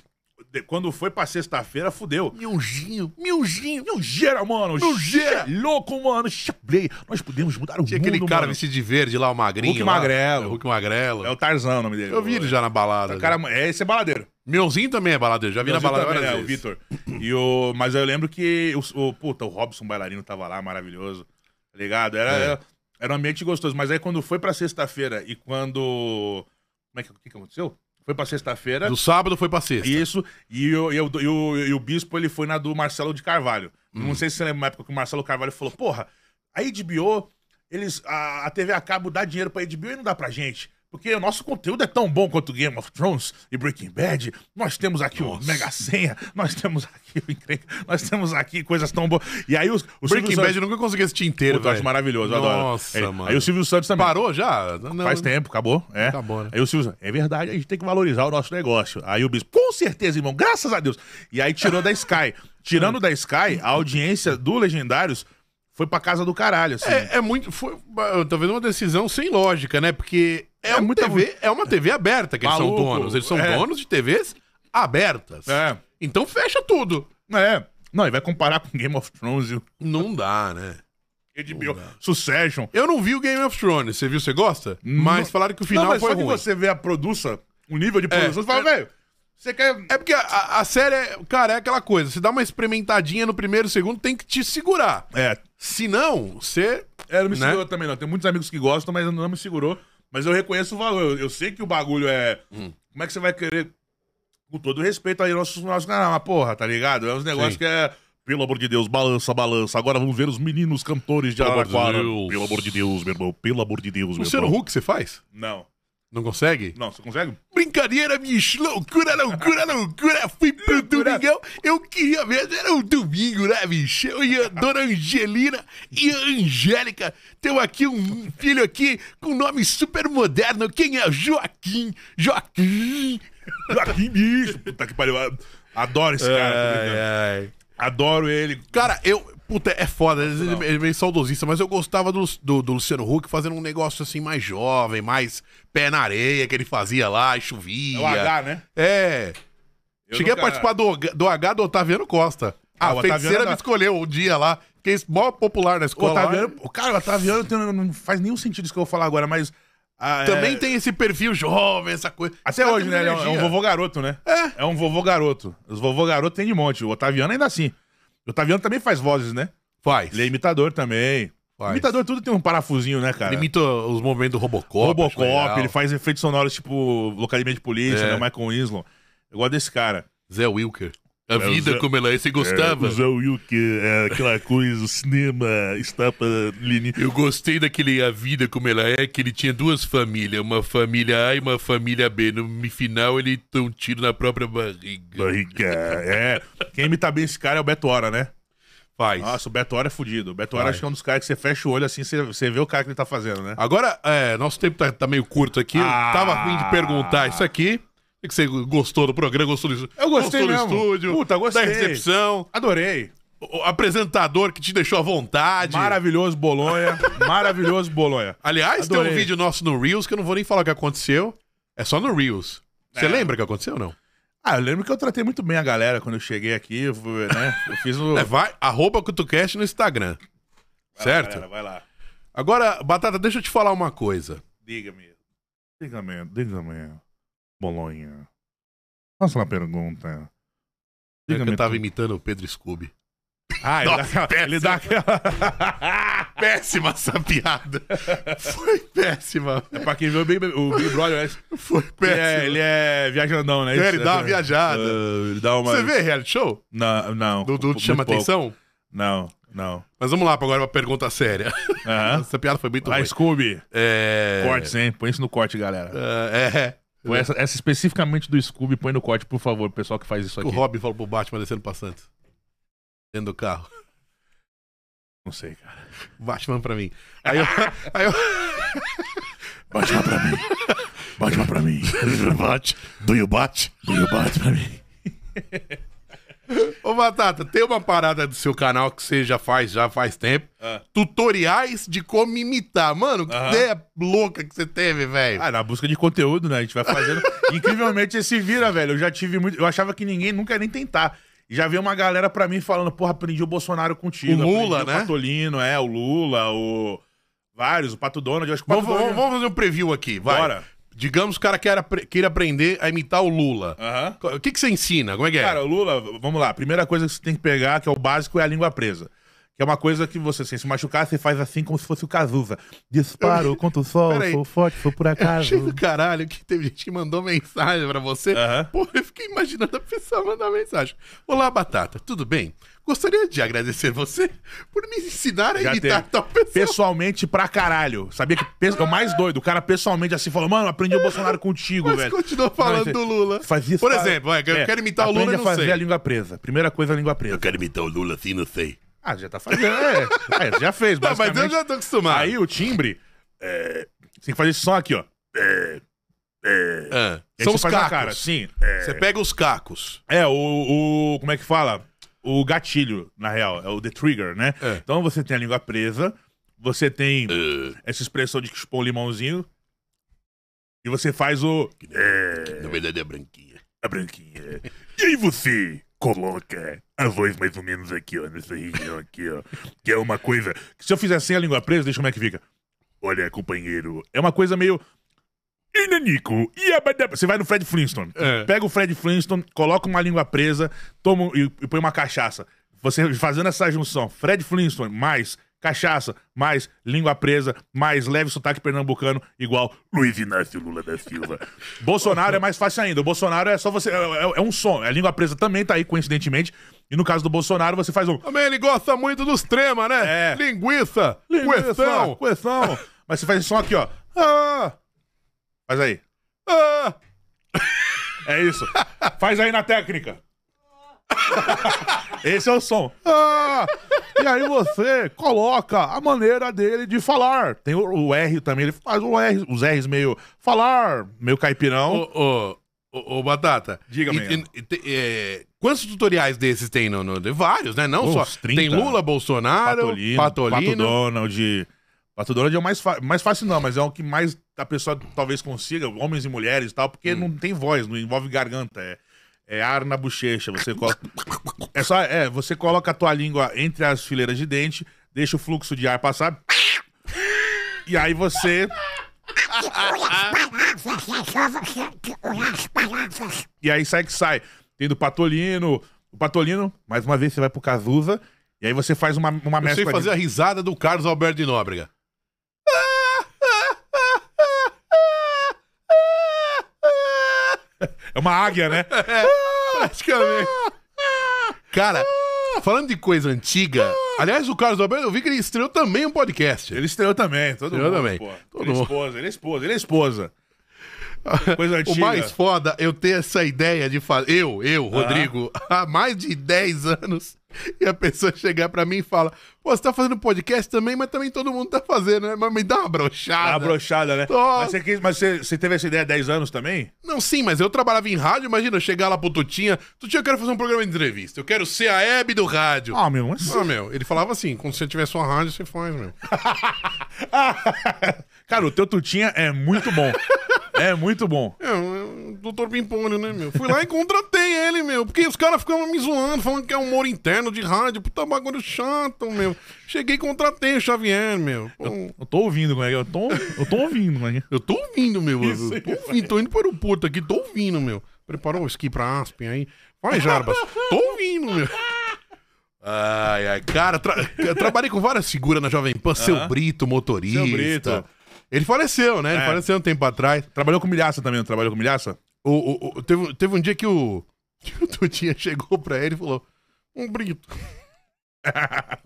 de- quando foi pra sexta-feira, fudeu. Miunjinho, miunjinho. Não gera, mano. Não gera. Cê é Louco, mano. Cê é Play. Nós podemos mudar o Tinha mundo, aquele cara mano. vestido de verde lá, o magrinho. Hulk lá. Magrelo. É, Hulk Magrelo. É o Tarzan o nome dele. Eu vi ele já na balada. O cara, é, esse é baladeiro. Mionzinho também é baladeiro. Já vi na Brasil balada também, várias né, o vezes. Vitor. E o, mas eu lembro que o, o- puta, o Robson bailarino tava lá, maravilhoso. Tá ligado? É. Era, era, era um ambiente gostoso, mas aí quando foi pra sexta-feira e quando como é que o que, que aconteceu? Foi pra sexta-feira. Do sábado foi pra sexta. Isso, e o, e, o, e, o, e o bispo ele foi na do Marcelo de Carvalho. Hum. Não sei se você lembra uma época que o Marcelo Carvalho falou: porra, a HBO, eles, a, a TV a cabo dá dinheiro pra HBO e não dá pra gente. Porque o nosso conteúdo é tão bom quanto Game of Thrones e Breaking Bad. Nós temos aqui o Mega Senha, nós temos aqui o Encrenca, nós temos aqui coisas tão boas. E aí os, o Silvio Breaking Santos- Bad eu nunca consegui assistir inteiro, Puta, eu acho velho. maravilhoso, eu adoro. Nossa, Aí- mano. Aí o Silvio Santos também. Parou já? Não, Faz tempo, acabou. É. Acabou, né? Aí o Silvio, é verdade, a gente tem que valorizar o nosso negócio. Aí o bispo, com certeza, irmão, graças a Deus. E aí tirou da Sky. Tirando da Sky, a audiência do Legendários foi pra casa do caralho, assim. É, é muito. Foi, talvez uma decisão sem lógica, né? Porque é, uma, muita TV, é uma TV aberta que eles são Maluco, donos. Eles são é. donos de TVs abertas. É. Então fecha tudo. É. Não, e vai comparar com Game of Thrones e o Não dá, né? HBO, Succession. Eu não vi o Game of Thrones. Você viu? Você gosta? Mas falaram que o final Não, mas foi só que ruim. você vê a produção, o nível de produção, você fala, É. velho, você quer... É porque a, a série, é- cara, é aquela coisa. Você dá uma experimentadinha no primeiro, segundo, tem que te segurar. É, Se não, você. É, não me Né? segurou também, não. Tem muitos amigos que gostam, mas não me segurou. Mas eu reconheço o valor. Eu, eu sei que o bagulho é. Hum. Como é que você vai querer. Com todo respeito aí, nossos nosso canal, mas porra, tá ligado? É uns negócios Sim. que é. Pelo amor de Deus, balança, balança. Agora vamos ver os meninos cantores de Pelo amor Araraquara. de Deus. Pelo amor de Deus, meu irmão. Pelo amor de Deus, meu Luciano irmão. Huck, você é faz? Não, Não consegue? não, você consegue? Brincadeira, bicho. Loucura, loucura, loucura. Fui pro Domingão. Eu queria ver. Era um domingo, né, bicho? Eu e a dona Angelina e a Angélica. Temos aqui um filho aqui com um nome super moderno. Quem é? Joaquim. Joaquim. Joaquim bicho, Tá puta que pariu. Adoro esse cara. tá ligado? Adoro ele. Cara, eu. Puta, é foda, ele ele é meio saudosista, mas eu gostava do, do, do Luciano Huck fazendo um negócio assim mais jovem, mais pé na areia que ele fazia lá e chovia. É o H, né? É. Eu Cheguei nunca- a participar do, H- do H do Otaviano Costa. Ah, Ah, o a Otaviano feiticeira é da- me escolheu um dia lá. Fiquei mó popular na O escola. Otaviano, tá o cara, o Otaviano tem- não faz nenhum sentido isso que eu vou falar agora, mas. ah, é- Também tem esse perfil jovem, essa coisa. Até Cara, hoje, tem né? Ele é um, energia. é um vovô garoto, né? É. um vovô garoto. Os vovô garoto tem de monte. O Otaviano ainda assim. O Otaviano também faz vozes, né? Faz. Ele é imitador também. Faz. Imitador tudo tem um parafusinho, né, cara? Ele imita os movimentos do Robocop. acho legal. Robocop, ele faz efeitos sonoros tipo Locademia de Polícia, É. né? Michael Winslow. Eu gosto desse cara. Zé Wilker. A o vida Zé- como ela é, você gostava? Wilke, é aquela coisa, o cinema está para linha. Eu gostei daquele A Vida Como Ela É, que ele tinha duas famílias, uma família A e uma família B. No final, ele deu um tiro na própria barriga. Barriga. É. Quem imita bem esse cara é o Beto Hora, né? Faz. Nossa, o Beto Hora é fudido. O Beto Hora Vai. acho que é um dos caras que você fecha o olho assim, você, você vê o cara que ele tá fazendo, né? Agora, é, nosso tempo tá, tá meio curto aqui. Eu Ah. Tava afim de perguntar isso aqui. O que você gostou do programa? Gostou do Eu gostei gostou mesmo. do estúdio? Puta, gostei. Da recepção. Adorei. O apresentador que te deixou à vontade. Maravilhoso Bolonha. Maravilhoso Bolonha. Aliás, tem Adorei. um vídeo nosso no Reels que eu não vou nem falar o que aconteceu. É só no Reels. Você É. lembra o que aconteceu ou não? Ah, eu lembro que eu tratei muito bem a galera quando eu cheguei aqui, eu fui, né? Eu fiz o. É, vai, arroba Cutucast no Instagram. certo? Galera, vai lá. Agora, Batata, deixa eu te falar uma coisa. É Diga-me. Diga-me, diga-me. Bolonha. Faça uma pergunta. Eu Diga-me. então. tava imitando o Pedro Scooby. Ah, ele dá aquela. Ele dá aquela... péssima essa piada. Foi péssima. Pra quem viu o Big, o Big Brother, né? Foi ele péssima. é, ele é viajandão, né? É, ele dá uma Ah, viajada. ele dá uma... Você vê reality show? Não, não. Dudu te muito chama pouco. atenção? Não, não. Mas vamos lá pra agora uma pergunta séria. Aham. Essa piada foi muito Ah, ruim. Scooby. É... Cortes, hein? Põe isso no corte, galera. É, é. Põe essa, essa especificamente do Scooby, põe no corte, por favor, pessoal que faz isso O aqui. Robin falou pro Batman descendo pra Santos. Dentro do carro. Não sei, cara. Batman pra mim. Aí eu. Aí eu... Bate lá pra mim. Bate lá pra mim. Bate. Do you bate? Eu bate pra mim. Ô, Batata, tem uma parada do seu canal que você já faz, já faz tempo. Ah. Tutoriais de como imitar. Mano, que ideia louca que você teve, velho. Ah, na busca de conteúdo, né? A gente vai fazendo. Incrivelmente, esse vira, velho. Eu já tive muito. Eu achava que ninguém nunca ia nem tentar. E já veio uma galera pra mim falando, porra, aprendi o Bolsonaro contigo. O Lula, aprendi né? O Patolino, é, o Lula, o. Vários, o Pato Donald. Eu acho que o Vamos, Pato vamos- Donald. vamos fazer um preview aqui, vai. Bora. Digamos que o cara queira, apre- queira aprender a imitar o Lula. Aham. O que, que você ensina? Como é que é? Ah. Cara, o Lula, vamos lá. A primeira coisa que você tem que pegar, que é o básico, é a língua presa. Que é uma coisa que você, assim, se machucar, você faz assim como se fosse o Cazuza. Disparo contra o sol, Peraí. É, sou forte, sou por Achei do acaso. caralho que teve gente que mandou mensagem pra você. Aham. Pô, eu fiquei imaginando a pessoa mandar mensagem. Olá, Batata, tudo bem? Gostaria de agradecer você por me ensinar a Já imitar teve. tal pessoa. Pessoalmente pra caralho. Sabia que pe- é o mais doido. O cara pessoalmente assim falou, mano, aprendi o Bolsonaro contigo, Mas velho. continua falando Não, do Lula. Faz isso, Por cara. exemplo, vai, que eu quero imitar o Lula, aprende eu não a fazer sei. a língua presa. Primeira coisa, a língua presa. quero imitar o Lula assim, não sei. Ah, já tá fazendo. É, é, você já fez, Não, mas eu basicamente. já tô acostumado. Aí o timbre, é, você tem que fazer esse som aqui, ó. Ah, E aí São você os faz na cacos. É. Cara, sim. Você pega os cacos. É, o, o- Como é que fala? O gatilho, na real. É o The Trigger, né? É. Então você tem a língua presa, você tem essa expressão de que chupou um limãozinho. E você faz o. Na verdade é branquinha. A branquinha. E aí você coloca a voz mais ou menos aqui, ó, nessa região aqui, ó. Que é uma coisa. Se eu fizer sem a língua presa, deixa eu ver como é que fica. Olha, companheiro. É uma coisa meio. "Ei, Nanico, e a badaba?" Você vai no Fred Flintstone. É. Pega o Fred Flintstone, coloca uma língua presa, toma um, e, e põe uma cachaça. Você fazendo essa junção, Fred Flintstone mais cachaça, mais língua presa, mais leve sotaque pernambucano, igual Luiz Inácio Lula da Silva. Bolsonaro é mais fácil ainda. O Bolsonaro é só você. É, é- é um som. A língua presa também tá aí, coincidentemente. E no caso do Bolsonaro, você faz um. Também ele gosta muito dos tremas, né? É. Linguiça, Questão! questão. Questão! Mas você faz esse som aqui, ó. Ah! Faz aí. Ah, É isso. Faz aí na técnica. Esse é o som. Ah, e aí você coloca a maneira dele de falar. Tem o, o R também, ele faz o R, os R's meio falar, meio Ô, caipirão. ô, ô, ô, Batata. Diga, e- Manhã. e- e te- é, Quantos tutoriais desses tem no. no- vários, né? Não Uns só. 30. Tem Lula, Bolsonaro, Patolino. Pato Donald. Pato Donald é o mais, fa- mais fácil, não, mas é o que mais a pessoa talvez consiga, homens e mulheres e tal, porque Hum. não tem voz, não envolve garganta. É, é ar na bochecha. Você coloca. É só. É, você coloca a tua língua entre as fileiras de dente, deixa o fluxo de ar passar. E aí você. E aí sai que sai. Tem do Patolino. O Patolino, mais uma vez, você vai pro Cazuza. E aí você faz uma, uma Eu sei mescla de- fazer a risada do Carlos Alberto de Nóbrega. É uma águia, né? Praticamente. Cara, falando de coisa antiga. Aliás, o Carlos Alberto, eu vi que ele estreou também um podcast. Ele estreou também, todo Estreou mundo. também, pô. todo ele é mundo. esposa, ele é esposa, ele é esposa. Coisa O antiga. mais foda, eu ter essa ideia de fazer. Eu, eu, Rodrigo, há mais de 10 anos. E a pessoa chegar pra mim e fala: Pô, você tá fazendo podcast também, mas também todo mundo tá fazendo, né? Mas me dá uma brochada. A brochada, né? Nossa. Mas, você, quis- mas você- você teve essa ideia há 10 anos também? Não, sim, mas eu trabalhava em rádio, imagina eu chegar lá pro Tutinha. Tutinha, eu quero fazer um programa de entrevista. Eu quero ser a Hebe do rádio. Ah, Ah, meu, mas... meu, ele falava assim: quando você tiver sua rádio, você faz, meu. Cara, o teu tutinha é muito bom. é muito bom. É, o doutor Pimpolho, né, meu? Fui lá e contratei ele, meu. Porque os caras ficavam me zoando, falando que é humor interno de rádio. Puta bagulho chato, meu. Cheguei e contratei o Xavier, meu. Pô, eu, Eu tô ouvindo, como é que é? eu tô, eu tô ouvindo, mano. tô ouvindo, meu. Eu tô ouvindo, tô indo pro aeroporto aqui, tô ouvindo, meu. Preparou o esqui pra Aspen aí? Vai, Jarbas. tô ouvindo, meu. Ai, ai, cara, tra- eu trabalhei com várias figuras na Jovem Pan, seu Brito, motorista. Seu Brito. Ele faleceu, né? Ele faleceu um tempo atrás. Trabalhou com milhaça também, não trabalhou com milhaça? O, o- o- teve, teve um dia que o, que o Tutinha chegou pra ele e falou: Um Brito.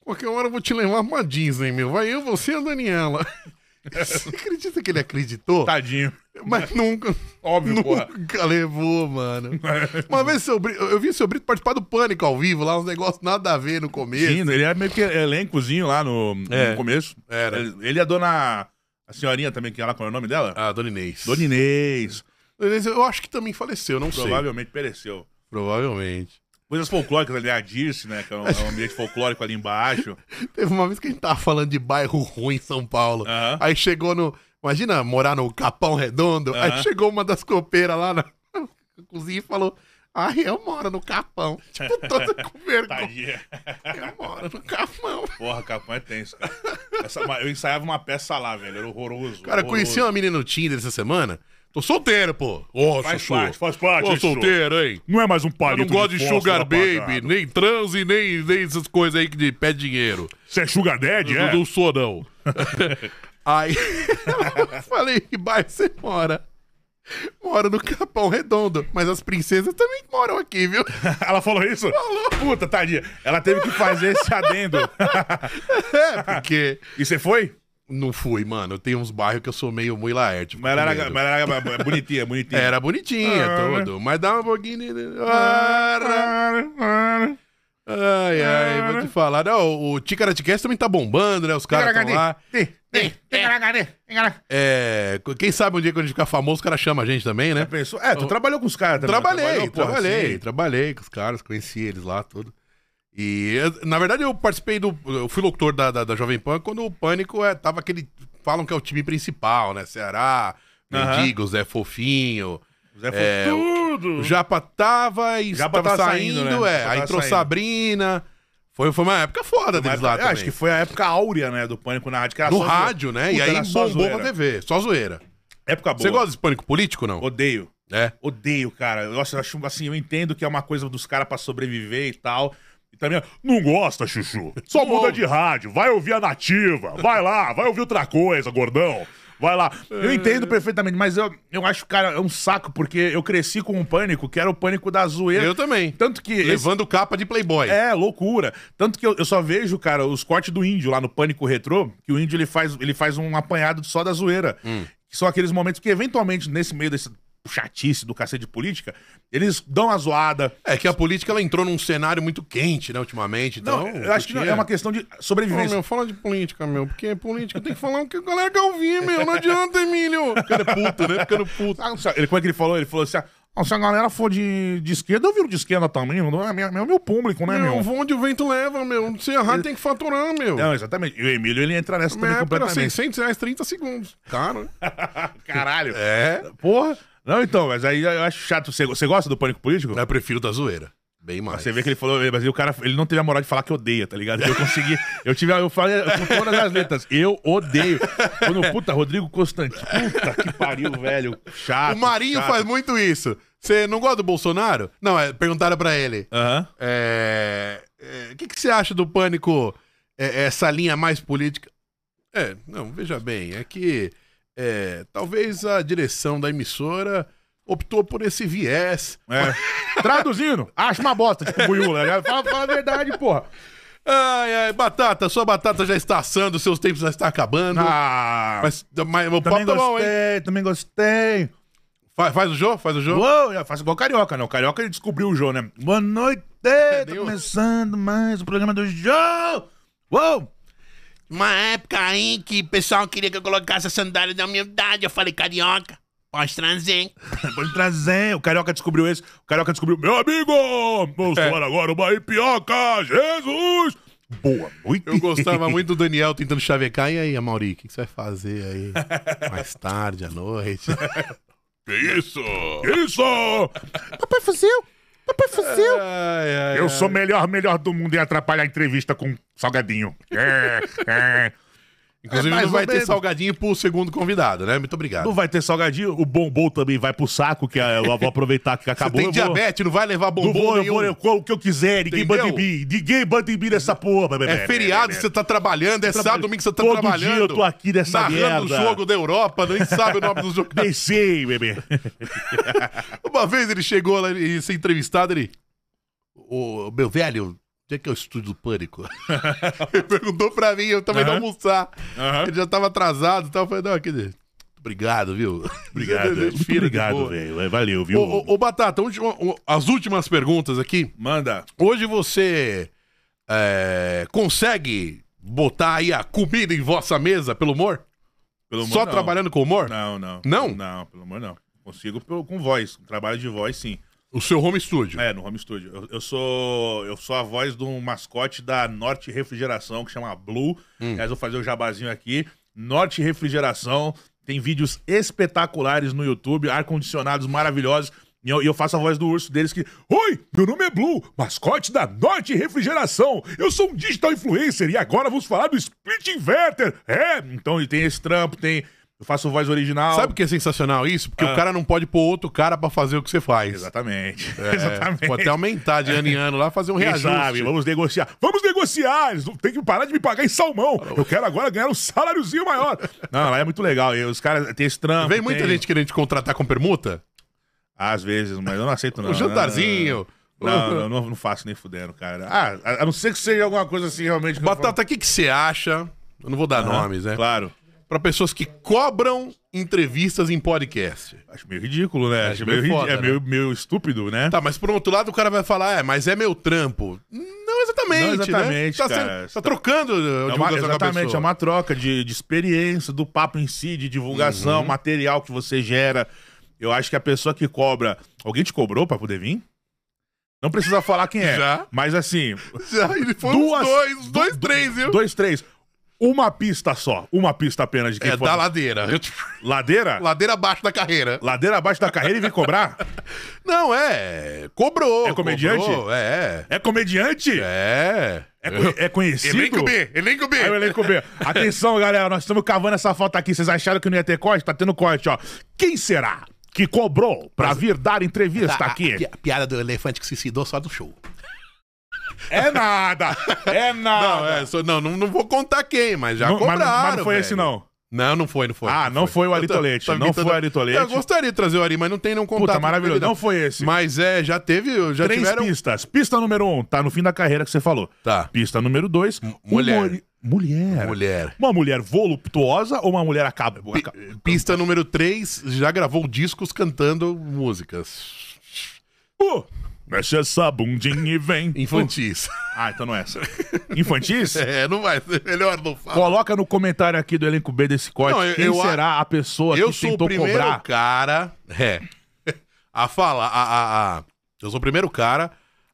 Qualquer hora eu vou te levar pra Disney, meu. Vai eu, você e a Daniela. Você acredita que ele acreditou? Tadinho. Mas nunca. Óbvio, porra. Nunca levou, mano. Uma vez seu Brito, eu vi o seu Brito participar do Pânico ao vivo, lá uns negócios nada a ver no começo. Sim, ele era meio que elencozinho lá no, É. no começo. Era. Ele ele e a dona. A senhorinha também, que ela, qual é o nome dela? Ah, Dona Inês. Dona Inês. Dona Inês, eu acho que também faleceu, não sei. Provavelmente pereceu. Provavelmente. Coisas folclóricas ali, a Dirce, né? Que é um, é um ambiente folclórico ali embaixo. Teve uma vez que a gente tava falando de bairro ruim em São Paulo. Aham. Aí chegou no. Imagina morar no Capão Redondo. Aí chegou uma das copeiras lá na cozinha e falou: Ah, eu moro no Capão. Tipo, toda com vergonha. Tadinha. Eu moro no Capão. Porra, Capão é tenso, cara. Essa- eu ensaiava uma peça lá, velho. Era horroroso. Cara, horroroso. conheci uma menina no Tinder essa semana. Tô solteiro, pô. Ô, Faz Chuchu. parte, faz parte. Tô Chuchu. solteiro, hein? Não é mais um Eu palito não gosto de fósforo sugar baby, apagado. nem trans e nem, nem essas coisas aí que de- pede dinheiro. Você é sugar daddy, Eu é? um não sou, não. Aí eu falei, que bairro você mora? Moro no Capão Redondo, mas as princesas também moram aqui, viu? Ela falou isso? Puta, tadinha. Ela teve que fazer esse adendo. É, porque E você foi? não fui, mano. Tem uns bairros que eu sou meio muito laerte. Mas ela era, primeiro. mas ela era bonitinha, bonitinha. Era bonitinha, Ah, tudo. Mas dá um uma boquinha. Ai, ai, vou te falar. Não, o Ticaratiquest também tá bombando, né? Os Então caras estão lá. É, quem sabe um dia quando a gente ficar famoso, os caras chamam a gente também, né? Pensou? É, tu trabalhou com os caras também. Trabalhei, Trabalhou, porra, trabalhei, assim. trabalhei com os caras, conheci eles lá, tudo. E, eu- na verdade, eu participei do. Eu fui locutor da, da, da Jovem Pan quando o Pânico é, tava aquele. Falam que é o time principal, né? Ceará, Aham. Mendigos, é fofinho. Zé foi- É, o Japa tava e Uhum. Japa tava tava saindo, saindo, né? é. Tava Aí entrou saindo. Sabrina. Foi, foi uma época foda Mas deles lá eu também. é, acho que foi a época áurea, né, do Pânico na rádio. que era no só rádio, zoeira. né? e Puta, aí era só bombou pra zoeira. TV. Só zoeira. Época boa. Você gosta de pânico político, não? Odeio. É. Odeio, cara. Eu acho, eu acho, assim, eu entendo que é uma coisa dos caras pra sobreviver e tal. E também, Não gosta, Chuchu. Só muda de rádio. Vai ouvir a nativa. Vai lá, vai ouvir outra coisa, gordão. vai lá. É. Eu entendo perfeitamente, mas eu, eu acho, cara, é um saco, porque eu cresci com um pânico que era o pânico da zoeira. Eu também. Tanto que. esse- Levando capa de Playboy. É, loucura. Tanto que eu, eu só vejo, cara, os cortes do índio lá no Pânico Retrô, que o índio ele faz, ele faz um apanhado só da zoeira. Hum. Que são aqueles momentos que, eventualmente, nesse meio desse chatice do cacete de política, eles dão a zoada. É que a política ela entrou num cenário muito quente, né, ultimamente. Então, Não, eu acho que não- é uma questão de Ô, sobrevivência. meu, fala de política, meu, porque política tem que falar o que a galera quer ouvir, meu. Não adianta, Emílio. O cara é puto, né? Ficando puto. Ah, sabe, ele, como é que ele falou? Ele falou assim: ah, ah, se a galera for de, de esquerda, eu viro de esquerda também. Não, é, minha- é o meu público, né, Meu, meu? vou onde o um vento leva, meu. Se errar, tem que faturar, meu. Não, exatamente. E o Emílio, ele entra nessa também Minha época era completamente. 600 reais, 30 segundos. Cara. Caralho. É. Porra. Não, então, mas aí eu acho chato. Você, você gosta do pânico político? Eu prefiro da zoeira. Bem mais. Você vê que ele falou, mas o cara, ele não teve a moral de falar que odeia, tá ligado? Eu consegui, eu tive, eu falei com todas as letras, eu odeio. Quando, puta, Rodrigo Constantino, puta que pariu, velho, chato. O Marinho tá chato. faz muito isso. Você não gosta do Bolsonaro? Não, é, perguntaram pra ele. Aham. É. é, O que, que você acha do pânico? é, essa linha mais política? É, não, veja bem, é que é, talvez a direção da emissora optou por esse viés. É. Traduzindo, acho uma bosta, tipo buiula, né? Fala, fala a verdade, porra. Ai, ai, batata, sua batata já está assando, seus tempos já estão acabando. Ah, mas, mas o papo também tá gostei, bom, hein? também gostei. Fa- Faz, o jogo, faz o jogo. Uou, eu faço igual o Carioca, né? O Carioca ele descobriu o Jô, né? Boa noite, tô nenhum. começando mais o programa do Jô. Uou. Uma época aí que o pessoal queria que eu colocasse a sandália da humildade. Eu falei, carioca, pode trazer. Pode trazer. O Carioca descobriu esse. O Carioca descobriu. Meu amigo! Vamos É. falar agora uma ipioca! Jesus! Boa noite. Eu gostava muito do Daniel tentando chavecar. E aí, Amaury, o que, que você vai fazer aí mais tarde, à noite? Que isso? Isso! Papai fuzil! Papai fuzil! Ai, ai, Eu sou melhor, melhor do mundo e atrapalhar a entrevista com Salgadinho. É, é. Inclusive, mais não vai ou ter menos. salgadinho pro segundo convidado, né? Muito obrigado. Não vai ter salgadinho, o bombom também vai pro saco, que a- eu vou aproveitar que Você acabou. tem eu vou- diabetes, não vai levar Não bombom vou, eu nenhum. vou, eu como o que eu quiser, ninguém Entendeu? banta em mim, ninguém banta em mim nessa porra, bebê. É feriado, você tá trabalhando, é sábado, domingo você tá Todo trabalhando. dia eu tô aqui nessa narrando merda. o jogo da Europa, nem sabe o nome dos jogadores. Pensei, bebê. Uma vez ele chegou lá e ser entrevistado, ele. Ô, meu velho, onde é que é o estúdio do pânico? ele perguntou pra mim, eu também não Aham. almoçar. Aham. Ele já tava atrasado e tal. Eu falei, não, quer dizer, muito obrigado, viu? Obrigado, muito Fira de obrigado, boa. velho. Valeu, viu? Ô, ô, ô, Batata, ulti- ô, ô, as últimas perguntas aqui. Manda. Hoje você é, consegue botar aí a comida em vossa mesa pelo humor? Pelo amor, Só não. trabalhando com humor? Não, não. Não? Não, pelo amor não. Consigo pelo- com voz, com trabalho de voz, sim. O seu home studio. É, no home studio. Eu, eu sou eu sou a voz de um mascote da Norte Refrigeração, que chama Blue. Hum. Aliás, vou fazer o jabazinho aqui. Norte Refrigeração tem vídeos espetaculares no YouTube, ar-condicionados maravilhosos. E eu, e eu faço a voz do urso deles que. Oi, meu nome é Blue, mascote da Norte Refrigeração. Eu sou um digital influencer e agora vamos falar do split inverter. É, então ele tem esse trampo, tem. Eu faço voz original. Sabe o que é sensacional isso? Porque Ah. o cara não pode pôr outro cara pra fazer o que você faz. Exatamente. É, Pode até aumentar de ano em ano lá, fazer um Quem reajuste. sabe, vamos negociar. Vamos negociar! Eles não- tem que parar de me pagar em salmão. Eu quero agora ganhar um saláriozinho maior. Não, lá é muito legal. E os caras têm esse trampo. Vem muita tem- gente querendo te contratar com permuta? Às vezes, mas eu não aceito, não. um jantarzinho. Ah. Não, não, não, não faço nem fudendo, cara. Ah, a, a não ser que seja alguma coisa assim realmente. que eu Então Batata, o que, que você acha? Eu não vou dar falo- nomes, né? Claro. Pra pessoas que cobram entrevistas em podcast. Acho meio ridículo, né? Acho Acho meio, meio ridi- foda, é né? meio, meio estúpido, né? Tá, mas por outro lado o cara vai falar, é, mas é meu trampo. Não exatamente, Não exatamente, né? Tá, cara. tá trocando É é uma- exatamente, é uma troca de, de experiência, do papo em si, de Uhum. divulgação, material que você gera. Eu acho que a pessoa que cobra. Alguém te cobrou pra poder vir? Não precisa falar quem é. Já. Mas assim, Já, ele foi Duas- uns dois, uns dois, três, viu? dois, três. Uma pista só. Uma pista apenas de quem é, for. da ladeira. Ladeira? Ladeira abaixo da carreira. Ladeira abaixo da carreira e vem cobrar? Não, é. Cobrou. É comediante? cobrou, é. É comediante? É, É. co- é conhecido? Elenco B, elenco B. Aí o elenco B. Atenção, galera, nós estamos cavando essa foto aqui. Vocês acharam que não ia ter corte? Tá tendo corte, ó. Quem será que cobrou pra vir dar entrevista aqui? piada do elefante que se suicidou só do show. É nada! É Não, nada! é, só- não, não, não vou contar quem, mas já Não, mas, cobraram, não- mas não foi velho. esse, não. Não, não foi, não foi. Ah, não foi o Eu Ari tô- Tolete, tô não imitando- foi o Ari Tolete. Eu gostaria de trazer o Ari, mas não tem nenhum contato. Puta, maravilhoso. com ele, Não foi esse. tá Mas é, já teve, já Três tiveram... pistas. Pista número um, tá no fim da carreira que você falou. Tá. Pista número dois, mulher. humori- Mulher. Mulher. Uma mulher voluptuosa ou uma mulher acaba? Pista número 3, já gravou discos cantando músicas Uh, mexe essa bundinha e vem. infantis. Ah, então não é essa. Infantis? É, não vai, melhor não falar. Coloca no comentário aqui do elenco B desse corte Não, eu- quem eu a- será a pessoa Eu que sou o tentou primeiro cobrar. cara, é, a falar, a, a- a- eu sou o primeiro cara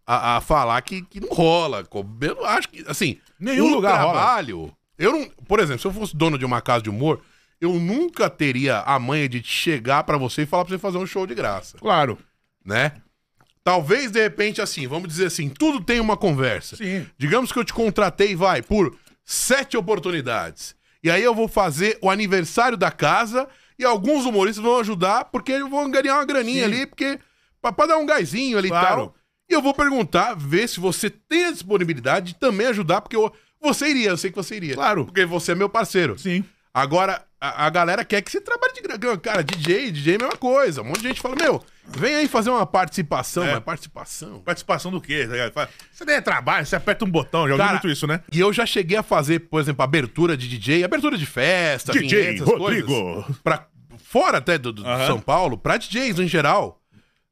a, a falar que, que não rola. co- Eu não acho que, assim, Nenhum o lugar rola. trabalho, eu não, por exemplo, se eu fosse dono de uma casa de humor, eu nunca teria a manha de chegar pra você e falar pra você fazer um show de graça, Claro. né? Talvez, de repente, assim, vamos dizer assim, tudo tem uma conversa. Sim. Digamos que eu te contratei, vai, por sete oportunidades. E aí eu vou fazer o aniversário da casa e alguns humoristas vão ajudar, porque eu vou ganhar uma graninha ali, porque. Pra, pra dar um gásinho ali Claro. e tal. E eu vou perguntar, ver se você tem a disponibilidade de também ajudar, porque eu- você iria, eu sei que você iria. Claro. Porque você é meu parceiro. Sim. Agora, a, a galera quer que você trabalhe de graça. Cara, DJ, DJ é a mesma coisa. Um monte de gente fala, meu, vem aí fazer uma participação. Mas participação? Participação do quê? tá ligado? Fala, Você nem é trabalho, você aperta um botão, já ouvi Cara, muito isso, né? E eu já cheguei a fazer, por exemplo, abertura de DJ, abertura de festa, DJ vinheta, Rodrigo. coisas. Pra, fora até do, do Aham. São Paulo, pra DJs em geral.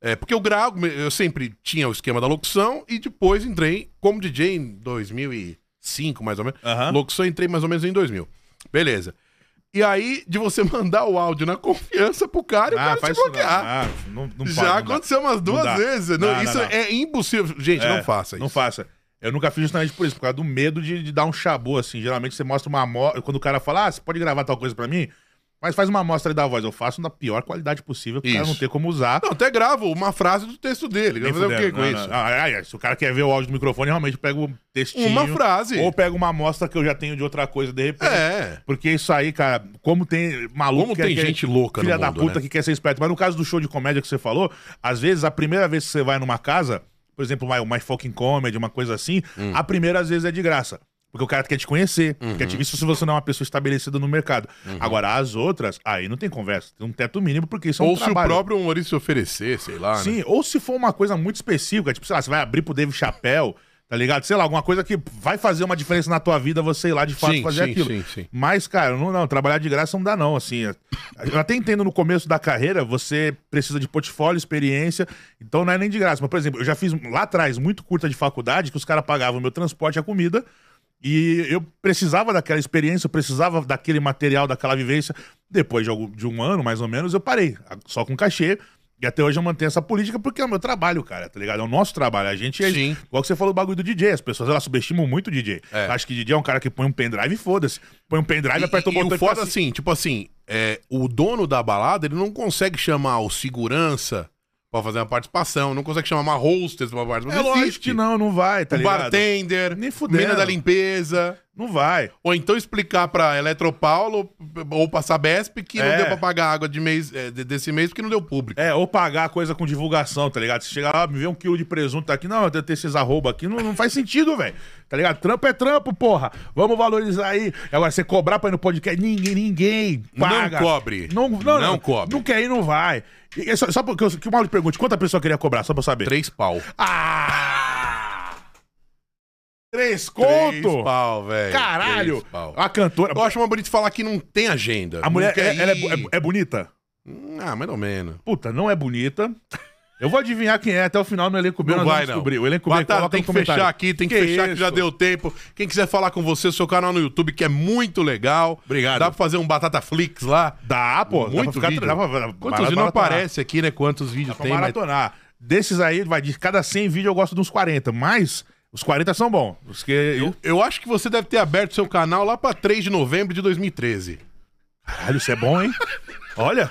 É, porque eu gravo, eu sempre tinha o esquema da locução e depois entrei como DJ em 2005, mais ou menos. Aham. Locução entrei mais ou menos em 2000. Beleza. E aí, de você mandar o áudio na confiança pro cara e o cara te isso não. bloquear. Ah, não, não Já pode, não dá. aconteceu umas duas dá. vezes. Não, Não, isso não, não. é impossível. Gente, É, não faça isso. Não faça. Eu nunca fiz justamente por isso, por causa do medo de, de dar um chabu, assim. Geralmente você mostra uma amostra. Quando o cara fala, ah, você pode gravar tal coisa pra mim? Fala, Mas faz uma amostra aí da voz. Eu faço na pior qualidade possível, pro cara Isso. não ter como usar. Não, até gravo uma frase do texto dele. Vai Nem fazer o fudendo, quê com não, isso? não. Ah, ah, ah, se o cara quer ver o áudio do microfone, realmente pega o textinho. Uma frase. Ou pega uma amostra que eu já tenho de outra coisa de repente. É. Porque isso aí, cara, como tem maluco. Como que tem que gente louca no Filha da mundo, puta né? que quer ser esperto. Mas no caso do show de comédia que você falou, às vezes a primeira vez que você vai numa casa, por exemplo, uma, uma fucking comedy, uma coisa assim, Hum. a primeira às vezes é de graça. Porque o cara quer te conhecer, Uhum. quer te ver se você não é uma pessoa estabelecida no mercado. Agora, as outras, aí não tem conversa. Tem um teto mínimo, porque isso é um Ou se o trabalho. próprio humorista oferecer, sei lá, né? Sim, ou se for uma coisa muito específica, tipo, sei lá, você vai abrir pro David Chapéu, tá ligado? Sei lá, alguma coisa que vai fazer uma diferença na tua vida, você ir lá de fato Sim, fazer sim, aquilo. sim, sim. Mas, cara, não, não, trabalhar de graça não dá, não. Assim, eu até entendo no começo da carreira, você precisa de portfólio, experiência, então não é nem de graça. Mas, por exemplo, eu já fiz lá atrás, muito curta de faculdade, que os caras pagavam meu transporte e a comida. E eu precisava daquela experiência, eu precisava daquele material, daquela vivência. Depois de, algum- de um ano, mais ou menos, eu parei, a- só com cachê. E até hoje eu mantenho essa política porque é o meu trabalho, cara, tá ligado? É o nosso trabalho. A gente é. Sim. Igual que você falou do bagulho do DJ. As pessoas elas subestimam muito o DJ. É. Acho que DJ é um cara que põe um pendrive e foda-se. Põe um pendrive, E, aperta o e botão o foda fala assim, tipo assim, é, o dono da balada, ele não consegue chamar o segurança pra fazer uma participação, não consegue chamar uma hostess pra É participação. lógico que não, não vai, tá Um ligado? bartender, Nem fudendo. mina da limpeza, Não vai. ou então explicar pra Eletropaulo ou pra Sabesp que É. não deu pra pagar água de mês, é, de- desse mês porque não deu público. É, ou pagar a coisa com divulgação, tá ligado? Você chega lá, me vê um quilo de presunto aqui, não, tem esses arroba aqui, não, não faz sentido, velho. Tá ligado? Trampo é trampo, porra. Vamos valorizar aí. Agora, você cobrar pra ir no podcast, ninguém, ninguém Não paga. cobre. Não, não, Não cobre. Não quer ir, não vai. E é só, só porque eu, que o Mauro pergunte, quanto a pessoa queria cobrar, só pra eu saber. Três pau. Ah! Três Três conto! pau, velho. Caralho! Três pau. A cantora. Eu acho uma bonita falar que não tem agenda. A mulher, Não quer ela, ela é, ir. bu- é- é bonita? Ah, mais ou menos. Puta, não é bonita. Eu vou adivinhar quem é até o final no elenco B. Não nós vai, vamos não. descobrir. é O elenco B Batata, coloca tem no que comentário. fechar aqui, tem que, fechar que já isso? deu tempo. Quem quiser falar com você, seu canal no YouTube, que é muito legal. Obrigado. Dá pra fazer um Batata Flix lá. Dá, pô. dá pra muito ficar- vídeo. dá pra- Quantos dá pra vídeos não maratonar. aparece aqui, né? Quantos vídeos Dá pra tem, mas maratonar. Desses aí, vai, de cada 100 vídeos eu gosto de uns 40, mas os 40 são bons. Os que... eu, eu acho que você deve ter aberto seu canal lá pra 3 de novembro de 2013. Caralho, isso é bom, hein? Olha,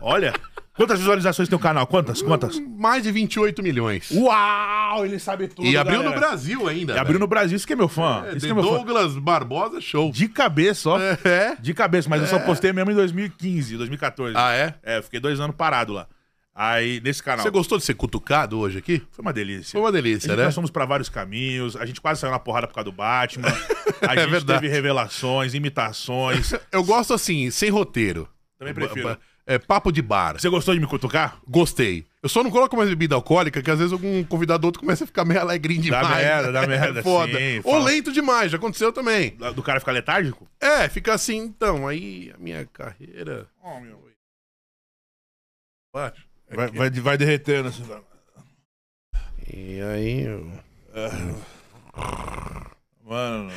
olha. Quantas visualizações tem o canal? Quantas, quantas? Mais de 28 milhões. Uau, ele sabe tudo, e abriu galera. no Brasil ainda. E abriu no Brasil, isso que é meu fã. velho. É, isso The que é meu fã. Douglas Barbosa Show. De cabeça, ó. É. De cabeça, mas eu só postei mesmo em 2015, 2014. Ah, é? É, eu fiquei dois anos parado lá. Aí, nesse canal. Você gostou de ser cutucado hoje aqui? Foi uma delícia. Foi uma delícia, A gente- né? Nós fomos pra vários caminhos, a gente quase saiu na porrada por causa do Batman. A É gente verdade. teve revelações, imitações. Eu gosto assim, sem roteiro. Também prefiro. Ba- ba- É papo de bar. Você gostou de me cutucar? Gostei. Eu só não coloco mais bebida alcoólica, que às vezes algum convidado ou outro começa a ficar meio alegrinho Dá demais. merda, dá merda, É foda. sim, ou fala. lento demais, já aconteceu também. Do cara ficar letárgico? É, fica assim, então, aí a minha carreira. Oh, meu. Baixo. Vai, vai, vai derretendo assim. E aí. eu- Mano,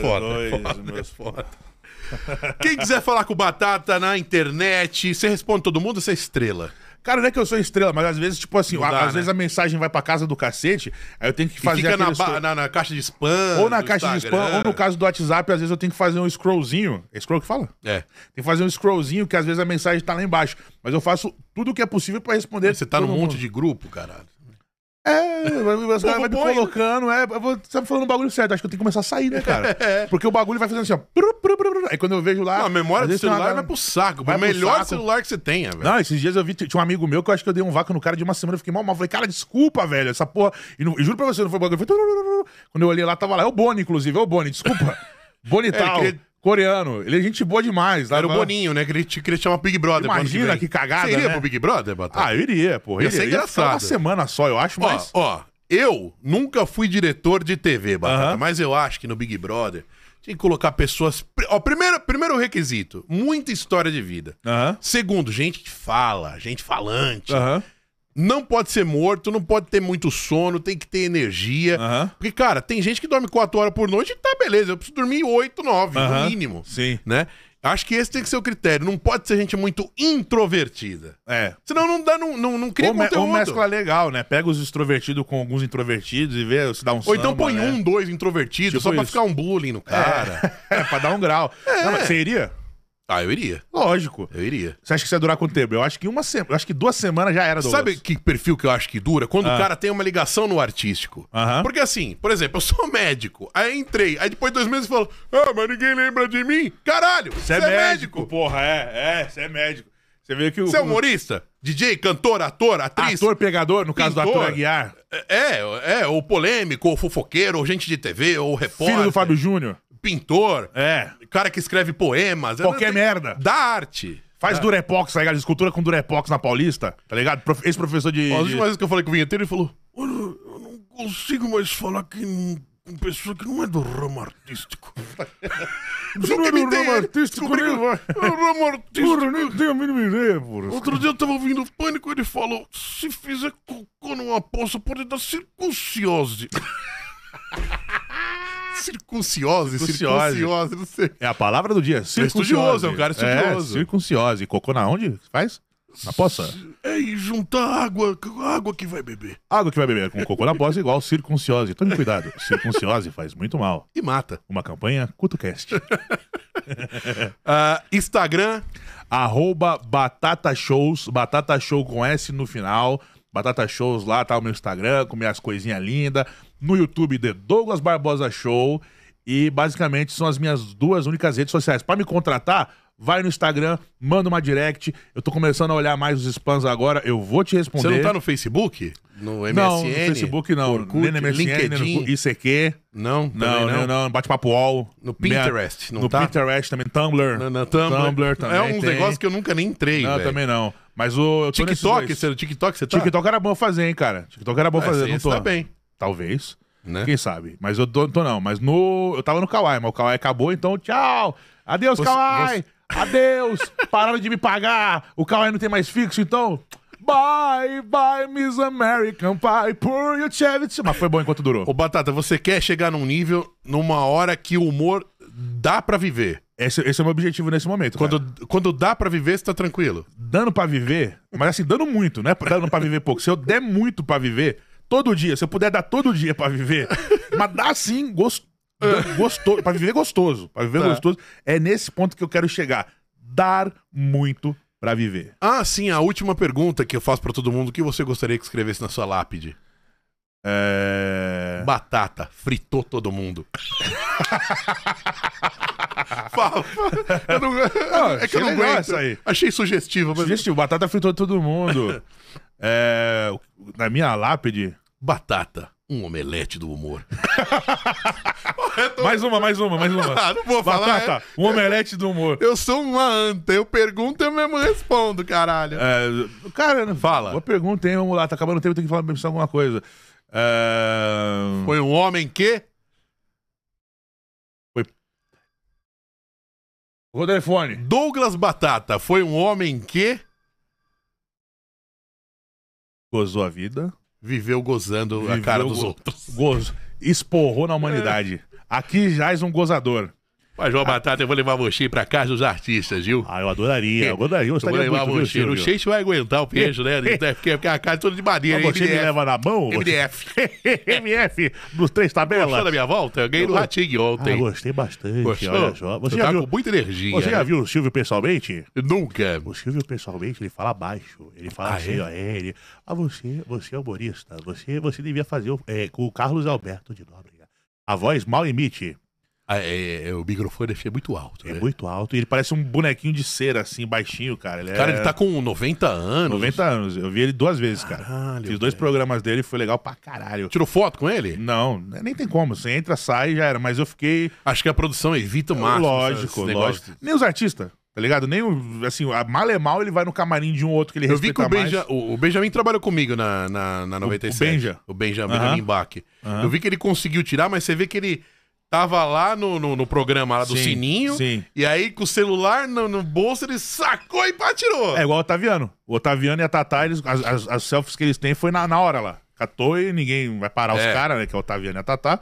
Foda, 92, foda, foda. Quem quiser falar com o Batata na internet, você responde todo mundo, você é estrela. Cara, não é que eu sou estrela, mas às vezes, tipo assim, Não a- dá, às né? vezes a mensagem vai pra casa do cacete, aí eu tenho que fazer e fica na, aquele ba- scroll- na- na caixa de spam. Ou na do caixa de spam, Instagram. ou no caso do WhatsApp, às vezes eu tenho que fazer um scrollzinho. É scroll que fala? É. Tem que fazer um scrollzinho, que às vezes a mensagem tá lá embaixo. Mas eu faço tudo o que é possível pra responder. Você tá num todo mundo. monte de grupo, caralho. É, vai- vai- vai, vai me põe, né? colocando, é. eu vou- Você tá falando o bagulho certo, acho que eu tenho que começar a sair, né, cara? Porque o bagulho vai fazendo assim, ó. pru, pru, pru, pru. Aí quando eu vejo lá. É. Não, Ah, a memória do às vezes tem é uma celular vai galera- pro saco. Vai o pro melhor saco. celular que você tenha, velho. Não, esses dias eu vi, tinha um amigo meu que eu acho que eu dei um vácuo no cara de uma semana, eu fiquei mal, mal. Falei, cara, desculpa, velho, essa porra. E, não- e juro pra você, não foi bagulho. Foi... turururu. Quando eu olhei lá, tava lá. É o Boni, inclusive, é o Boni, desculpa. Boni tal, queria- coreano. Ele é gente boa demais. É, Era o Tava- Boninho, né? Que ele te queria chamar Big Brother. pro ano Imagina vem. que cagada, Você iria né? pro Big Brother, Batata? Ah, eu iria, porra. Ia iria. ser Ia ficar engraçado. Uma semana só, eu acho, ó, Ah, mas. ó, eu nunca fui diretor de TV, Batata, Aham. mas eu acho que no Big Brother tinha que colocar pessoas... pri- Ó, primeiro, primeiro requisito, muita história de vida. Aham. Segundo, gente que fala, gente falante. Aham. Não pode ser morto, não pode ter muito sono, tem que ter energia. Aham. Porque, cara, tem gente que dorme 4 horas por noite e tá beleza, eu preciso dormir 8, 9, Aham. no mínimo. Sim. Né? Acho que esse tem que ser o critério. Não pode ser gente muito introvertida. É. Senão não, dá, não, não, não cria ou, me- conteúdo. ou mescla legal, né? Pega os extrovertidos com alguns introvertidos e vê se dá um Ou então põe né? um, dois introvertidos, Tipo só pra isso. ficar um bullying no cara. É, pra dar um grau. Não, mas você iria? Ah, eu iria. Lógico. Eu iria. Você acha que isso ia durar quanto tempo? Eu acho que uma semana. Eu acho que duas semanas já era, Douglas. Ah. Sabe que perfil que eu acho que dura? Quando o cara tem uma ligação no artístico. Aham. Porque assim, por exemplo, eu sou médico, aí entrei, aí depois de dois meses falo, ah, mas ninguém lembra de mim? Caralho, Você é, médico, porra, é, é, você é médico. Você um vê que o. Você é humorista? DJ, cantor, ator, atriz? Ator pegador, no caso do Pintor. ator Aguiar, É, é, ou polêmico, ou fofoqueiro, ou gente de TV, ou repórter. filho do Fábio Júnior. Pintor, É. cara que escreve poemas. é Tem- Qualquer merda. Da arte. Faz durepox, tá ligado? Escultura com durepox na Paulista, tá ligado? Prof- Ex-professor de. As de- últimas vezes que eu falei com o vinheteiro, ele falou: Olha, eu não consigo mais falar que não- com pessoa que não é do ramo artístico. Você não é do imitei ramo ele, artístico, descobri nem que vai. é do ramo artístico. Porra, nem tenho a mínima ideia, porra. Outro dia eu tava ouvindo o pânico ele falou: se fizer cocô numa poça, pode dar circunciose. circunciose, Circunciose. circunciose, não sei. É a palavra do dia. estudioso, é um cara estudioso. É, circunciose. Cocô na onde? Faz? Na poça. É, e juntar água, com a água que vai beber. Água que vai beber com cocô na poça é igual circunciose. Tome cuidado. Circunciose faz muito mal. E mata. Uma campanha CutoCast. Ah, Instagram, Arroba Batata Shows. Batata Show com S no final. Batata Shows lá, tá o meu Instagram, com minhas coisinhas lindas. No YouTube, The Douglas Barbosa Show. E basicamente são as minhas duas únicas redes sociais. Pra me contratar, vai no Instagram, manda uma direct. Eu tô começando a olhar mais os spams agora. Eu vou te responder. você não tá no Facebook? No MSN? Não, no Facebook não. Orkut, nem no MSN, nem LinkedIn. no ICQ. Não, Não, também não, não. Bate-papo UOL. No Pinterest, não no tá? Pinterest também. Tumblr. Na- na Tumblr. também. É um tem. negócio que eu nunca nem entrei, Não, velho. também não. Mas o. Eu tô nesses TikTok, dois. você, TikTok você tá? TikTok era bom fazer, hein, cara. TikTok era bom Ah, fazer. esse- Não esse tô. tá bem. Talvez. Né? Quem sabe? Mas eu tô, tô não. Mas no. Eu tava no Kawaii, mas o Kawaii acabou, então tchau. Adeus, Kawaii. Adeus. Pararam de me pagar. O Kawaii não tem mais fixo, então. Bye, bye, Miss American Pie. Pour your charity. Mas foi bom enquanto durou. Ô, Batata, você quer chegar num nível, numa hora que o humor dá pra viver. Esse, esse é o meu objetivo nesse momento. cara. Quando, quando dá pra viver, você tá tranquilo. dando pra viver, mas assim, dando muito, né? Dando pra viver pouco. Se eu der muito pra viver, todo dia, se eu puder dar todo dia pra viver, mas dá sim, gostoso. gostoso pra viver gostoso. Pra Tá. viver gostoso. É nesse ponto que eu quero chegar. Dar muito pra viver. Ah, sim, a última pergunta que eu faço pra todo mundo, o que você gostaria que escrevesse na sua lápide? É. Batata, fritou todo mundo. Fala, fala. Eu não- é que eu não legal aguento. essa aí. Achei sugestivo, mas... Sugestivo, batata fritou todo mundo. É, na minha lápide. Batata, um omelete do humor. Mais uma, mais uma, mais uma. Ah, não vou falar. é. Batata, um omelete do humor. Eu sou uma anta, eu pergunto e eu mesmo respondo, caralho. É, cara, fala. Boa pergunta, hein? Vamos lá, tá acabando o tempo, tem que falar, pensar alguma coisa. É, Foi um homem que... O telefone. Douglas Batata foi um homem que Gozou a vida. viveu gozando a Viveu cara dos go- outros. Gozo. Esporrou na humanidade. Aqui jaz um gozador. Mas, João Batata, eu vou levar você pra casa dos artistas, viu? Ah, eu adoraria. Eu adoraria. Eu Eu vou gostaria levar muito, viu, você. Não Silvio? sei se vai aguentar o peixe, né? Porque porque a casa é toda de madeira. Mas Ah, Você me MDF. leva na mão? MDF. MF, dos três Gostou da tabelas. minha volta? Eu ganhei no Ratinho Ah, ontem. gostei bastante. Olha só. Você eu já, tava viu, tá com muita energia. você já né? viu o Silvio pessoalmente? Nunca. O Silvio, pessoalmente, ele fala baixo. Ele fala Ah, assim, é? ó, é, ele... Ah, você, você é humorista. Você, você devia fazer o- é, com o Carlos Alberto de Nóbrega. A voz mal emite. Ah, é, é, o microfone achei muito alto, É né? muito alto. E ele parece um bonequinho de cera, assim, baixinho, cara. Ele Cara, é ele tá com 90 anos. 90 anos. Eu vi ele duas vezes, cara. Caralho, Fiz dois programas dele, foi legal pra caralho. Tirou foto com ele? Não, nem tem como. Você entra, sai e já era. Mas eu fiquei... Acho que a produção evita o máximo. lógico, esse negócio. lógico. Nem os artistas, tá ligado? Nem o... Assim, a mal é mal, ele vai no camarim de um outro que ele Eu vi que respeita o, mais. Benja, o, o Benjamin trabalhou comigo na, na, na 97. Benja? O Benja, Benjamin Aham. Bach. Aham. Eu vi que ele conseguiu tirar, mas você vê que ele tava lá no, no, no programa lá do Sim, Sininho. sim. E aí, com o celular no, no bolso, ele sacou e pá, tirou. É igual o Otaviano. O Otaviano e a Tatá, eles, as, as, as selfies que eles têm foi na, na hora lá. Catou e ninguém vai É. parar os caras, né? Que é o Otaviano e a Tatá.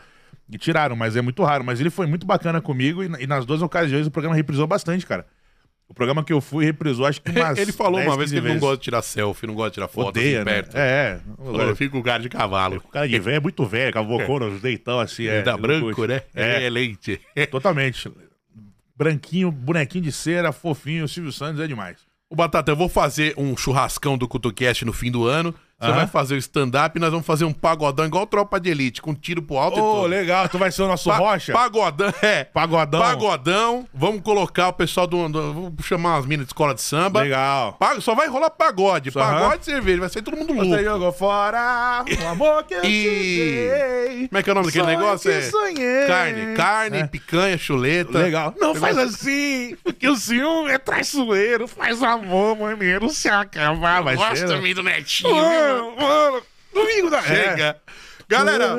E tiraram, mas é muito raro. Mas ele foi muito bacana comigo e, na- e nas duas ocasiões o programa reprisou bastante, cara. O programa que eu fui reprisou, acho que umas ele falou 10, uma vez que 15 ele não vezes. gosta de tirar selfie, não gosta de tirar foto Odeia, assim, né? perto. É, Agora é. eu fico com cara de cavalo. O cara de velho é muito velho, cavocona, os deitão assim. É, Ele dá eu não branco, curto. né? É, leite. totalmente. branquinho, bonequinho de cera, fofinho, Silvio Santos é demais. Ô, Batata, eu vou fazer um churrascão do Cutucast no fim do ano. Você Aham. vai fazer o stand-up e nós vamos fazer um pagodão igual tropa de elite, com tiro pro alto Ô, e tudo. legal, tu vai ser o nosso Pa- Rocha? Pagodão, é. Pagodão. Pagodão. Vamos colocar o pessoal do. do- vamos chamar as minas de escola de samba. Legal. Pa- Só vai rolar pagode. Só, Pagode e cerveja. Vai sair todo mundo louco. Você jogou fora o amor que E- eu te dei. Como é que é o nome daquele Sonho negócio? que É sonhei. Carne, carne, É. picanha, chuleta. Legal. Não faz assim, porque o ciúme é traiçoeiro, faz o amor maneiro se acabar, vai ser, né? também do netinho. Mano, mano, domingo da Chega. É. Galera,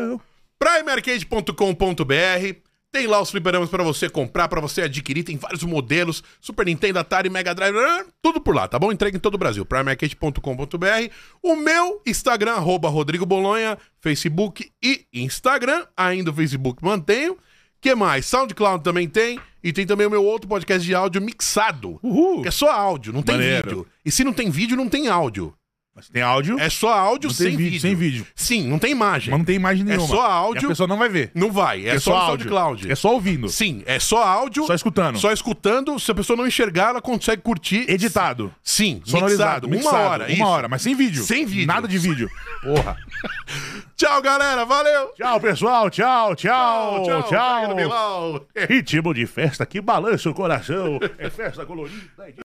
primearcade.com.br tem lá os fliperamas pra você comprar, pra você adquirir. Tem vários modelos: Super Nintendo, Atari, Mega Drive, ah, tudo por lá, tá bom? Entrega em todo o Brasil. primearcade.com.br. O meu Instagram, arroba Rodrigo Bolonha, Facebook e Instagram. Ainda o Facebook mantenho. que mais? SoundCloud também tem. E tem também o meu outro podcast de áudio mixado. Uhul. Que é só áudio, não tem Maneiro. vídeo. E se não tem vídeo, não tem áudio. Mas tem áudio, É só áudio não tem sem vídeo, É sem vídeo. Sim, não tem imagem. Mas não tem imagem nenhuma. só áudio. E a pessoa não vai ver. Não vai, é, só, no SoundCloud. É só ouvindo. Sim, é só áudio. Só escutando. Só escutando. Se a pessoa não enxergar, ela consegue curtir. Editado. Sim, Sonorizado. mixado, mixado, uma hora. Uma isso. hora, mas sem vídeo. Sem vídeo. Nada de vídeo. Porra. Tchau, galera. Valeu. Tchau, pessoal. Tchau, tchau, tchau. Wagner Bilal. Ritmo de festa que balança o coração. É festa colorida.